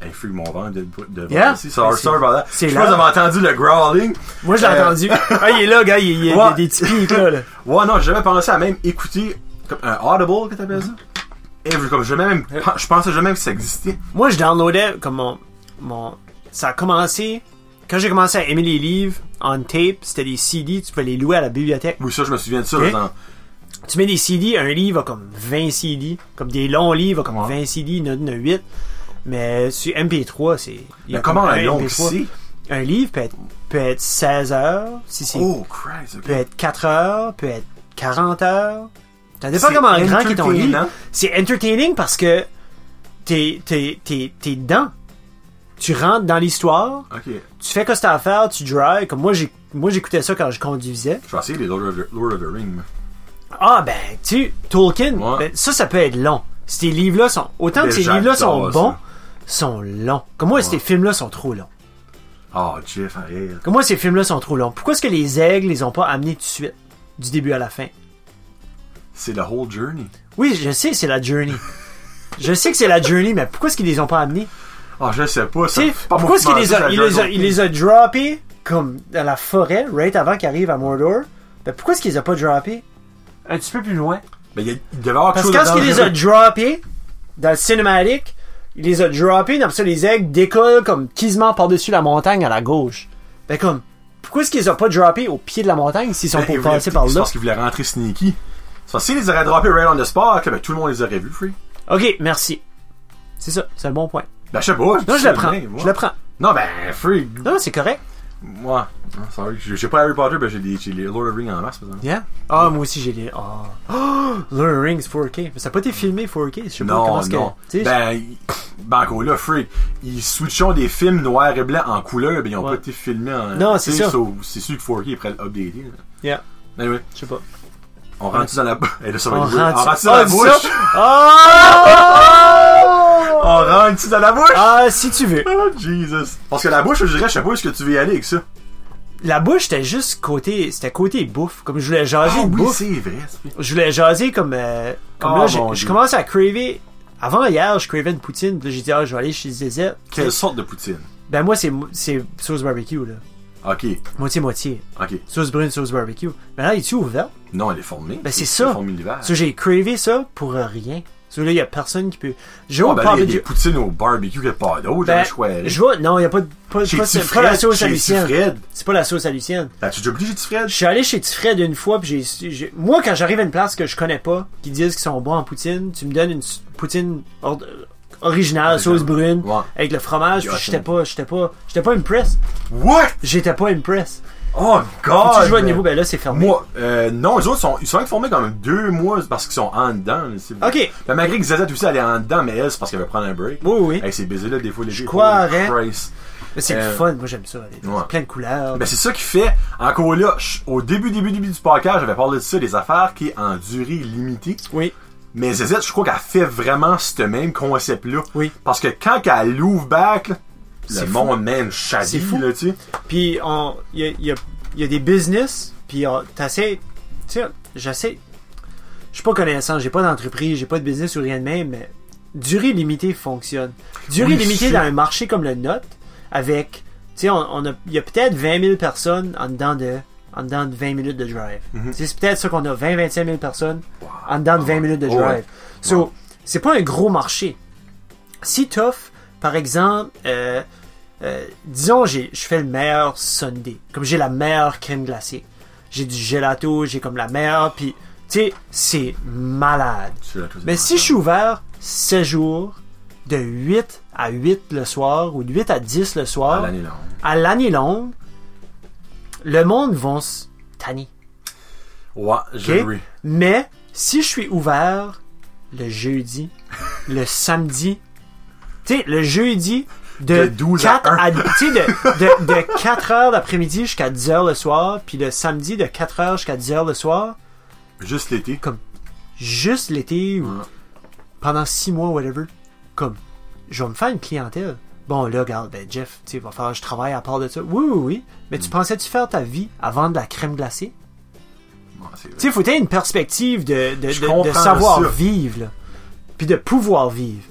Hey, fugue mon vent de, de
Yeah.
ici. Sorry,
C'est-
sorry about that.
c'est
Je sais pas si
là.
vous avez entendu le growling.
Moi, je l'ai
Euh, *laughs*
entendu. ah, il est là, gars, il, il- il y a
Ouais.
des petits
*laughs*
pics là. là.
Ouais, non, j'ai jamais pensé à même écouter comme un audible, que t'appelles ça. Ever, comme jamais même, je pensais jamais que ça existait.
Moi, je downloadais comme mon, mon. Ça a commencé. Quand j'ai commencé à aimer les livres on tape, c'était des CD, tu pouvais les louer à la bibliothèque.
Oui, ça, je me souviens de ça.
Ok.
dans-
tu mets des CD, un livre a comme 20 CD, comme des longs livres a comme
Ouais.
20 CD, il y en a, il y en a 8. Mais sur MP3, c'est. il y a
Mais
comme
comment
un
la longue
MP3.
c'est
Un livre peut être, peut être 16 heures, si c'est.
Oh, Christ, ok.
peut être 4 heures, peut être 40 heures. Ça dépend
C'est hein?
comment grand qu'est ton livre.
entertainant.
C'est entertaining parce que t'es, t'es, t'es, t'es dedans. Tu rentres dans l'histoire,
Ok,
tu fais ce que t'as à faire, tu drives. Comme moi, j'ai, moi, j'écoutais ça quand je conduisais.
je vais essayer les Lord of the, Lord of the Ring.
Ah ben, tu sais, Tolkien,
Ouais.
ben, ça, ça peut être long. Ces livres-là sont... Autant que
Mais
ces livres-là sont
j'adore ça.
bons, sont longs. Comme moi, ces films-là sont trop longs.
Oh, Jeff, arrête.
Comme moi, ces films-là sont trop longs. Pourquoi est-ce que les aigles les ont pas amenés tout de suite, du début à la fin?
C'est the whole journey.
Oui, je sais que c'est la journey. je sais que c'est la journey, mais pourquoi est-ce qu'ils les ont pas amenés?
Ah, je sais pas, ça.
Tu sais,
Pas moi
pourquoi est-ce
qui
qu'il les
m'en
a,
dis,
il
c'est la
les a,
journée.
il les a droppés comme dans la forêt, right avant qu'ils arrivent à Mordor? Ben, pourquoi est-ce qu'ils les a pas droppés un petit peu plus loin?
Ben, il y a- il devait y avoir quelque chose
Parce que quand
dedans,
il les
je-
a droppés dans le cinématique, il les a droppés, comme ça les aigles décollent comme quasiment par-dessus la montagne à la gauche. Ben comme, pourquoi est-ce qu'ils les ont pas droppés au pied de la montagne s'ils sont
Ben, il
pour passer
voulait-
par
c'est
là?
parce qu'il voulait rentrer sneaky. C'est parce que s'il les aurait droppés right on the spot, que, ben, tout le monde les aurait vus, free.
Ok, merci. C'est ça, c'est un bon point.
Ben, je sais pas.
Non, je
sais
le prends.
bien, moi.
Je le prends.
Non, ben, free.
Non, c'est correct.
Moi. Non, sorry. J'ai j'ai pas Harry Potter, ben, j'ai les, j'ai les Lord of the Ring en masse, par exemple.
Yeah. Ah, moi aussi j'ai les. Oh. *gasps* oh Lord of the Rings 4K. Mais ça n'a pas été filmé 4K. Je sais pas comment
Non,
est-ce que.
non.
tu sais,
Ben, il- Banco, là, free. Ils switchont des films noirs et blancs en couleur, ben, ils ont
Ouais.
pas été filmés en.
Non, c'est
tu sais,
ça.
so- C'est sûr que 4K est prêt à l'updater, là.
Yeah.
Anyway,
Je sais pas.
on rentre dans la *laughs* Eh, bouche. On
On
rentre
rentre
dans la
Ah, dis
bouche. *laughs*
ça. Oh!
On rentre dans la bouche. *laughs*
Ah, si tu veux.
Oh, Jesus. Parce que la bouche, je dirais, je sais pas où est-ce que tu veux y aller avec ça.
La bouche, c'était juste côté, c'était côté bouffe. Comme je voulais jaser
Ah
de
oui,
bouffe.
c'est vrai. c'est-
Je voulais jaser comme, euh, comme
Ah,
là, j'ai-
mon
je
Dieu.
commence à craver. Avant hier, je cravais une poutine. Puis là, j'ai dit, ah, je vais aller chez Zézette.
Quelle sorte de poutine?
Ben, moi, c'est, c'est sauce barbecue, là.
Ok,
Moitié-moitié.
ok.
Sauce brune, sauce barbecue. Mais là, il est ouvert?
Non, elle est formée.
Ben, c'est
Elle
ça.
est formée l'hiver.
Ça, j'ai cravé ça pour euh, rien. Ça, là, il y a personne qui peut. J'ai
Ah,
au
ben, là, il y a des
barbecue.
poutines au barbecue que pas d'autres.
Ben,
Ben, je
je vois, non, il n'y a pas de. Pas,
Chez
pas-
Petit
c'est pas la
Fred,
sauce
chez
à
Petit
Lucienne.
Fred.
C'est pas la sauce à Lucienne.
T'as-tu déjà oublié, j'ai dit Fred?
Je suis allé chez Tifred une fois, puis j'ai, j'ai- moi quand j'arrive à une place que je connais pas, qui disent qu'ils sont bons en poutine, tu me donnes une s- poutine or- euh, originale, sauce brune,
Ouais.
avec le fromage,
Yeah,
puis
c'est
j'étais pas, j'étais pas, j'étais pas impress.
What?
J'étais pas impress.
Oh,
Quand
God!
tu joues à
ben,
niveau, ben là c'est fermé.
Moi, euh, non, les autres sont, ils sont formés quand même deux mois parce qu'ils sont en dedans. là, c'est-
Ok.
Ben, malgré que Zazette aussi, elle est en dedans, mais elle, c'est parce qu'elle veut prendre un break.
Oui, oui. hein.
Hey, c'est busy là, des fois, les Je
croirais.
Christ.
Mais c'est
euh,
le fun, moi j'aime ça. les-
ouais.
Plein de couleurs.
Ben, c'est ça qui fait, encore là, je- au début, début, début du podcast, j'avais parlé de ça, des affaires qui est en durée limitée.
oui.
Mais Zezette, je crois qu'elle fait vraiment ce même concept-là.
Oui.
Parce que quand elle l'ouvre back, là, le
C'est fou.
monde même
C'est
chaville,
fou.
là, tu sais.
Puis on, il y a, il y a- il y a des business, puis on- t'essaies, tu sais, j'essaie. Je suis pas connaissant, j'ai pas d'entreprise, j'ai pas de business ou rien de même, mais durée limitée fonctionne. Durée
Oui,
limitée
c'est-
dans un marché comme le nôtre, avec, tu sais, on, on a, il y a peut-être 20 000 personnes en dedans de, en en dedans de 20 minutes de drive.
Mhm.
C'est peut-être ça qu'on a, 20-25 000 personnes en dedans de 20 minutes de
Oh,
drive.
ouais.
So, c'est pas un gros marché. Si Tough, par exemple, euh, euh, disons, j'ai- je fais le meilleur Sunday. Comme j'ai la meilleure crème glacée. J'ai du gelato, j'ai comme la meilleure, puis, tu sais, c'est malade.
C'est la chose
Mais
de-
si je suis ouvert 7 jours, de 8 à 8 le soir, ou de 8 à 10 le
À
soir,
l'année longue.
à l'année longue, le monde va se tanner.
Ouais, je
Ok?
oui.
Mais si je suis ouvert
*laughs*
le jeudi, le samedi, tu sais, le jeudi de,
De 12 à
4
1.
à, tu sais, de, de, de 4 heures l'après-midi jusqu'à 10 heures le soir, puis le samedi de 4 heures jusqu'à 10 heures le soir,
Juste l'été.
juste l'été ou
Ouais.
pendant 6 mois, whatever, comme, je vais me faire une clientèle. Bon, là, regarde, ben, Jeff, tu sais, il va falloir que je travaille à part de ça. Oui, oui, oui. Mais
Mm.
tu pensais-tu faire ta vie avant de la crème glacée?
Ouais, c'est vrai.
Tu sais, faut avoir une perspective de, de,
Je
de- de
comprends
savoir
ça.
vivre, là. Puis de pouvoir vivre.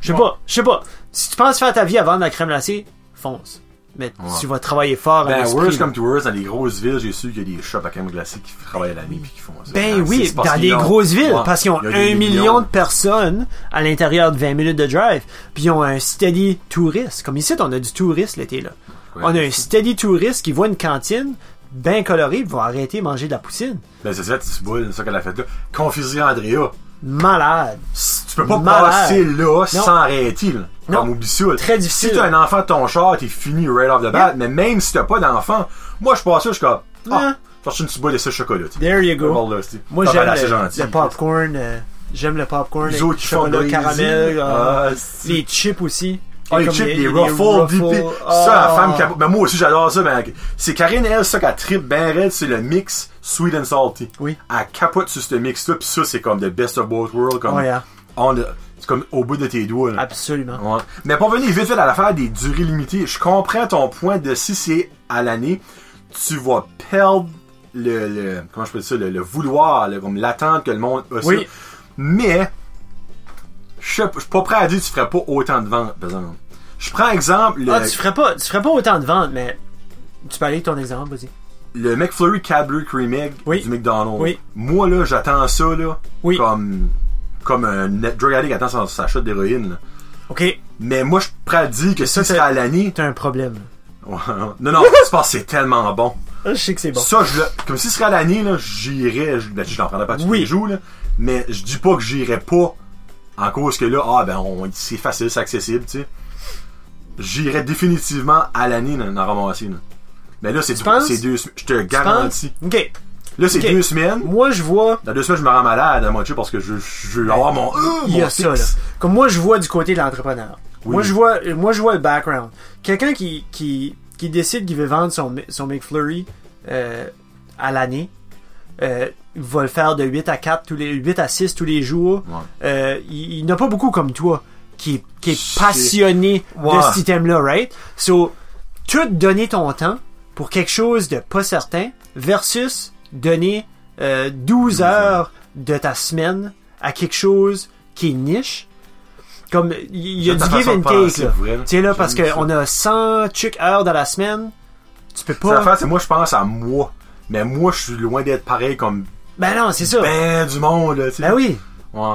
Je sais
Ouais.
pas, je sais pas. Si tu penses faire ta vie avant de la crème glacée, fonce. Mais tu vas travailler fort à
Ben,
l'esprit,
worse
là.
comme to worse, dans les grosses villes, j'ai su qu'il y a des shops à crème glacée qui travaillent à l'année puis qui font ça.
Ben
Ah, c'est-
oui,
c'est parce
dans
qu'ils
les
ont-
grosses villes,
Ouais,
parce qu'ils ont
il y a des
un million de personnes à l'intérieur de 20 minutes de drive, puis ils ont un steady touriste. Comme ici, on a du touriste l'été, là.
Ouais.
on a un steady touriste qui voit une cantine bien colorée, il va arrêter de manger de la poutine.
Ben, c'est ça, petite boule, c'est ça qu'elle a fait là. Confiserie Andrea.
Malade.
Si- Tu peux pas
Malade.
passer là sans arrêter, là.
Non.
Comme oublie ça, là.
Très difficile.
Si t'as un enfant de ton char, t'es fini right off the bat. Mais même si t'as pas d'enfant, moi, je passe ça, je suis comme,
Ouais.
ah, je cherche une petite boule de ce chocolat, tu sais.
There you
Bon,
go.
là, c'est-
Moi,
Ah, ben,
j'aime
là, c'est
le,
gentil.
le popcorn. euh, j'aime le popcorn.
Les
avec
autres qui font
chocolat,
Glazy.
caramel. euh,
Ah, c'est-
les chips aussi.
Ah, les
Comme
chips, les, ruffles, dippés.
Ah.
Ça, la femme qui a- Ben, moi aussi, j'adore ça. Ben, c'est Karine, elle, ça qu'elle tripe ben raide, c'est le mix sweet and salty.
Oui.
Elle capote sur ce mix-là, pis ça, c'est comme the best of both worlds. Comme,
Oh, yeah.
on the- c'est comme au bout de tes doigts,
Ah,
là.
Absolument.
Ouais. Mais pour venir vite fait à l'affaire des durées limitées, je comprends ton point de si c'est à l'année, tu vas perdre le, le- comment je peux dire ça, le, le vouloir, le- comme l'attente que le monde a. ça.
Oui.
Mais je sais pas- je suis pas prêt à dire que tu ferais pas autant de ventes, par exemple. Je prends exemple le,
Ah, tu ferais pas, tu ferais pas autant de ventes, mais tu peux aller avec ton exemple, vas-y.
le McFlurry Cadbury Cream Egg
Oui.
du McDonald's.
Oui.
Moi là, j'attends ça là,
Oui.
comme comme un drug addict attend sa, sa shot d'héroïne. là.
Ok,
Mais moi, je suis prêt à dire que
ça,
si
t'as-
c'est à l'année,
t'as un problème.
Ouais, non,
*laughs*
non, c'est parce que c'est tellement bon.
Je sais que c'est bon.
Ça, je le- comme si ce serait à l'année, là, j'irais, je, ben, je n'en prendrais pas tous
Oui.
les jours, là, mais je dis pas que j'irais pas, en cause que là, ah, ben, on, c'est facile, c'est accessible, tu sais. J'irais définitivement à l'année, là, en ramasser, là. Mais là, c'est deux,
penses?
c'est deux sem- je te
Tu
garantis.
penses? Ok,
Là, c'est
Ok.
deux semaines.
moi je vois
Dans deux semaines, je me rends malade à moitié parce que je, je veux avoir mon, euh,
Il y
mon
a ça, là.
fixe.
Comme moi, je vois du côté de l'entrepreneur.
Oui.
Moi, je vois, euh, moi, je vois le background. Quelqu'un qui, qui, qui décide qu'il veut vendre son, son McFlurry euh, à l'année, euh, il va le faire de 8 à 4, tous les, 8 à 6 tous les jours.
Ouais.
Euh, il il n'a pas beaucoup comme toi qui, qui est
C'est-
passionné de
Ouais.
cet item-là, right? So, tu as donné ton temps pour quelque chose de pas certain versus donner euh, 12 heures de ta semaine à quelque chose qui est niche. Comme, il y a
J'aime
du
ta
give
façon
and
de
take,
penser,
là.
pour vrai.
Tu sais, là, parce
J'aime ça.
qu'on a 100 chick heures dans la semaine, tu peux
Ça,
pas...
l'affaire, c'est moi, je pense à moi. Mais moi, je suis loin d'être pareil comme
Ben non, c'est ça.
ben
Ben,
du monde, là, tu sais.
oui.
Ouais.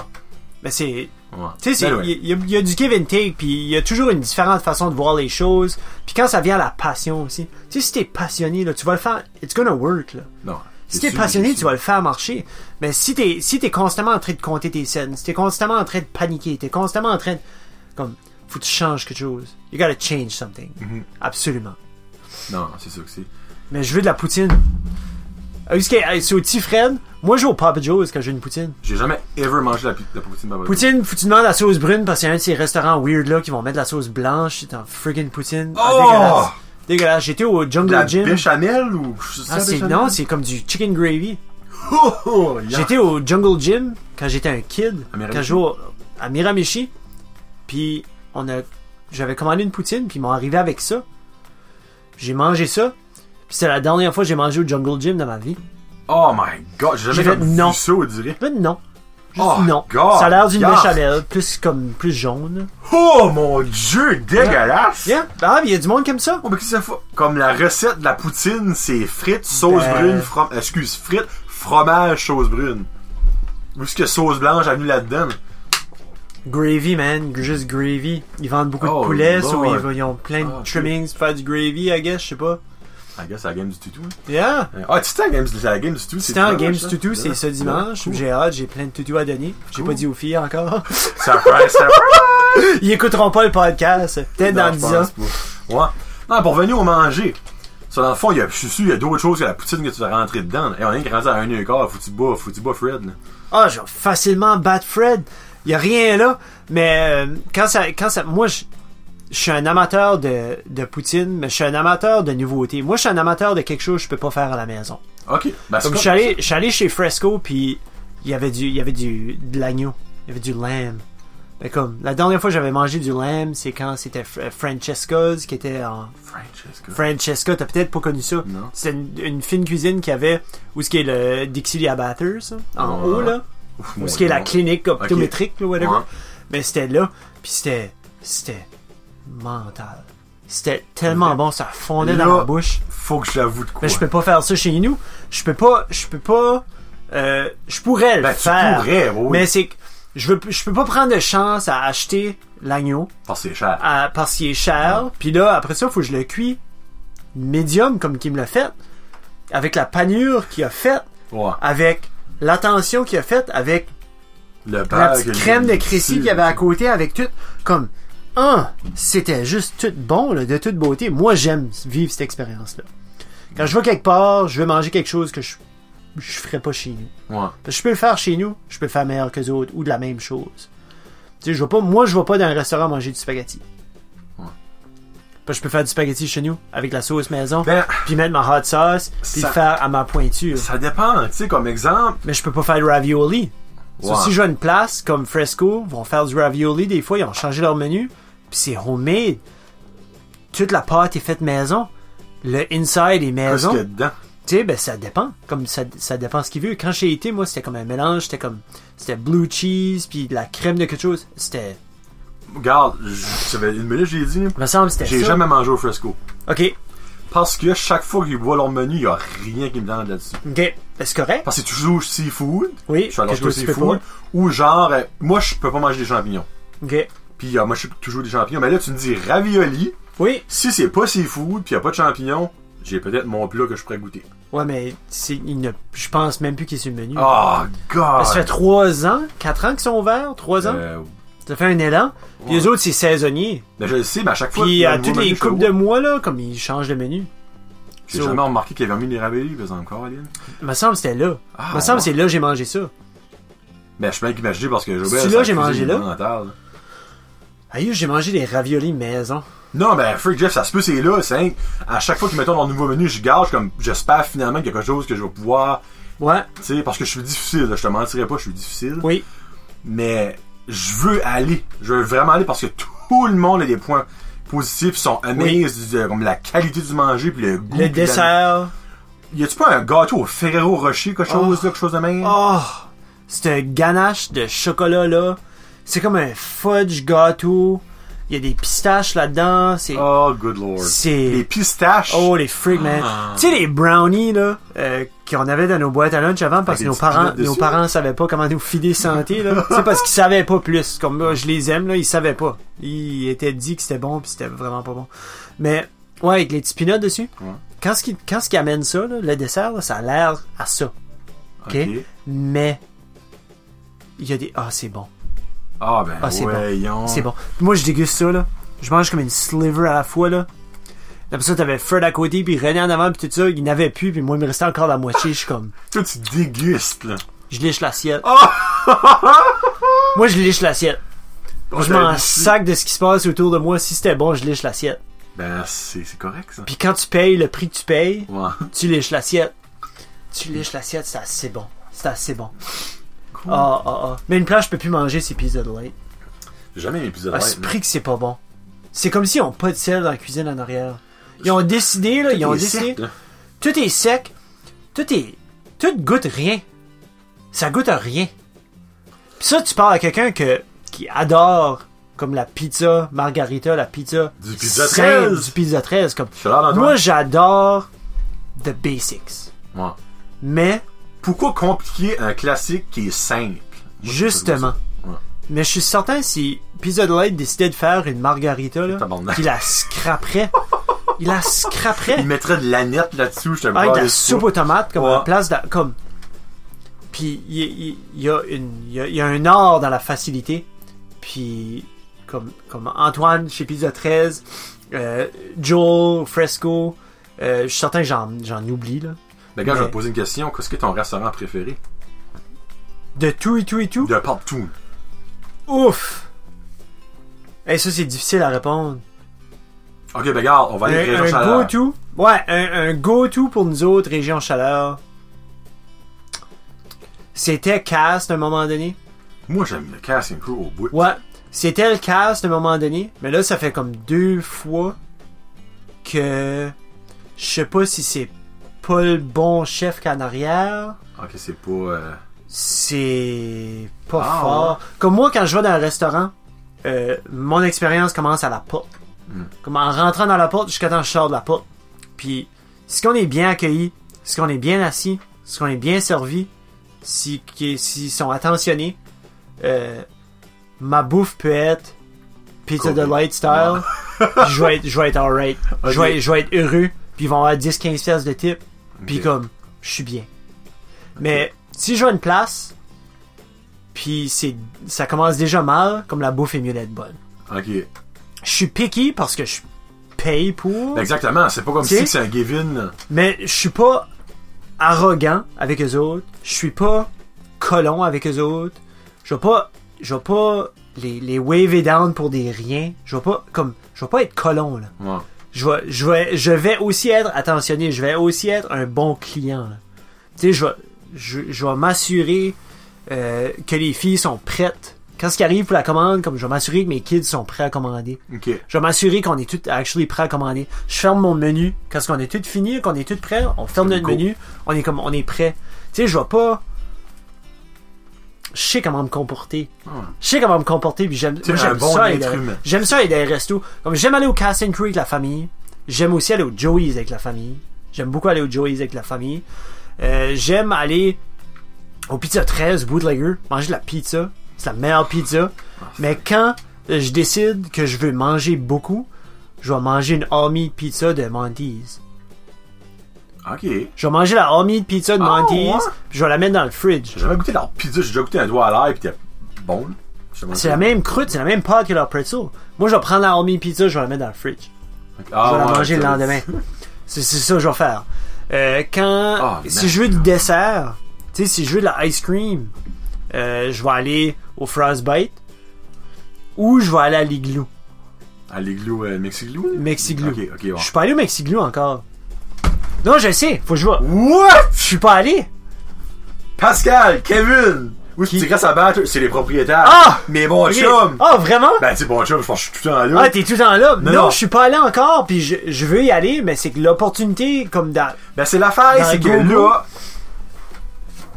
Ben c'est...
Ouais.
Tu sais, c'est-
Ben ouais.
il y, a- il y a du give and take, puis il y a toujours une différente façon de voir les choses. Puis quand ça vient à la passion aussi, tu sais, si t'es passionné, là, tu vas le faire, it's gonna work, là.
Non.
Si t'es passionné, tu vas le faire marcher. Mais si t'es si t'es constamment en train de compter tes scènes, si t'es constamment en train de paniquer, t'es constamment en train de comme faut que tu changes quelque chose. You gotta change something. Absolument.
Non, c'est sûr que c'est.
Mais je veux de la poutine. Euh, est-ce que- euh, C'est au petit Fred. Moi, je joue au Papa Joe's quand j'ai une poutine.
J'ai jamais ever mangé la, pi- la poutine baba.
Poutine, faut que tu demandes la sauce brune parce qu'il y a un de ces restaurants weird là qui vont mettre la sauce blanche. C'est un friggin' poutine. Ah,
Oh!
dégueulasse. Dégueulasse. J'étais au Jungle
De la
Gym.
béchamel ou
Ah, c'est- non, c'est comme du chicken gravy.
Oh, oh, yeah.
J'étais au Jungle Gym quand j'étais un kid,
À Miramichi.
quand je jouais au- à Miramichi. Puis on a, j'avais commandé une poutine, puis ils m'ont arrivé avec ça. J'ai mangé ça. Puis c'est la dernière fois que j'ai mangé au Jungle Gym de ma vie.
Oh my god, j'ai
J'ai
jamais
fait
comme vu
non.
ça, on dirait.
Mais Ben, non, Juste-
Oh,
non.
God,
ça a l'air d'une
God.
béchamel, plus comme plus jaune.
Oh mon dieu, dégueulasse!
Yeah. Ah, il y a du monde comme ça.
Oh, mais qu'est-ce que ça fait? Comme la recette de la poutine, c'est frites, sauce
Ben-
brune, from... excuse, frites, fromage, sauce brune. Où est-ce que sauce blanche a venu là-dedans?
Gravy, man, juste gravy. Ils vendent beaucoup
Oh,
de poulet, so
Lord.
ils, ils ont plein de
Ah, ok.
trimmings pour faire du gravy, I guess, je sais pas.
I guess c'est la game du tutu. hein.
Yeah.
Ah, tu t'es à la game, c'est la game du tutu. c'est
C'était en
dimanche,
Games
ça?
Tutu, c'est ce
Ouais,
dimanche.
cool. *laughs*
J'ai hâte, j'ai plein de tutus à donner. J'ai
Cool.
pas dit aux filles encore. *laughs*
Surprise, surprise!
Ils écouteront pas le podcast. Peut-être dans
je
10 ans.
pense pas. Ouais. Non, pour venir au manger. Ça, dans le fond, il y a, je suis sûr, il y a d'autres choses que la poutine que tu vas rentrer dedans. Et on est grandi à un et un quart, faut-tu bas, faut-tu bas Fred, là.
Ah, je vais facilement battre Fred. Y a rien là. Mais euh, quand ça, quand ça, moi, je, je suis un amateur de, de poutine, mais je suis un amateur de nouveautés. Moi, je suis un amateur de quelque chose que je peux pas faire à la maison.
Ok. Ben, c'est
Comme je suis allé, je suis allé chez Fresco, puis il y avait du, il y avait du, de l'agneau, il y avait du lamb. Ben comme la dernière fois que j'avais mangé du lamb, c'est quand c'était Fr- euh, Francesca's qui était en
Francesca.
Francesca. T'as peut-être pas connu ça.
Non.
C'était une, une fine cuisine qui avait où ce qui est le Dixie Batters en
Ah, Ouais.
haut là. Ou ce qui est la clinique optométrique, là, whatever.
Ouais.
Mais c'était là, puis c'était. C'était. mental. C'était tellement bon, ça fondait dans
Là-
la bouche.
Faut que je l'avoue de quoi.
Mais je peux pas faire ça chez nous. Je peux pas. Je peux pas. euh, je pourrais le
Ben, tu
faire.
pourrais, oui.
Mais c'est que. Je, veux, je peux pas prendre de chance à acheter l'agneau
Parce que c'est cher.
à- parce qu'il est
Ah.
cher. Puis là, après ça, faut que je le cuis médium comme qu'il me l'a fait. Avec la panure qu'il a faite.
Ouais.
Avec l'attention qu'il a faite. Avec
Le
la
bag,
petite crème
le-
de Crécy qu'il y avait à côté avec tout, comme, un, c'était juste tout bon, là, de toute beauté. Moi, j'aime vivre cette expérience-là. Quand je vais quelque part, je vais manger quelque chose que je je ferais pas chez nous.
Ouais.
Parce que je peux le faire chez nous, je peux le faire meilleur que les autres, ou de la même chose. Tu sais, je vais pas, moi, je vais pas dans un restaurant manger du spaghetti.
Ouais.
Parce que je peux faire du spaghetti chez nous, avec la sauce maison,
Ben,
puis mettre ma hot sauce, puis
Ça-
le faire à ma pointure.
ça dépend, tu sais, comme exemple.
Mais je peux pas faire de ravioli. Ça,
Ouais.
si je vais à une place comme Fresco, vont faire du ravioli des fois, ils ont changé leur menu, puis c'est homemade. Toute la pâte est faite maison. Le inside est
Qu'est-ce
maison.
qu'il y a dedans?
Tu sais, ben ça dépend. Comme ça, ça dépend ce qu'il veut. Quand j'ai été, moi, c'était comme un mélange. C'était comme c'était blue cheese puis de la crème de quelque chose. C'était,
Regarde, je- ça fait une minute, j'ai dit. là.
il me semble, c'était
J'ai
ça.
jamais mangé au fresco.
Ok,
Parce que chaque fois que je vois leur menu, il y a rien qui me donne là-dessus.
ok, Ben, c'est correct.
Parce que c'est toujours seafood.
Oui,
Je suis allé
que
acheter au
toi, tu peux
seafood. Ou genre, euh, moi, je peux pas manger des champignons.
Ok,
Puis euh, moi, je suis toujours des champignons. Mais là, tu me dis ravioli.
oui.
Si c'est pas seafood, puis il y a pas de champignons, j'ai peut-être mon plat que je pourrais goûter.
Ouais, mais c'est, il ne- je pense même plus qu'il est sur le menu.
Oh,
Ben,
God!
Mm. ça fait trois ans, quatre ans qu'ils sont ouverts, trois ans.
Euh,
Ça fait un élan. Puis les autres, c'est saisonnier.
ben, je le sais, mais à chaque fois... il
Puis
y a un
à
nouveau
toutes
menu,
les
je fais,
coupes
oh,
de mois, là, comme ils changent de menu.
J'ai
So-
jamais remarqué qu'il y avait mis des raviolis, mais encore, Aline.
Il me semble que c'était là.
Ah,
Il me semble que
ouais.
c'est là que j'ai mangé ça.
Ben, je peux même imaginer parce que Jobel...
Celui-là,
ça
j'ai
accuse
mangé
les
là.
alimentaires, là.
Aïe, j'ai mangé des raviolis maison.
Non, ben, Freak Jeff, ça se peut, c'est là, c'est simple. À chaque fois qu'ils mettent leur nouveau menu, je gage comme... J'espère finalement qu'il y a quelque chose que je vais pouvoir...
Ouais,
Tu sais, parce que je suis difficile, là, je te mentirais pas, je suis difficile.
oui.
mais je veux aller. Je veux vraiment aller parce que tout le monde a des points positifs, ils sont amazed du- de, comme la qualité du manger puis le goût.
Le
puis la-
dessert.
Y a-tu pas un gâteau au Ferrero Rocher, quelque chose, là, quelque chose de même?
Oh! C'est un ganache de chocolat, là. C'est comme un fudge gâteau. Il y a des pistaches là-dedans. C'est.
Oh, good lord.
C'est-
Les pistaches.
Oh, les freaks, man.
Ah.
Tu sais, les brownies, là, euh, qu'on avait dans nos boîtes à lunch avant parce
Ah,
que nos
des petites
parents,
gouttes
nos
dessus.
parents savaient pas comment nous filer
*laughs*
santé, là. C'est parce qu'ils savaient pas plus. Comme moi, je les aime, là, ils savaient pas. Ils étaient dit que c'était bon puis c'était vraiment pas bon. Mais, ouais, avec les petits peanuts dessus.
Ouais.
Quand ce qui, quand ce qui amène ça, là, le dessert, là, ça a l'air à ça.
OK.
ok. Mais, il y a des, ah, c'est bon.
Ah, ben,
Ah, c'est bon.
voyons.
C'est bon. Moi, je déguste ça, là. Je mange comme une sliver à la fois, là. Après ça, t'avais Fred à côté, puis René en avant, puis tout ça. Il n'avait plus, puis moi, il me restait encore la moitié. Je suis comme...
Toi, tu dégustes, là.
Je liche l'assiette. moi, je liche l'assiette.
Oh,
Je
ben,
m'en sac de ce qui se passe autour de moi. Si c'était bon, je liche l'assiette.
Ben, c'est c'est correct, ça.
Puis quand tu payes le prix que tu payes,
Ouais.
tu liches l'assiette. Tu liches l'assiette, c'est assez bon. C'est assez bon.
Cool.
Ah, ah, ah. Mais une place, je peux plus manger ces pizzas de lait.
J'ai Jamais un épisode
À ce prix que c'est pas bon. C'est comme s'ils ont pas de sel dans la cuisine en arrière. Ils ont décidé, là, ils ont décidé. tout est sec, tout est. Tout goûte rien. Ça goûte à rien. Puis ça, tu parles à quelqu'un que, qui adore comme la pizza margarita, la pizza.
Du pizza
saine,
13.
Du pizza 13. Comme,
Je suis là dans
moi, j'adore The Basics.
toi.
Mais,
Pourquoi compliquer un classique qui est simple? Moi,
justement.
Ouais.
Mais je suis certain si Pizza Delight décidait de faire une margarita, là,
Tabarnak.
qu'il la scraperait. il la scraperait.
Il mettrait de la nette là-dessus, je te
Avec de la
brise
soupe
pas.
aux tomates, comme
Ah, Ouais.
en place de, comme. Puis il y, il y a une, il y a- il y a un art dans la facilité. Puis comme comme Antoine chez Pizza 13, euh, Joel Fresco, euh, je suis certain que j'en j'en oublie là.
Les Ben, gars, je vais
Mais-
te poser une question. Qu'est-ce que ton restaurant préféré?
De tout et tout et tout.
De partout.
Ouf. Et ça c'est difficile à répondre.
Ok, ben regarde, on va
Un,
aller
un
région chaleur.
go-to. Ouais, un, un go-to pour nous autres région chaleur. C'était casse à un moment donné.
Moi, j'aime le casting crew au bout.
Ouais, c'était le cast à un moment donné, mais là, ça fait comme deux fois que je sais pas si c'est pas le bon chef qu'en arrière.
Ok, c'est pas. euh,
C'est pas
Ah,
fort. Comme moi, quand je vais dans un restaurant, euh, mon expérience commence à la porte.
Hmm.
Comme en rentrant dans la porte jusqu'à temps que je sors de la porte. Puis, si qu'on est bien accueilli, si qu'on est bien assis, si qu'on est bien servi, si qui- s'ils sont attentionnés, euh, ma bouffe peut être pizza
Correct.
de light style. je vais être, je vais être alright.
Ah. *laughs*
Je,
Ok.
vais, je vais être heureux. Puis ils vont avoir 10-15 pièces de type. Puis
Ok.
comme, je suis bien. Mais si je vais à une place, puis c'est, ça commence déjà mal, comme la bouffe est mieux d'être bonne.
Ok. Ben,
Je suis picky parce que je paye pour,
Exactement, c'est pas comme
Tu sais-
si c'est un given.
mais je suis pas arrogant avec les autres. Je suis pas colon avec les autres. Je vais pas, je vais pas les, les waver down pour des riens. Je vais pas comme, je vais pas être colon là.
Ouais.
je vais, je vais, je vais aussi être attentionné, je vais aussi être un bon client. là. Tu sais, je vais, je, je vais m'assurer euh, que les filles sont prêtes. Quand ce qui arrive pour la commande, comme je vais m'assurer que mes kids sont prêts à commander.
Ok.
Je vais m'assurer qu'on est tous actually prêts à commander. Je ferme mon menu. Quand ce qu'on est tous finis, qu'on est tous prêts, on ferme notre
Go.
menu. On est comme, on est prêt. Tu sais, je vais pas. Je sais comment me comporter.
Ah,
Je sais comment me comporter, puis j'aime,
T'es
moi,
un
j'aime
bon
ça.
être
aller dans-
humain.
J'aime ça aller dans les restos. Comme j'aime aller au Castle Creek avec la famille. J'aime aussi aller au Joey's avec la famille. J'aime beaucoup aller au Joey's avec la famille. Euh, j'aime aller au Pizza 13 Bootlegger, manger de la pizza. C'est la meilleure pizza. Mais quand euh, je décide que je veux manger beaucoup, je vais manger une Army pizza de Monty's.
Ok. J'ai
Je vais manger la Army pizza de
Ah,
Monty's,
ouais?
puis je vais la mettre dans le fridge.
jamais goûté leur pizza, j'ai déjà goûté un doigt à l'air pis t'es bon. là. Je sais pas
C'est
si-
la même croûte, c'est la même pâte que leur pretzel. Moi, je vais prendre la Army pizza, je vais la mettre dans le fridge.
Ah,
je vais la
ouais,
manger le
ça-
lendemain. *laughs* C'est c'est ça que je vais faire. Euh, quand
Ah,
si
man.
je veux du dessert, tu sais, si je veux de la ice cream, euh, je vais aller au Frostbite ou je vais aller à l'Igloo,
À l'igloo, euh, Mexigloo?
Mexigloo.
Ok, ok, ouais.
Je suis pas allé au Mexigloo encore. Non, je sais, faut que je vois.
What?
Je suis pas allé.
Pascal, Kevin! Oui, tu dirais ça battre, c'est les propriétaires.
Ah!
Mais bon
Ok.
chum!
Ah, vraiment?
Ben, tu sais, bon chum, je pense que je suis tout le temps là.
Ah, t'es tout le temps là. Non,
non.
je suis pas allé encore, puis je, je veux y aller, mais c'est que l'opportunité, comme dans...
Ben, c'est l'affaire,
Dans
c'est
le
que
go-go.
là.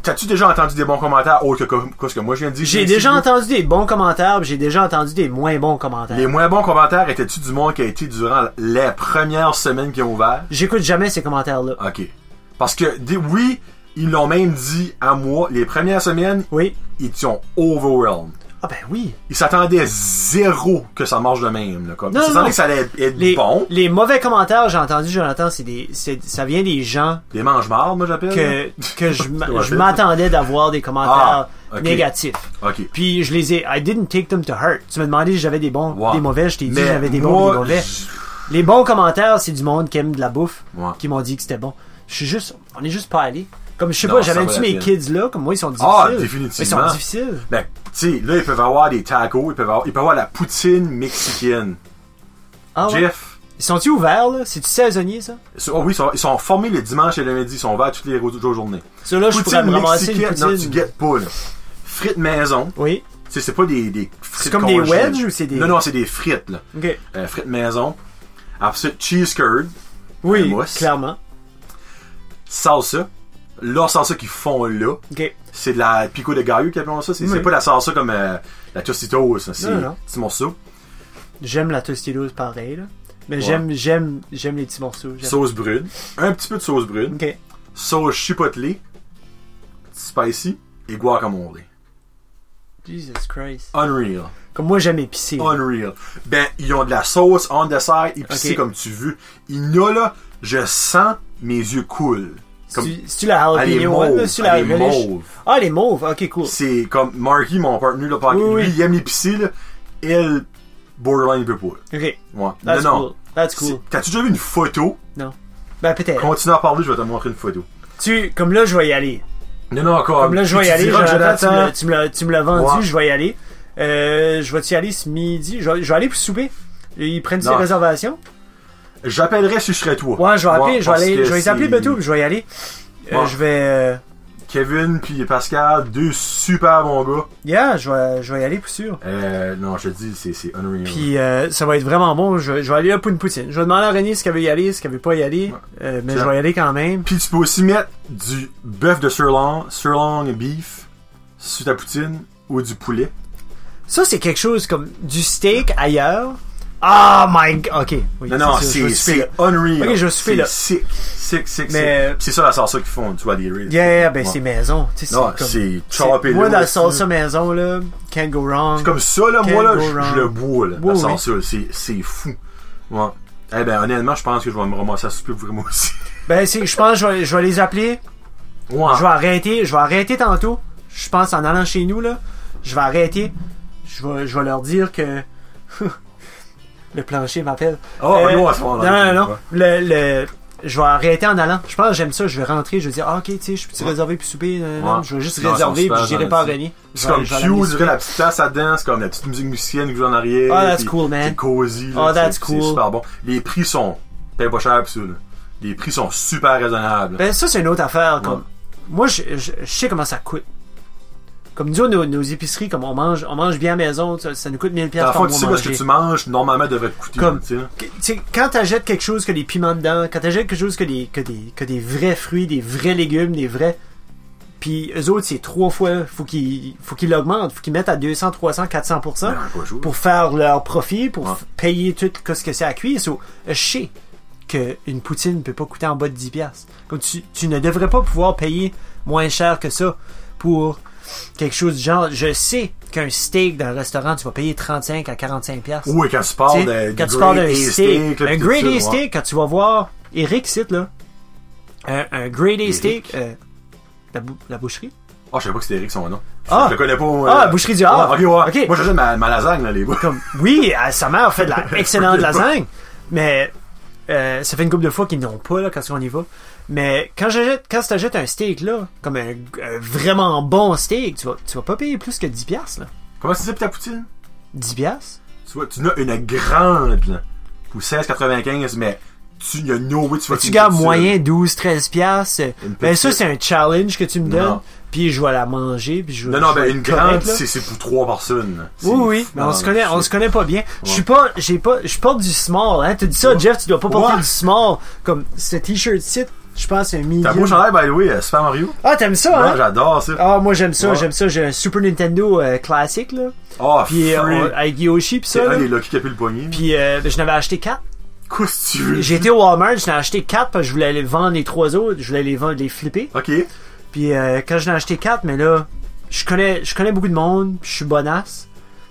T'as-tu déjà entendu des bons commentaires autres que, que- que ce que moi je viens de dire?
J'ai
ici,
déjà
là?
entendu des bons commentaires, puis j'ai déjà entendu des moins bons commentaires.
Les moins bons commentaires étaient-tu du monde qui a été durant les premières semaines qui ont ouvert?
J'écoute jamais ces commentaires-là.
Ok. Parce que, des- oui, ils l'ont même dit à moi, les premières semaines,
Oui.
ils sont overwhelmed.
Ah ben oui.
Ils s'attendaient zéro que ça marche de même. Là, comme.
Non,
ils
non,
s'attendaient
non.
que ça allait être
Les,
bon.
les mauvais commentaires, j'ai entendu, Jonathan, c'est des, c'est- ça vient des gens
Des mange-mardes, moi j'appelle. là.
que, que je,
*laughs*
m'a-
Ouais,
je
c'est-
m'attendais d'avoir des commentaires
Ah, ok.
négatifs.
Ok.
Puis je les ai, I didn't take them to heart. Tu m'as demandé si j'avais des bons,
Wow.
des mauvais, je t'ai dit
Mais
j'avais des bons,
moi,
des mauvais.
j-
Les bons commentaires, c'est du monde qui aime de la bouffe,
Ouais.
qui m'ont dit que c'était bon. Je suis juste, on est juste pas allé. Comme je sais
Non,
pas,
ça
j'avais
vaut la
mes
peine.
kids là, comme moi ils sont difficiles.
Ah,
Ils sont
définitivement.
difficiles.
Ben, tu sais, là, ils peuvent avoir des tacos, ils peuvent avoir, ils peuvent avoir la poutine mexicaine.
Ah, ouais.
Jeff,
Ils sont-ils ouverts là C'est-tu saisonnier ça
so- oh oui, ils sont, ils sont formés le dimanche et le lundi, ils sont ouverts toutes les jours de journée.
Ceux là, je pourrais
Poutine
me ramasser une
mexicaine, non, tu
poutine.
guettes pas, là. Frites maison,
Oui.
tu sais, c'est pas des, des frites
comme des
congelées.
wedges ou c'est des-
Non, non, c'est des frites, là.
Ok.
Euh, frites maison. Ensuite, cheese curd,
Oui,
mousse.
clairement.
salsa, Leur salsa qu'ils font là,
Ok.
c'est de la pico de gallo qu'ils appellent ça. C'est c'est
Oui.
pas la salsa comme euh, la Tostitos, ça, c'est
Non,
un
non.
petit morceau.
J'aime la Tostitos pareil, là. Mais j'aime, j'aime, j'aime les petits morceaux. j'aime.
Sauce brune, un petit peu de sauce brune,
Ok.
sauce chipotle, spicy et guacamole.
Jesus Christ.
Unreal.
Comme moi, j'aime épicé.
Unreal. Ben, ils ont de la sauce on dessert, épicée
Ok.
comme tu veux. Il y en a là, je sens mes yeux coulent. Comme, Ah,
C'est- C'est-tu la
elle est
jalapeno?
mauve.
ouais, là, c'est la
elle est
relish-
mauve.
Ah, les mauves. Ok, cool.
C'est comme Marky, mon partenaire, là, par-
Oui,
lui,
oui.
il aime l'épicé, là. Elle, borderline, il peut pas.
Ok.
là. Ouais.
That's
non, non.
Ah, cool. That's
C'est-
cool.
T'as-tu déjà vu une photo?
Ben, peut-être.
Continue à parler, je vais te montrer une photo.
Tu, comme là, je vais y aller.
Non, non, encore.
Comme là, je vais y
Tu
aller.
diras,
Jonathan,
Jonathan,
tu me l'as- tu me l'as vendu,
Ouais.
je vais y aller. Euh, je vais-tu y aller ce midi? Je vais, je vais aller pour souper. Ils prennent des
Non.
réservations?
j'appellerais si je serais toi.
Ouais, je vais appeler, je vais
parce
aller,
que
je vais les appeler
c'est
bientôt, puis je vais y aller. Euh,
Ouais.
Je vais, euh,
Kevin puis Pascal, deux super bons gars.
yeah, je vais, je vais y aller pour sûr.
Euh, non, je te dis, c'est c'est unreal.
Puis euh, ça va être vraiment bon. Je, je vais aller là pour une poutine. Je vais demander à René ce qu'elle veut y aller, ce qu'elle veut pas y aller. Euh, mais
Ça.
je vais y aller quand même.
Puis tu peux aussi mettre du bœuf de sirloin, sirloin et beef sur ta poutine ou du poulet.
Ça, c'est quelque chose comme du steak ailleurs. Ah my god. Ok. Oui,
Non, non,
sûr, je vais
c'est
souper là.
c'est unreal.
Ok, je vais souper
C'est
là.
Sick, sick, sick,
Mais-
sick. C'est ça la salsa qu'ils font, tu vois, des raids.
Yeah, ben
Ouais.
c'est maison. Tu sais,
Non,
c'est comme.
c'est chop
c'est-
et
Moi,
l'eau,
la
c'est-
salsa maison, là, can't go wrong.
C'est comme ça, là, moi, là,
Can't go
je-
wrong.
je le bois, là,
Oui,
la
oui.
salsa. c'est- C'est fou. Ouais. Eh ben, honnêtement, je pense que je vais me ramasser à souper pour moi aussi.
Ben, c'est, je pense, que je vais, je vais les appeler.
Ouais.
Je vais arrêter, je vais arrêter tantôt. Je pense en allant chez nous là, je vais arrêter. Je vais, je vais leur dire que *laughs* le plancher m'appelle.
Oh,
Euh,
non, à ce moment-là.
non, non,
Ouais.
non. Le, le- je vais arrêter en allant. Je pense que j'aime ça. Je vais rentrer. Je vais dire, ah, ok, tu sais, je peux-tu réserver puis souper? Non, non,
Ouais.
je vais juste
Non,
réserver
ils sont
puis
super
j'irai pas à
gentils.
René. Je
C'est
vais-
comme
je vais aller
Q,
souper.
dirait la petite tasse à dedans, c'est comme la petite musique musicienne que vous en arrière.
Ah, that's
puis
cool, man.
C'est cosy, là,
Ah, that's
c'est-
cool.
C'est super bon. Les prix sont, paye pas cher pis ça, là. Les prix sont super raisonnables.
Ben, ça, c'est une autre affaire. Comme,
Ouais.
Moi, je, je- je sais comment ça coûte. Comme nous, nos, nos épiceries, comme on mange, on mange bien à la maison, ça, ça nous coûte 1000$
Dans le
par
fond,
mois.
tu sais pas ce que
manger.
tu manges, normalement, devrait te coûter,
Comme-
tu sais, là.
Que- tu sais, quand t'achètes quelque chose que des piments dedans, quand t'achètes quelque chose que des, que des, que des vrais fruits, des vrais légumes, des vrais. Puis eux autres, c'est trois fois. Faut qu'ils, faut qu'ils l'augmentent. Faut qu'ils mettent à 200, 300, 400
Ben, pas jour.
pour faire leur profit, pour
Ouais.
f- payer tout que ce que c'est à cuire. So, je sais qu'une poutine ne peut pas coûter en bas de 10$. piastres. Comme tu, tu ne devrais pas pouvoir payer moins cher que ça pour quelque chose du genre. Je sais qu'un steak d'un restaurant, tu vas payer 35 à 45$. piastres.
Oui, quand tu
Tu
parles
sais,
de,
quand
du
tu parles d'un
grade A
steak,
là,
un
pis
grade
tout ça,
A
ouais.
steak, quand tu vas voir Eric cite là, un, un grade A steak, euh, la, bou- la boucherie.
Ah, je savais pas que c'était Eric son nom. Je-
Ah.
Je le connais pas, moi.
Ah,
là.
boucherie du Havre.
Ouais, ok, ouais.
Ok.
Moi, j'achète ma, ma lasagne, là, les gars.
Comme, oui, euh, sa mère fait
*laughs*
de la excellente lasagne, mais euh, ça fait une couple de fois qu'ils n'ont pas là quand on y va. Mais quand j'achète, quand t'achètes un steak là, comme un, un vraiment bon steak, tu vas, tu vas pas payer plus que 10 piastres, là.
Comment c'est ça, pis ta poutine?
10 piastres?
Tu vois, tu n'as une grande, là. Pour 16,95, mais tu, y a no way, tu vas
Tu
finir
gardes
ça,
moyen 12, 13 piastres.
Une
Ben ça
petite-
c'est un challenge que tu me donnes.
Non.
Puis je vais la manger, puis je vais-
Non, non,
je vais
ben une
être correct,
grande,
là.
c'est c'est pour trois personnes. C'est-
Oui, oui, mais on
non,
se connaît, on
c'est-
se connaît pas bien. Je suis pas, j'ai pas, je porte du small, hein. T'as dit ça,
Ouais.
Jeff, tu dois pas porter
Ouais.
du small. Comme, ce t-shirt site, je pense, c'est un
T'as
medium.
beau chandail, by the way, euh, Super Mario.
Ah, t'aimes ça,
Non,
hein?
j'adore ça.
Ah, moi, j'aime ça,
Ouais.
j'aime ça. J'ai un Super Nintendo euh, classique, là.
Ah,
Puis, euh,
freak.
on- avec Yoshi, pis
C'est
ça, là.
un des Lucky qui a pu le poignet.
Puis, euh, ben, je n'avais acheté quatre.
qu'est-ce que tu veux?
J'ai été au Walmart, j'en ai acheté quatre parce que je voulais les vendre les trois autres. Je voulais les vendre, les flipper.
Ok.
Puis, euh, quand j'en ai acheté quatre, mais là, je connais, je connais beaucoup de monde, puis je suis bonasse.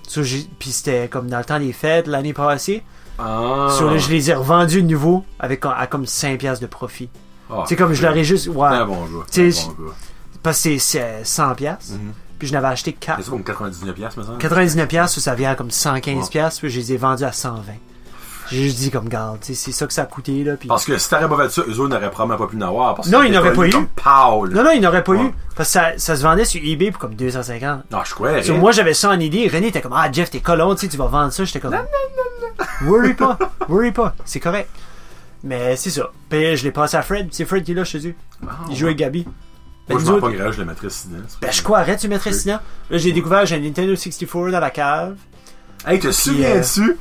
So, j'ai- Puis c'était comme dans le temps des fêtes, l'année passée.
Ah.
So, là, je les ai revendus de nouveau avec, à comme 5 piastres de profit.
Ah,
C'est comme je leur ai juste. Ouais.
C'est un bon gars.
Tu sais,
C'est un bon gars.
Parce que c'est- c'est 100 piastres.
Mhm.
Puis je n'avais acheté
C'est
4.
ça pour 99 piastres, me semble.
99 piastres, ça vient à comme 115
Ouais.
piastres. Puis je les ai vendus à 120. J'ai juste dit comme garde, tu sais, c'est ça que ça a coûté là. Puis...
Parce que si t'aurais pas fait ça, eux autres n'auraient probablement pas pu l'avoir. parce que
Non, ils
t'étais
n'auraient pas eu.
Comme Paul.
Non, non, il n'aurait pas
Ouais.
eu. Parce que ça, ça se vendait sur eBay pour comme 250.
Non, Ah, je crois.
So, moi j'avais ça en idée. René était comme Ah Jeff, t'es colon, tu sais, tu vas vendre ça. J'étais comme Worry pas, worry pas, c'est correct. Mais c'est ça. Puis je l'ai passé à Fred. C'est Fred qui est là chez eux. Il joue avec Gabi. Ben,
Oh, Moi, je
nous
m'en
autres-
pas grave, je le mettrais ici. dedans.
Ben, je croirais, tu mettrais
Oui.
Sina. Là, j'ai découvert, j'ai un Nintendo 64 dans la cave.
Hey, te souviens-tu?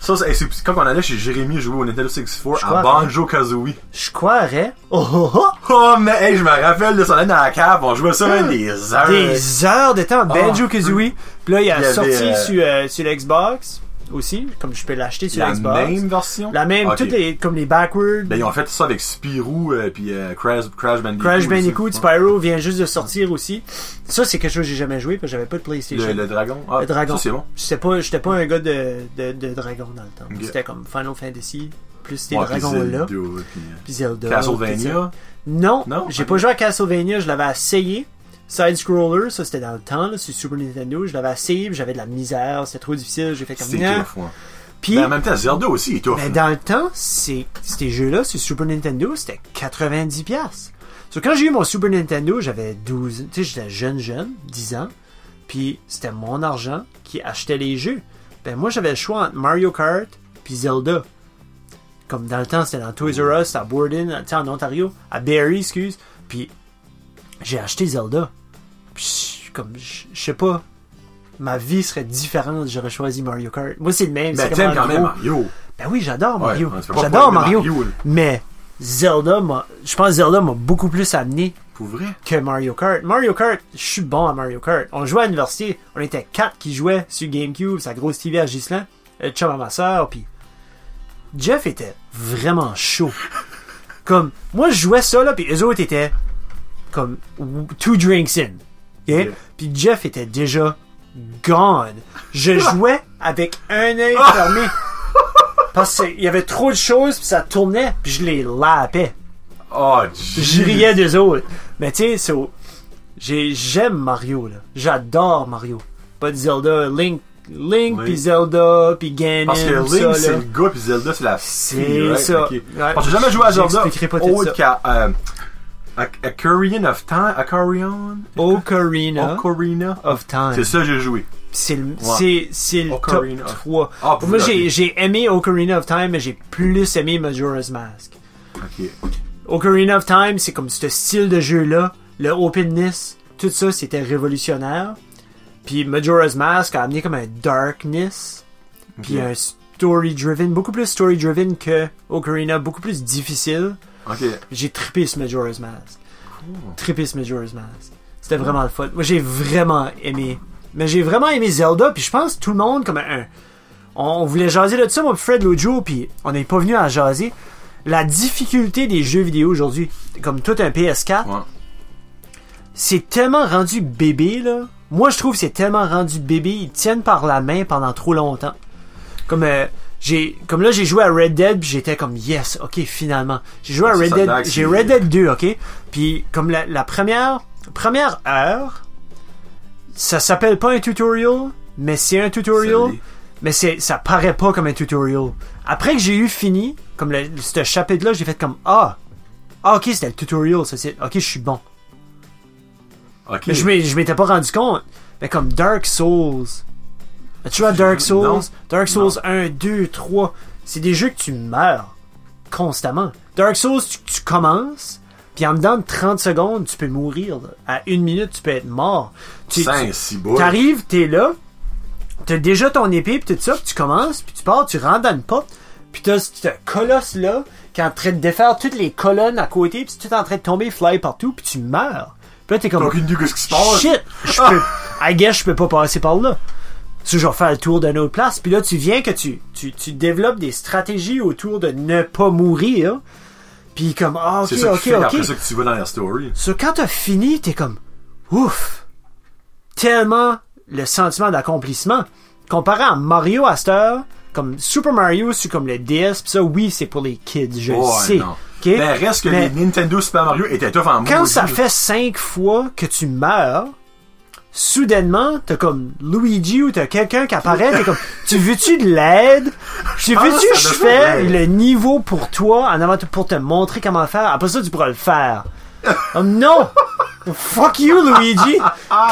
Ça, c'est, hey, c'est- quand on allait chez Jérémy jouer au Nintendo
Je
64
crois, hein.
à Banjo Kazooie.
Je croirais. Oh, oh, oh,
Oh, mais hey, je me rappelle de ça là dans la cave, on jouait ça là, des heures.
Hum. Des heures de temps. Banjo Kazooie. Puis là, il y a
Ah, Il y avait,
sorti
euh,
sur, euh, sur l'Xbox aussi, comme je peux l'acheter sur
La
l'Xbox.
même version
La même,
Ok.
toutes les, comme les backwards.
Ben, ils ont fait ça avec Spirou euh, puis euh, Crash, Crash Bandicoot.
Crash
aussi.
Bandicoot, Spyro vient juste de sortir aussi. Ça, c'est quelque chose que j'ai jamais joué parce que j'avais pas de PlayStation.
Le, le dragon. Ah,
Le dragon.
Ça, c'est bon.
J'étais pas, j'étais pas un gars de, de, de dragon dans le temps.
Ok.
C'était comme Final Fantasy, plus ces
Ouais, puis
dragons-là.
Zelda, puis, euh,
Puis Zelda. puis ça.
Castlevania.
Non,
Non?
j'ai
Ok.
pas joué à Castlevania, je l'avais essayé. Side-scroller, ça c'était dans le temps, là, sur Super Nintendo, je l'avais essayé, puis j'avais de la misère, c'était trop difficile, j'ai fait comme
C'est
Nah.
tough, ouais.
Puis,
Ben, en même temps, Zelda aussi est tough.
ben, dans le temps, c'est, ces jeux-là sur Super Nintendo, c'était 90$. piastres. So, quand j'ai eu mon Super Nintendo, j'avais 12, tu sais, j'étais jeune, jeune, 10 ans, puis c'était mon argent qui achetait les jeux. Ben, moi, j'avais le choix entre Mario Kart puis Zelda. Comme dans le temps, c'était dans Toys R Us, à Borden, tu sais, en Ontario, à Barrie, excuse, puis j'ai acheté Zelda. Puis, je- comme, je je sais pas, ma vie serait différente si j'aurais choisi Mario Kart. Moi, c'est le même.
Ben,
c'est
t'aimes
comme en
quand même
gros-
Mario.
ben oui, j'adore Mario.
Ouais, tu peux pas
j'adore
pas aimer
Mario.
Mario, là.
Mais Zelda m'a. Je pense que Zelda m'a beaucoup plus amené
Pour vrai.
que Mario Kart. Mario Kart, je suis bon à Mario Kart. On jouait à l'université, on était quatre qui jouaient sur GameCube, sa grosse TV à Gislain, le chum à ma soeur, puis Jeff était vraiment chaud. Comme, moi je jouais ça là, puis eux autres étaient comme w- two drinks in. ok?
Yeah.
Puis Jeff était déjà gone. Je jouais avec un œil fermé. Parce qu'il y avait trop de choses, puis ça tournait, puis je les lapais.
Oh,
Je
*laughs*
riais des autres. Mais tu sais, so, j'ai- j'aime Mario, là. J'adore Mario. Pas de Zelda, Link, Link,
Oui.
puis Zelda, puis Ganon,
Parce que
tout
Link,
ça,
c'est
là.
le gars, puis Zelda, c'est la fille.
C'est
right?
ça.
Ok.
Ouais.
Parce que j'ai jamais joué à Zelda
J'expliquerai pas tout ça.
autre qu'à euh, Ac- Acurion of Time. Acurion?
Ocarina
Ocarina?
of
C'est
Time.
ça que j'ai joué.
C'est le, c'est- c'est le top
Ocarina of-
3.
Ah, pour
Moi,
vous,
j'ai
ok.
j'ai aimé Ocarina of Time, mais j'ai plus aimé Majora's Mask.
Ok.
Ocarina of Time, c'est comme ce style de jeu-là, le openness, tout ça, c'était révolutionnaire. Puis Majora's Mask a amené comme un darkness, puis un story-driven, beaucoup plus story-driven que Ocarina, beaucoup plus difficile.
Ok.
J'ai trippé ce Majora's Mask. Trippé ce Majora's Mask. C'était vraiment le fun. Moi, j'ai vraiment aimé. Mais j'ai vraiment aimé Zelda, puis je pense que tout le monde, comme un... On, on voulait jaser de ça, moi, puis Fred, l'autre jour, puis on n'est pas venu à jaser. La difficulté des jeux vidéo aujourd'hui, comme tout un PS4,
Ouais.
c'est tellement rendu bébé, là. Moi, je trouve que c'est tellement rendu bébé, ils tiennent par la main pendant trop longtemps. Comme, euh, j'ai, comme là, j'ai joué à Red Dead, puis j'étais comme, yes, ok, finalement. J'ai joué à
Ça,
Red
ça
Dead,
lag,
j'ai
c'est-
Red Dead 2, ok? Puis, comme la, la première, première heure, ça s'appelle pas un tutorial, mais c'est un tutorial,
Ça l'est.
mais c'est, ça paraît pas comme un tutorial. Après que j'ai eu fini, comme le, ce chapitre-là, j'ai fait comme, ah, ah, ok, c'était le tutorial, ça c'est, ok, je suis bon.
Ok.
Mais je m'ai- je m'étais pas rendu compte. Mais comme Dark Souls. Tu vois Dark Souls?
Non.
Dark Souls
Non.
1, 2, 3. C'est des jeux que tu meurs constamment. Dark Souls, tu, tu commences, puis en dedans de 30 secondes, tu peux mourir. là. À une minute, tu peux être mort. Tu, tu-
5, 6 boules.
T'arrives, t'es là, t'as déjà ton épée, puis tout ça, puis tu commences, puis tu pars, tu rentres dans une porte, puis t'as ce colosse-là qui est en train de défaire toutes les colonnes à côté, puis tu es en train de tomber, fly partout, puis tu meurs. Puis là, t'es comme...
T'as aucune idée de ce qui se passe. *laughs*
Shit! Je peux. I guess je peux pas passer par là. Si je vais faire le tour d'une autre place, puis là tu viens que tu, tu, tu développes des stratégies autour de ne pas mourir. Puis comme ah ok
C'est ça que
ok
tu fais
ok.
après ça que tu vois dans la story.
So, quand t'as fini, t'es comme ouf. Tellement le sentiment d'accomplissement comparé à Mario à cette heure, comme Super Mario, c'est comme le DS, pis ça oui c'est pour les kids, je
Ouais,
sais.
Oh, non.
ok?
Ben, reste que
Mais-
les Nintendo Super Mario étaient tough en
quand
maudit,
ça
là.
fait cinq fois que tu meurs, soudainement, t'as comme Luigi ou t'as quelqu'un qui apparaît, t'es comme,
*laughs*
tu veux-tu de l'aide? Tu
pense
veux-tu
que
que
ça
je
doit faire
fais
de
le niveau pour toi en avant pour te montrer comment faire? Après ça, tu pourras le faire. Oh, non! Fuck you,
*laughs*
Luigi!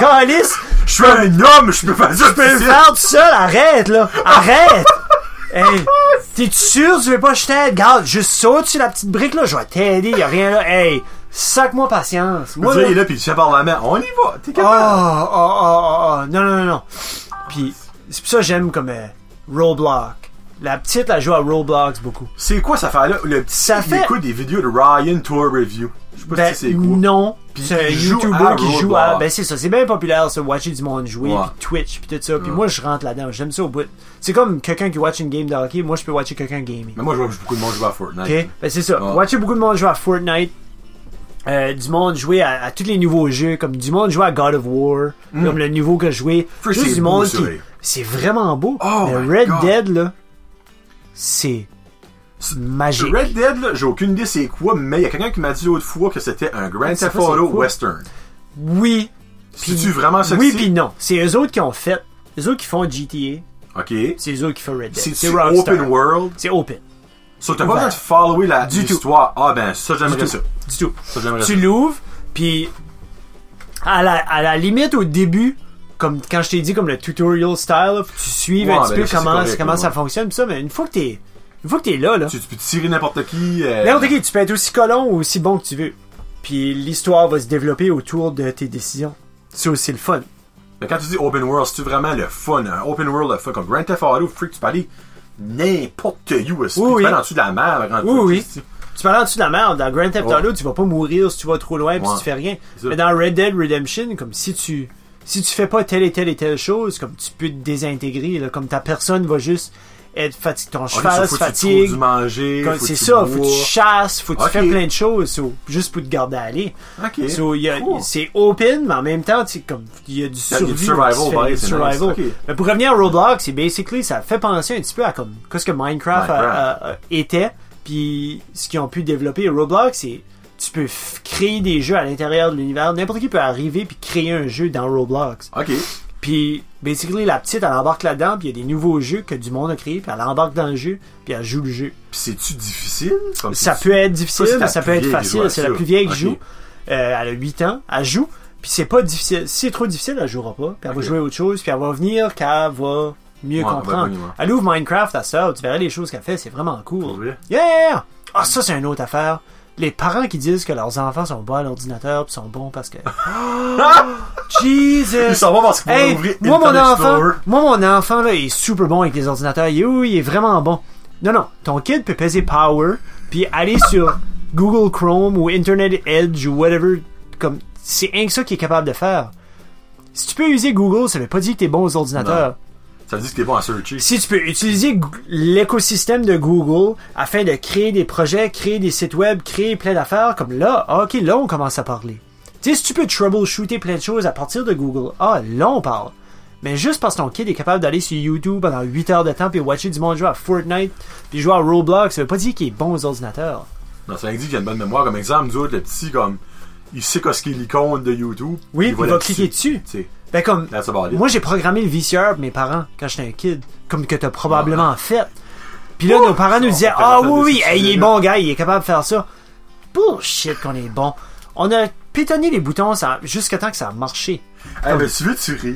Calice!
Je suis un homme, je peux pas dire. Je
Tu peux le faire tout seul, arrête, là!
*laughs*
Arrête! Hey, t'es sûr que tu veux pas que je t'aide? Garde, juste saute sur la petite brique, là, je vais t'aider, y a rien là. Hey, sac-moi patience. Moi,
Tu
là-
sais, là, puis tu fais par la main. On y va, t'es capable.
Oh, oh, oh, oh, oh, non, non, non, non. Puis, c'est pour ça que j'aime comme euh, Roblox, La petite, elle joue à Roblox beaucoup.
C'est quoi ça fait là Le petit
Ah. Ça
il
fait-
écoute des vidéos de Ryan Tour Review. Je sais pas
Ben,
si c'est quoi.
non.
Puis
C'est un
il joue
YouTuber
à
qui joue
Roblox.
à. Ben, c'est ça. C'est bien populaire, ça, watcher du monde jouer,
Ouais.
puis Twitch, puis tout ça. Puis moi, je rentre là-dedans. J'aime ça au bout. C'est comme quelqu'un qui watch une game de hockey. Moi, je peux watcher quelqu'un gamer.
Mais moi, je vois beaucoup de monde jouer à Fortnite.
Ok? Ben, c'est ça.
Ouais.
Watcher beaucoup de monde jouer à Fortnite. euh, du monde jouer à, à tous les nouveaux jeux, comme du monde jouer à God of War, comme le nouveau que je jouais.
First,
Juste
Mm. c'est
du
beau,
monde
ça,
qui.
hey.
C'est vraiment beau.
Oh
le
my
Red
God.
Dead, là, c'est
C'est-
magique.
Red Dead, là, j'ai aucune idée c'est quoi, mais il y a quelqu'un qui m'a dit l'autre fois que c'était un Grand
sait
Theft
pas c'est
Auto
quoi.
Western.
Oui.
C'est-tu vraiment ça que
Oui,
c'est?
puis non. C'est eux autres qui ont fait. Eux autres qui font GTA.
Ok.
C'est eux autres qui font Red Dead.
C'est open world.
C'est open.
So, t'as
Ouvert.
pas besoin de follower la
Du tout.
l'histoire. Ah, ben, ça, j'aimerais
tout.
ça.
Du tout.
Ça, j'aimerais ça.
Tu l'ouvres, puis à la, à la limite, au début, comme quand je t'ai dit, comme le tutorial style, là, faut que tu suives
Ouais,
un
ben
petit peu
là, c'est
comment,
correct,
comment
ouais.
ça fonctionne, pis ça, mais une fois que t'es, une fois que t'es là, là,
Tu, tu peux tirer n'importe qui. euh,
n'importe qui, tu peux être aussi colon ou aussi bon que tu veux. Puis l'histoire va se développer autour de tes décisions. C'est aussi le fun.
Mais quand tu dis open world, c'est vraiment le fun, un open world le fun. Comme Grand Theft Auto, freak, tu peux aller n'importe où. aussi. tu
Oui, oui.
peux aller en dessous de la mer. quand tu-
Oui, oui.
tu-
Tu parles en dessous de la merde. Dans Grand Theft
Ouais.
Auto, tu vas pas mourir si tu vas trop loin pis
Ouais.
si tu fais rien.
ça.
Mais dans Red Dead Redemption, comme si tu si tu fais pas telle et telle et telle chose, comme tu peux te désintégrer, là, comme ta personne va juste être fatiguée, ton
Ah, là,
cheval
faut
se
que Tu trouves
fatigue.
du manger.
comme-
faut que
C'est
tu
ça,
bois.
faut que tu chasses, faut que
Ok.
tu fasses plein de choses, so, juste pour te garder à aller.
Ok.
So, il y a-
Cool.
C'est open, mais en même temps, tu sais, comme il y a du
y a du
survie.
survival,
tu fais
ouais,
du
c'est
survival.
nice. Ok.
Mais pour revenir à Roblox, c'est basically, ça fait penser un petit peu à comme qu'est-ce que Minecraft, a-
Minecraft.
a- a- était, puis ce qu'ils ont pu développer. Roblox, c'est tu peux f- créer des jeux à l'intérieur de l'univers. N'importe qui peut arriver puis créer un jeu dans Roblox.
Ok.
Puis, basically, la petite, elle embarque là-dedans, puis il y a des nouveaux jeux que du monde a créé, puis elle embarque dans le jeu, puis elle joue le jeu.
Puis c'est-tu difficile? Comme
Ça
c'est-
peut être difficile,
Ça, c'est la
mais ça
plus
peut être
vieille qui joue
facile.
à
C'est
ça.
la plus vieille qui
Ok.
joue. Euh, elle a 8 ans, elle joue. Puis c'est pas difficile. Si c'est trop difficile, elle jouera pas. Puis elle
Ok.
va jouer à autre chose. Puis elle va venir qu'elle va mieux
Ouais,
comprendre.
elle va mieux, ouais.
elle ouvre Minecraft à ça. Tu verras les choses qu'elle fait. C'est vraiment
Pour
cool.
vrai?
Yeah! Ah, ça, c'est une autre affaire. Les parents qui disent que leurs enfants sont bons à l'ordinateur puis sont
*laughs*
bons parce que... Ah! Jesus!
Ils s'en vont parce qu'ils vont
Hey,
ouvrir
moi, mon
Internet
enfant,
Explorer.
moi, mon enfant, là, il est super bon avec les ordinateurs. Il est, oui, il est vraiment bon. Non, non, ton kid peut peser Power, puis aller *laughs* sur Google Chrome ou Internet Edge ou whatever. Comme, c'est rien que ça qu'il est capable de faire. Si tu peux utiliser Google, ça veut pas dire que t'es bon aux ordinateurs.
Ça dit que t'es bon à searcher.
Si tu peux utiliser Go- l'écosystème de Google afin de créer des projets, créer des sites web, créer plein d'affaires, comme là, ah, ok, là on commence à parler. Tu sais, si tu peux troubleshooter plein de choses à partir de Google, ah, là on parle. Mais juste parce que ton kid est capable d'aller sur YouTube pendant 8 heures de temps puis watcher du monde jouer à Fortnite puis jouer à Roblox, ça veut pas dire qu'il est bon aux ordinateurs.
Non, ça indique qu'il a une bonne mémoire. Comme exemple, nous autres, le petit, comme, il sait qu'est-ce qu'est l'icône de YouTube.
Oui, puis il va
là-dessus.
cliquer dessus.
Tu sais,
Ben comme,
that's about it.
moi j'ai programmé le VCR pour mes parents quand j'étais un kid, comme que t'as probablement fait. Puis là, nos parents nous disaient,
on fait
ah
la
oui,
table de
oui,
ces
hey, il est
sujets-là.
bon gars, il est capable de faire ça. Bullshit qu'on est bon. On a pétonné les boutons ça- jusqu'à temps que ça a marché.
Eh, ben, tu veux, tu ris.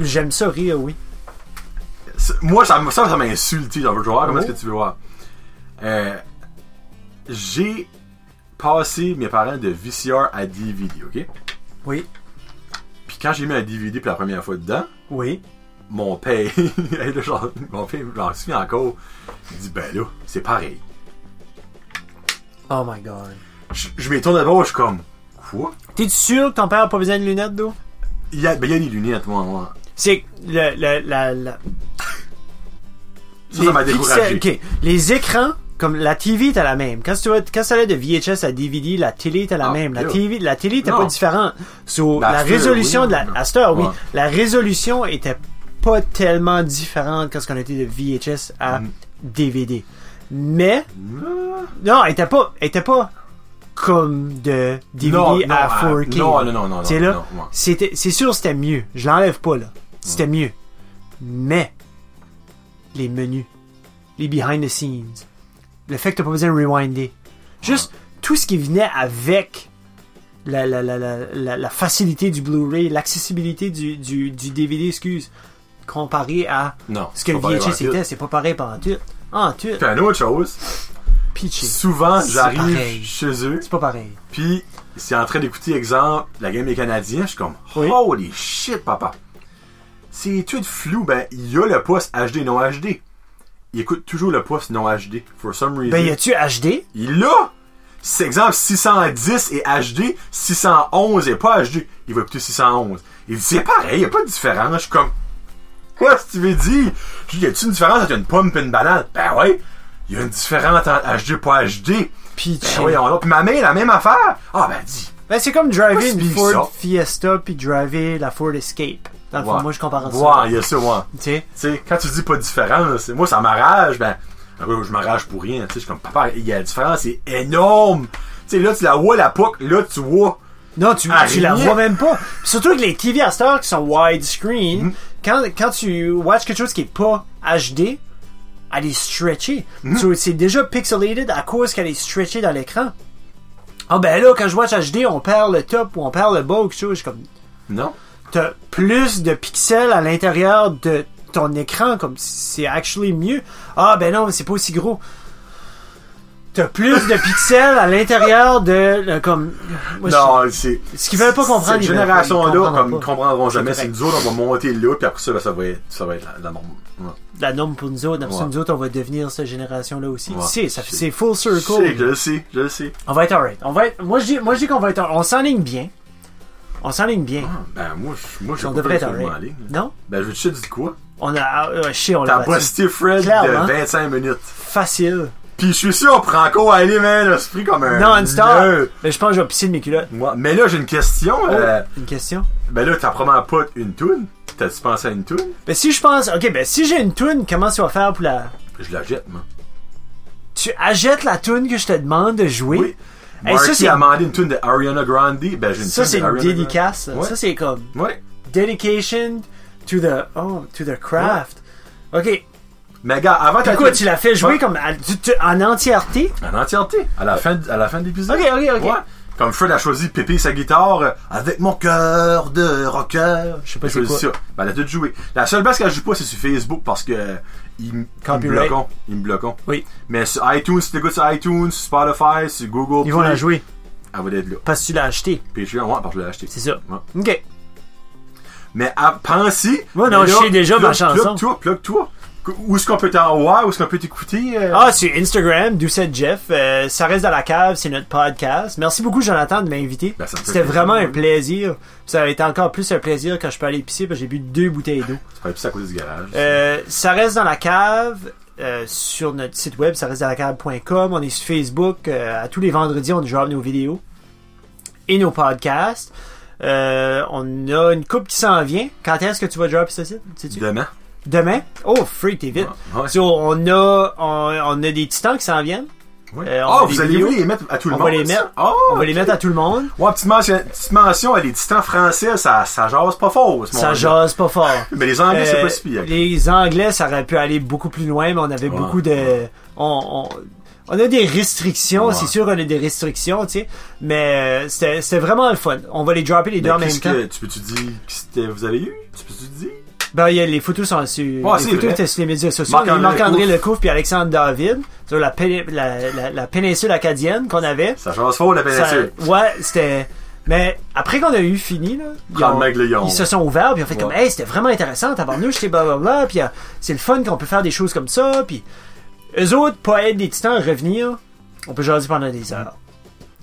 J'aime ça rire, oui.
C'est- Moi, ça, me- ça, ça m'insulte. tu sais, J'en veux voir. Comment
Oh.
est-ce que tu veux voir? Euh, j'ai passé mes parents de VCR à DVD, OK?
Oui.
Puis quand j'ai mis un DVD pour la première fois dedans,
Oui.
mon père, *laughs* hey, là, j'en- mon père, j'en suis encore, il dit, ben là, c'est pareil.
Oh my god.
Je, je m'étonne à gauche comme, quoi?
T'es-tu sûr que ton père a pas besoin de lunettes, d'eau?
Il y a, ben, il y a des lunettes, moi, moi.
C'est que le, le- la, la-
Ça, ça m'a
les
découragé.
pixels- ok. Les écrans, comme la TV, t'as la même. Quand tu vas, quand ça allait de VHS à DVD, la télé, t'as la
Ah,
même. La
yeah.
télé, la télé, t'es
Non.
pas différent. So,
La
la
Aster,
résolution
oui.
de la, Aster, oui.
Ouais.
La résolution était pas tellement différente quand ce qu'on était de VHS à
Mm.
DVD. Mais, non, elle était pas, elle était pas comme de DVD
Non, non,
à
à-
4K.
non, non, non, non,
C'est
non,
là,
non, ouais.
c'était, c'est sûr c'était mieux. Je l'enlève pas là. C'était mieux. Mais les menus, les behind the scenes, le fait que t'as pas besoin de rewinder, juste tout ce qui venait avec la, la, la, la, la, la facilité du Blu-ray, l'accessibilité du, du, du DVD, excuse, comparé à
Non.
ce que le
c'est pas pareil,
VHS
ouais.
était, c'est pas pareil pendant tout. En tout,
Puis une autre chose,
pitché.
souvent
C'est
j'arrive
pareil.
chez eux,
C'est pas pareil.
puis c'est en train d'écouter, exemple, la game des Canadiens, je suis comme,
Oui.
holy shit, papa. C'est tout flou, ben, il y a le poste HD non HD. il écoute toujours le poste non HD, for some reason.
Ben, y a-tu HD?
Il l'a! C'est exemple 610 et HD, 611 et pas HD. Il va écouter 611. Il dit, c'est pareil, y a pas de différence. Je suis comme, quoi ce que tu veux dire? Je dis, y a-tu une différence entre une pomme et une banane? Ben ouais, y a une différence entre HD et pas HD.
Puis
Ben voyons donc. Puis ma main, la même affaire. Ah ben dis.
Ben, c'est comme driver
Pas si
une
bizarre.
Ford Fiesta puis driver la Ford Escape. Dans le fond,
Ouais.
moi, je compare à ça.
Ouais, y a ça, ouais.
Tu sais,
Tu sais, quand tu dis pas de différence, moi ça m'arrache, ben, euh, je m'arrache pour rien, tu sais, je suis comme, papa, il y a la différence, c'est énorme! Tu sais, là, tu la vois, la puck, là, tu vois.
Non, tu,
Ah,
tu la
rien.
vois même pas. Puis surtout que les TV à cette heure qui sont widescreen,
Mm-hmm.
quand, quand tu watches quelque chose qui est pas HD, elle est stretchée.
Mm-hmm.
Tu- C'est déjà pixelated à cause qu'elle est stretchée dans l'écran. Ah ben là, quand je watch HD, on perd le top ou on perd le bas ou quelque chose. Je suis Comme,
Non?
t'as plus de pixels à l'intérieur de ton écran, comme c'est actually mieux. Ah ben non, c'est pas aussi gros. T'as plus de pixels à l'intérieur de, le- comme. moi, je-
non, c'est.
ce qu'ils veulent pas comprendre,
Cette
ils veulent pas, ils
génération-là,
comprendront
comme,
pas.
ils comprendront jamais,
C'est
c'est que nous autres, on va monter là, puis après ça, ben, ça va être, ça va être la, la norme. Ouais.
la norme pour nous autres. Après ça,
Ouais.
nous autres, on va devenir cette génération-là aussi.
Ouais.
Tu sais, ça
Je
fait-
sais.
c'est full
Je sais, je
circle.
le sais, je le sais.
On va être alright. On va être, moi, je dis, moi, je dis qu'on va être, on s'enligne bien. On s'enligne bien.
Ah, Ben, moi, je, moi, je
on
sais
devrait
pas
être
peur de m'en
alright.
aller.
Non?
Ben, je veux te dire quoi?
On a, euh, shit, on l'a
T'as
battu.
positif Fred
Clairement.
de 25 minutes.
Facile.
Puis je suis sûr, on prend encore aller, man, l'esprit comme un.
Non-stop. Oh.
nœud.
Mais Ben, je pense que je vais pisser de mes culottes.
Moi, mais là, j'ai une question. euh,
Une question?
Ben là, t'as probablement pas une toune. T'as-tu pensé à une toune?
Ben, si je pense, ok, ben, si j'ai une toune, comment tu vas faire pour la,
Je la jette, moi.
tu achètes la toune que je te demande de jouer?
Oui.
Hey,
Marky
ça, c'est-
a demandé une toune de Ariana Grande. Ben, j'ai une
Ça,
toune
c'est
de Ariana
dédicace. là.
Grande. Ouais.
Ça, c'est comme,
Ouais.
dedication to the, oh, to the craft. Ok,
Mais gars, avant
Puis
ta
quoi,
toune-
tu l'as fait jouer
Ouais.
comme à- tu- tu- en entièreté?
En entièreté. À la fin, à la fin de l'épisode.
Ok, ok, ok.
Ouais. Comme Fred a choisi Pépé et sa guitare euh, avec mon cœur de rocker.
Je sais pas
Elle
c'est
choisit ça. Ben, elle a tout joué. La seule place qu'elle joue pas, c'est sur Facebook parce que euh, ils me ils me
Copyright.
bloquent. Ils me bloquent.
Oui.
Mais sur iTunes, si t'écoutes sur iTunes, sur Spotify, sur Google,
Ils vont
Play,
la jouer
Elle va être là.
parce que tu l'as acheté.
Patreon, ouais, parce que je l'ai acheté.
C'est ça.
Ouais.
Ok.
Mais à- pense-y.
Ouais, non,
Mais
je
là,
sais déjà ma
plug-
chanson.
Plug-toi, plug-toi. Qu- Où est-ce qu'on peut t'en voir? Où est-ce qu'on peut t'écouter? euh?
Ah, sur Instagram, Doucette Jeff. euh, ça reste dans la cave, c'est notre podcast. Merci beaucoup, Jonathan, de m'inviter.
Ben, ça me fait
C'était
plaisir.
vraiment un plaisir. Ça a été encore plus un plaisir quand je peux aller pisser parce que j'ai bu deux bouteilles d'eau.
C'est pas plus à cause du garage.
Euh, ça reste dans la cave. euh, sur notre site web, ça reste dans la cave.com. On est sur Facebook. euh, à tous les vendredis, on drop nos vidéos et nos podcasts. Euh, on a une coupe qui s'en vient. Quand est-ce que tu vas drop ce site? Sais-tu?
Demain.
Demain? Oh, freak, t'es vite.
Ouais.
So, on, a, on, on a des titans qui s'en viennent.
Ouais.
Euh, on
Ah,
a des
vous allez
vidéos.
les mettre à tout le
On va
monde?
les
ça?
mettre.
Ah,
On va les mettre à tout le monde.
Ouais, petite mention, petite mention à les titans français, ça, ça jase pas fort, ce
Ça
monde-là.
jase pas fort.
Mais les anglais, c'est
Euh,
pas si pire.
Les Anglais, ça aurait pu aller beaucoup plus loin, mais on avait beaucoup de. On, on, on a des restrictions,
Ouais.
c'est sûr, on a des restrictions, tu sais. Mais euh, c'était c'était vraiment le fun. On va les dropper les deux
Mais
en
qu'est-ce
même temps.
que, tu peux-tu dire que c'était- vous avez eu? Tu peux-tu dire?
Ben, il y a- les photos sont sur, les
c'est
photos
vrai.
étaient sur les médias sociaux.
Marc-André
Il y a Marc-André
Lecouf.
Lecouf puis Alexandre David, sur la, péni- la, la, la péninsule acadienne qu'on avait.
Ça jase fort, la
Ça-
péninsule.
ouais, c'était. Mais après qu'on a eu fini, là, ils,
Prends le
ont-
mec, là, ils ont-
ils se sont ouverts, puis ils ont fait
Ouais.
comme, hey, c'était vraiment intéressant, tabarnouche, c'était blablabla, puis euh, c'est le fun qu'on peut faire des choses comme ça, puis eux autres, pas être des titans à revenir, on peut jaser pendant des heures.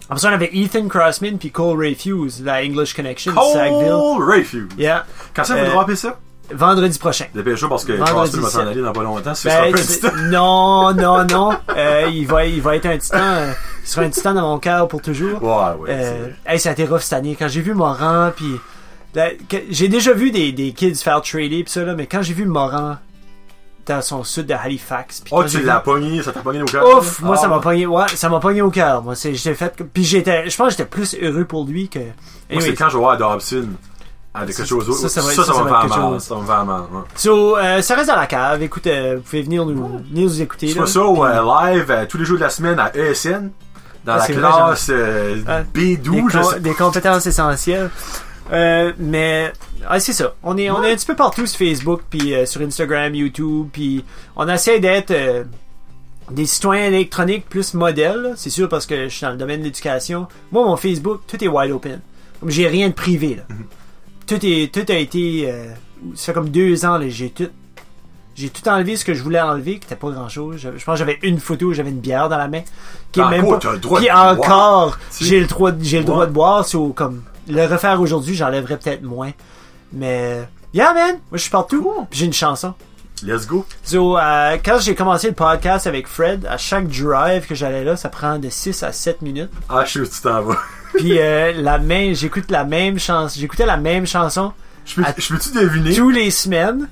Après ça, on avait Ethan Crossman puis Cole Rayfuse, la English Connection de Sackville.
Cole Rayfew.
Yeah.
Quand ça, vous
Euh,
droppez ça?
Vendredi prochain.
Dépêchez-vous parce que
vendredi
Crosby va s'en
sept.
aller dans pas longtemps. Si
Ben,
je
tu- *laughs* non, non, non. Euh, il, va, il va être un titan. euh, il sera un titan dans mon cœur pour toujours.
Ouais, ouais.
Euh,
c'est-
hey, ça a été rough cette année. Quand j'ai vu Moran, puis la- que- j'ai déjà vu des, des kids faire trader pis ça là, mais quand j'ai vu Moran dans son sud de Halifax, pis
Oh,
quand
tu
j'ai vu-
l'as pogné, ça t'a pogné au cœur.
Ouf, moi ça
Ah.
m'a pogné, ouais, ça m'a pogné au cœur. Moi, c'est, j'étais fait, comme- puis j'étais, je pense que j'étais plus heureux pour lui que.
Moi,
Anyway.
c'est quand je vais voir Dobson avec
Eh Ça,
quelque chose d'autre.
ça,
Ça,
ça
ça,
va être- ça,
va me
ça va être
faire
quelque
mal.
chose.
Ça va me faire mal. ouais.
So, euh, ça reste dans la cave. Écoute, euh, vous pouvez venir nous, venir nous écouter.
Je
là.
fais ça au, euh, live euh, tous les jours de la semaine à ESN, dans
Ah,
la
c'est vrai,
classe
Ah.
euh,
des,
B12. je
com-
sais-
des compétences essentielles. Euh, mais ah, c'est ça. On est, on est un petit peu partout sur Facebook, puis euh, sur Instagram, YouTube, puis on essaie d'être euh, des citoyens électroniques plus modèles. là. C'est sûr parce que je suis dans le domaine de l'éducation. Moi, mon Facebook, tout est wide open. Comme j'ai rien de
Mhm.
privé là. Tout est, tout a été. euh, ça fait comme deux ans là, j'ai tout. J'ai tout enlevé ce que je voulais enlever, qui était pas grand chose. Je, je pense que j'avais une photo, où j'avais une bière dans la main. Qui est
Encore,
même pas-
t'as le droit
qui
de boire.
encore,
Si.
j'ai le droit, j'ai le droit
Ouais.
de boire. So, comme, le refaire aujourd'hui, j'enlèverais peut-être moins. Mais, yeah, man! Moi, je suis partout. Puis j'ai une chanson.
Let's go.
So, euh, quand j'ai commencé le podcast avec Fred, à chaque drive que j'allais là, ça prend de 6 à
*laughs*
7 minutes.
Ah, je sais où tu t'en vas. *laughs*
Puis euh, la même, j'écoute la même chanson, j'écoutais la même chanson
Je peux-
Ah.
je peux-tu deviner?
tous les semaines.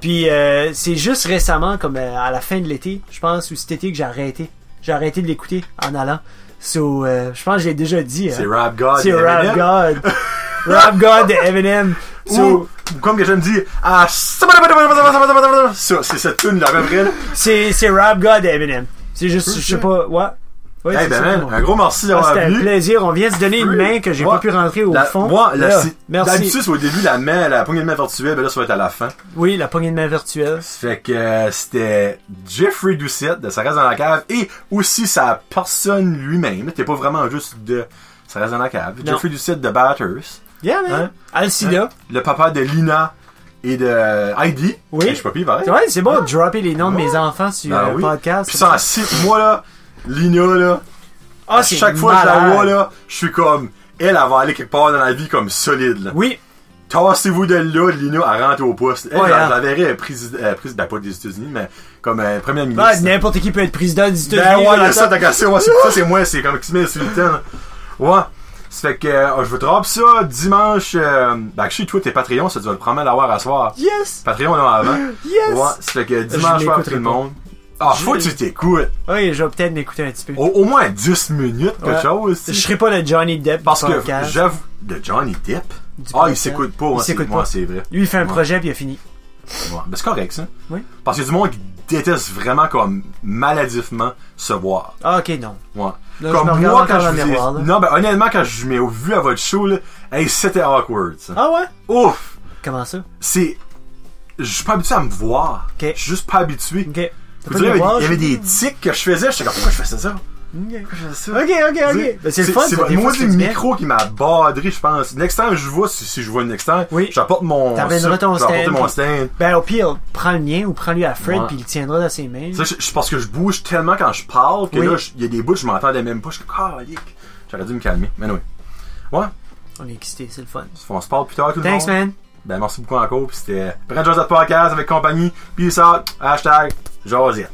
Puis euh, c'est juste récemment, comme euh, à la fin de l'été, je pense, ou cet été que j'ai arrêté. J'ai arrêté de l'écouter en allant. So, euh, je pense que j'ai déjà dit.
C'est
hein.
Rap God.
C'est Rap
Eminem.
God.
*laughs*
Rap God de Eminem. So,
Ou, comme que j'aime dire, ah, ça, c'est cette tune là, à peu près, là.
c'est c'est Rap God de Eminem. C'est juste, je sais pas, ouais. Ouais,
Hey,
c'est
ben,
ça,
man,
mon- Ah,
un gros merci d'avoir
C'était un
venu.
plaisir. On vient de se donner une
Oui.
main que j'ai
Ouais.
pas pu rentrer au
La-
fond.
Moi, la,
Là,
si-
merci.
D'habitude, c'est au début la main, la poignée de main virtuelle, ben là, ça va être à la fin.
Oui, la poignée de main virtuelle.
Ça Fait que euh, c'était Jeffrey Doucette de Ça reste dans la cave et aussi sa personne lui-même. T'es pas vraiment juste de Ça reste dans la cave.
Non.
Jeffrey Doucette de Batters,
Yeah, man.
Hein?
Alcida.
le papa de Lina et de euh, Heidi.
Oui.
Je suis pas pire, pareil.
Ouais, c'est bon de dropper les noms de mes enfants sur
Ben
le
oui.
podcast.
Puis ça, si- moi là, Lina là,
Ah,
à
c'est
chaque fois que je la
malade.
vois là, je suis comme, elle, elle va aller quelque part dans la vie comme solide là.
Oui.
Tassez-vous de là, Lina, elle rentre au poste. Elle,
Ouais,
je
hein.
la verrais présidente, ben pas des États-Unis, mais comme euh, première
Ah,
ministre.
N'importe qui peut être président des
Ben
États-Unis.
ouais,
là,
le ça, t'as cassé, ouais, c'est ça, c'est moi, c'est comme qui se met sur le temps. là. Ouais. Ça fait que euh, je vous drop ça dimanche. Euh, ben, que je suis toi, t'es Patreon, ça tu vas le prendre à l'avoir à soir.
Yes!
Patreon, non, avant.
Yes!
Ouais, ça fait que dimanche
Je
soir, tout
m'écouterai
le monde. Ah, faut que tu t'écoutes.
Oui, je vais peut-être m'écouter un petit peu.
Au, au moins 10 minutes, quelque
Ouais.
chose.
Je
tu sais.
serai pas le Johnny Depp
Parce
du
que,
podcast.
j'avoue, de Johnny Depp.
du
Ah, il
podcast.
s'écoute pas,
Il
ouais,
s'écoute
c'est- ouais,
pas.
c'est vrai.
Lui, il fait un
Ouais.
projet puis il a fini.
Ouais, ben c'est correct ça.
Oui.
Parce qu'il y a du monde qui déteste vraiment comme maladivement se voir.
Ah, ok, non.
Ouais.
Là,
comme
je me regarde
moi
encore
quand je
dans le
vous ai-
miroir, là.
Non ben honnêtement quand je m'ai vu à votre show là, hey, c'était awkward ça.
Ah ouais?
Ouf,
Comment ça?
c'est je suis pas habitué à me voir.
Ok.
Je suis juste pas habitué.
Ok. T'as
Vous
pas
direz,
de
il y
voir,
avait, il y avait
je-
des tics que je faisais, j'étais comme pourquoi je faisais ça
Ok,
Pourquoi je faisais ça?
ok, ok.
Dire-
Ben, c'est le fun.
C'est
ça, des
moi
fois,
le
c'est bien.
micro qui m'a badré, je pense. Next time je vois si, si je vois une next time,
Oui.
j'apporte mon
T'amèneras ton
j'apporte
stand,
mon
puis-
stand.
Ben au pire, prends le mien ou prends-lui à Fred
Ouais.
puis il le tiendra dans ses mains.
Ça, je, je- parce que je bouge tellement quand je parle que
Oui.
là, je- il y a des bouts, je m'entendais même pas. Je suis comme, Calique. J'aurais dû me calmer. Mais oui. Ouais,
On est excité, c'est le fun.
on se parle plus tard tout le
Thanks
monde.
man.
Ben, merci beaucoup encore. Puis c'était Brand Josette Podcast avec compagnie. Peace out. Hashtag Josette.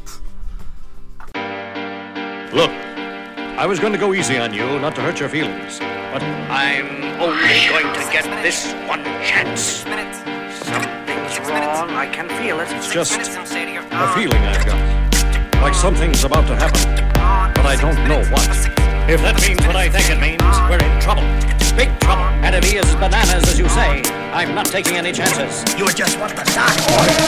Look, I was going to go easy on you, not to hurt your feelings, but I'm only going to get this one chance.
minutes.
Something's
Six minutes.
wrong. I can feel it. It's
Six
just
minutes and say to your
a feeling I've got, like something's about to happen, but I don't know what. If that means what I think it means, we're in trouble. Big trouble. And if he is bananas, as you say, I'm not taking any chances. You just want the dark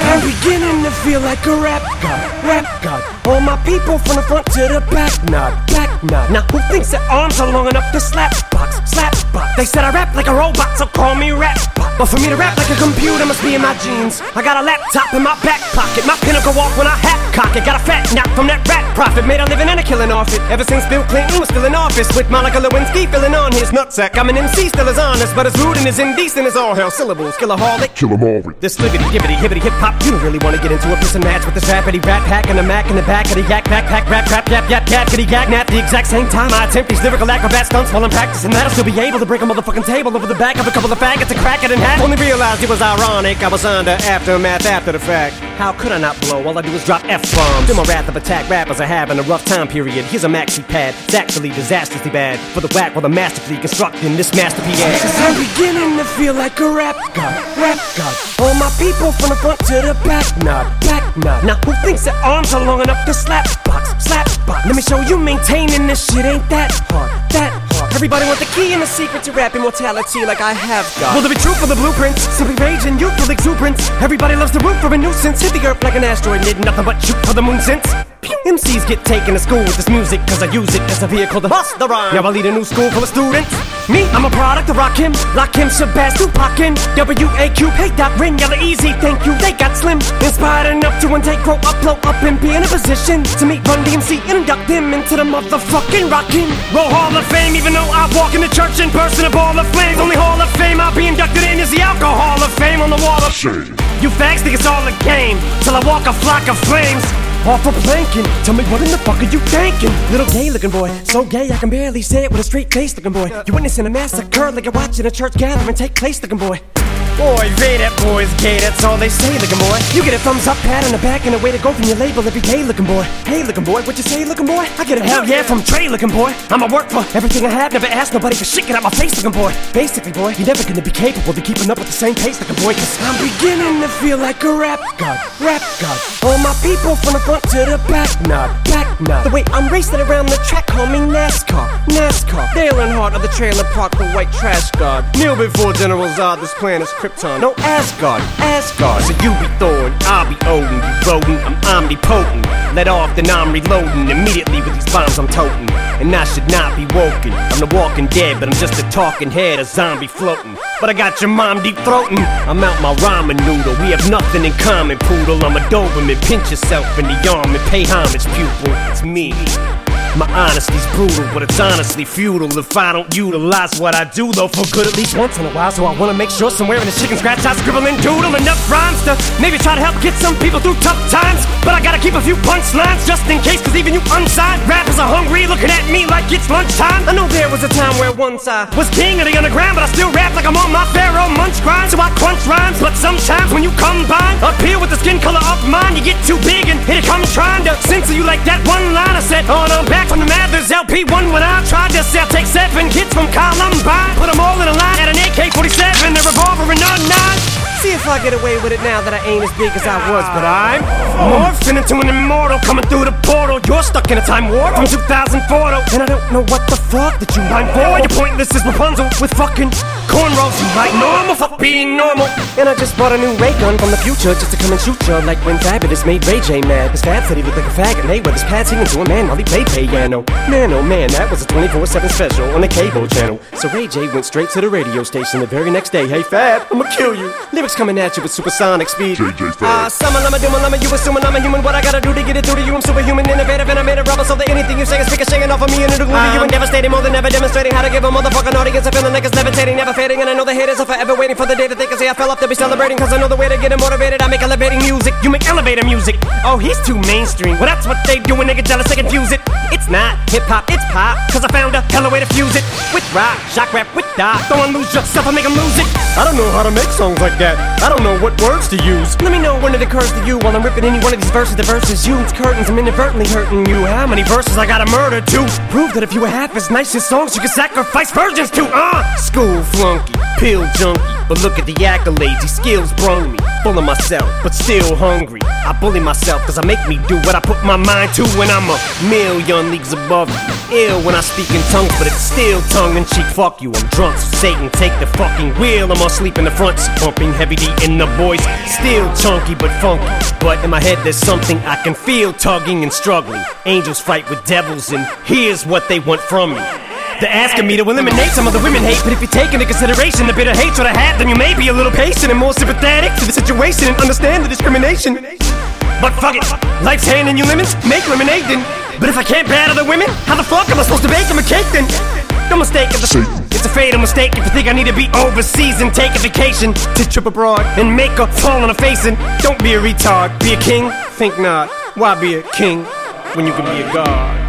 I'm beginning to feel like a rap god, rap god. All my people from the front to the back, nod, back nod. Now who thinks their arms are long enough to slap box, slap box? They said I rap like a robot, so call me rap. But for me to rap like a computer must be in my jeans. I got a laptop in my back pocket, my pinnacle walk when I hat cock it. Got a fat knock from that rat profit, made a living and a killing off it. Ever since Bill Clinton was still in office, with Monica Lewinsky filling on his nutsack. I'm an MC still as honest, but as rude and as indecent as all hell syllables. Kill a harlot,
Kill 'em all.
this libbity gibbity hibbity hip hop, you don't really wanna get into a piss and match with this rappity rat pack and a mac in the back of the yak backpack rap rap yap yap yap kitty yak nap the exact same time I attempt these lyrical acrobat stunts while I'm practicing that I'll still be able to break a motherfucking table over the back of a couple of faggots and crack it in half. Only realized it was ironic, I was under aftermath after the fact. How could I not blow? All I do is drop F bombs. Then my wrath of attack rappers are having a rough time period. Here's a maxi pad, it's actually disastrously bad for the whack while the masterfully constructing this masterpiece. Cause I'm beginning to feel like a rap god, rap god. All my people from the front to the back, nod, back nod. Now who thinks their arms are long enough to slap box, slap box? Let me show you maintaining this shit ain't that hard, that hard. Everybody want the key and the secret to rap immortality like I have got. Will there be truth for the blueprints? Simply rage and youthful exuberance. Everybody loves to root for a nuisance. Hit the earth like an asteroid, did nothing but shoot for the moon since. Pew. MCs get taken to school with this music cause I use it as a vehicle to bust the rhyme. Now I lead a new school full of students. Me, I'm a product of rock him, lock him, Shabazz, Tupac, and W-A-Q, hey Doc Rin, y'all are easy, thank you, they got slim. Inspired enough to one day grow up, blow up, and be in a position to meet Run DMC and induct them into the motherfucking rockin' roll hall of fame. Even though I walk in the church and burst in a ball of flames, only hall of fame I'll be inducted in is the alcohol of fame on the wall of
Shame.
You fags think it's all a game till I walk a flock of flames. Off for planking, tell me what in the fuck are you thinking? Little gay looking boy, so gay I can barely say it with a straight face looking boy. You witnessing a massacre like you're watching a church gathering take place looking boy. Boy, Ray, that boy's gay, that's all they say looking boy. You get a thumbs up, pat on the back, and a way to go from your label every day looking boy. Hey looking boy, what you say looking boy? I get a hell yeah from Trey looking boy. I'ma work for everything I have, never ask nobody for shit, get out my face looking boy. Basically, boy, you're never gonna be capable of keeping up with the same pace looking boy, cause I'm beginning to feel like a rap god, rap god. All my people from the front to the back, nod, back nod. The way I'm racing around the track, call me NASCAR, NASCAR. Dale and Hart of the trailer park, the white trash god. Kneel before General Zod, this plan is Krypton. No Asgard, Asgard. So you be Thor and I'll be Odin. You rodent, I'm omnipotent. Let off, then I'm reloading. Immediately with these bombs I'm toting. And I should not be woken. I'm the walking dead, but I'm just a talking head, a zombie floating. But I got your mom deep throating. I'm out my ramen noodle. We have nothing in common, poodle. I'm a Doberman. Pinch yourself in the arm and pay homage, pupil. It's me. My honesty's brutal, but it's honestly futile if I don't utilize what I do, though, for good at least once in a while. So I wanna make sure somewhere in the chicken scratch I scribble and doodle enough rhymes to maybe try to help get some people through tough times. But I gotta keep a few punchlines just in case, cause even you unsigned rappers are hungry, looking at me like it's lunchtime. I know there was a time where once I was king of the underground, but I still rap like I'm on my pharaoh munch grind. So I crunch rhymes, but sometimes when you combine, appear with the skin color of mine, you get too big and here it comes trying to censor you like that one line I said on I'm back from the Mathers LP1 when I tried to sell. Take seven kids from Columbine, put them all in a line at an AK 47, a revolver, and a nine. See if I get away with it now that I ain't as big as I was, but I'm morphing into an immortal coming through the portal. You're stuck in a time warp from 2004, though, and I don't know what the fuck that you rhyme for. You're pointless as Rapunzel with fucking cornrows. You like normal for being normal, and I just bought a new ray gun from the future just to come and shoot you like when Fabulous made Ray J mad. His dad said he looked like a faggot, and they were just passing into a man while he played piano. Man, oh man, that was a 24-7 special on the cable channel. So Ray J went straight to the radio station the very next day. Hey Fab, I'ma kill you. Lyrics coming at you with supersonic speed. JJ Fab. Ah, summon, I'm a doom, I'm a you assuming I'm a human. What I gotta do to get it through to you? I'm superhuman, innovative, and I made a rubber so that anything you say is ricocheting off of me and it'll glue to you and devastating more than ever demonstrating how to give a motherfucking audience a feeling like it's levitating, never fading. And I know the haters are forever waiting for the day that they can say I fell off. They'll be celebrating cause I know the way to get it motivated. I make elevating music. You make elevator music. Oh, he's too mainstream. Well, that's what they do when they get jealous, they confuse it. It's not hip hop, it's pop. Cause I found a hella way to fuse it with rock, shock rap with dot. Don't lose yourself and make 'em lose it. I don't know how to make songs like that. I don't know what words to use. Let me know when it occurs to you while I'm ripping any one of these verses that verses you. It's curtains, I'm inadvertently hurting you. How many verses I gotta murder to prove that if you were half as nice as songs, you could sacrifice virgins to? Uh, school flunky, pill junkie. But look at the accolades, these skills brung me. Full of myself, but still hungry. I bully myself, cause I make me do what I put my mind to when I'm a million leagues above you. Ill when I speak in tongues, but it's still tongue in cheek. Fuck you, I'm drunk, so Satan, take the fucking wheel. I'm asleep in the front, seat, pumping heavy D in the voice. Still chunky, but funky. But in my head, there's something I can feel tugging and struggling. Angels fight with devils, and here's what they want from me. They're asking me to eliminate some of the women hate, but if you take into consideration the bitter hatred I have, then you may be a little patient and more sympathetic to the situation and understand the discrimination. But fuck it, life's handing you lemons, make lemonade then. But if I can't batter the women, how the fuck am I supposed to bake them a cake then? No mistake, it's a, it's a fatal mistake if you think I need to be overseas and take a vacation to trip abroad and make a fall on a face and don't be a retard, be a king, think not. Why be a king when you can be a god?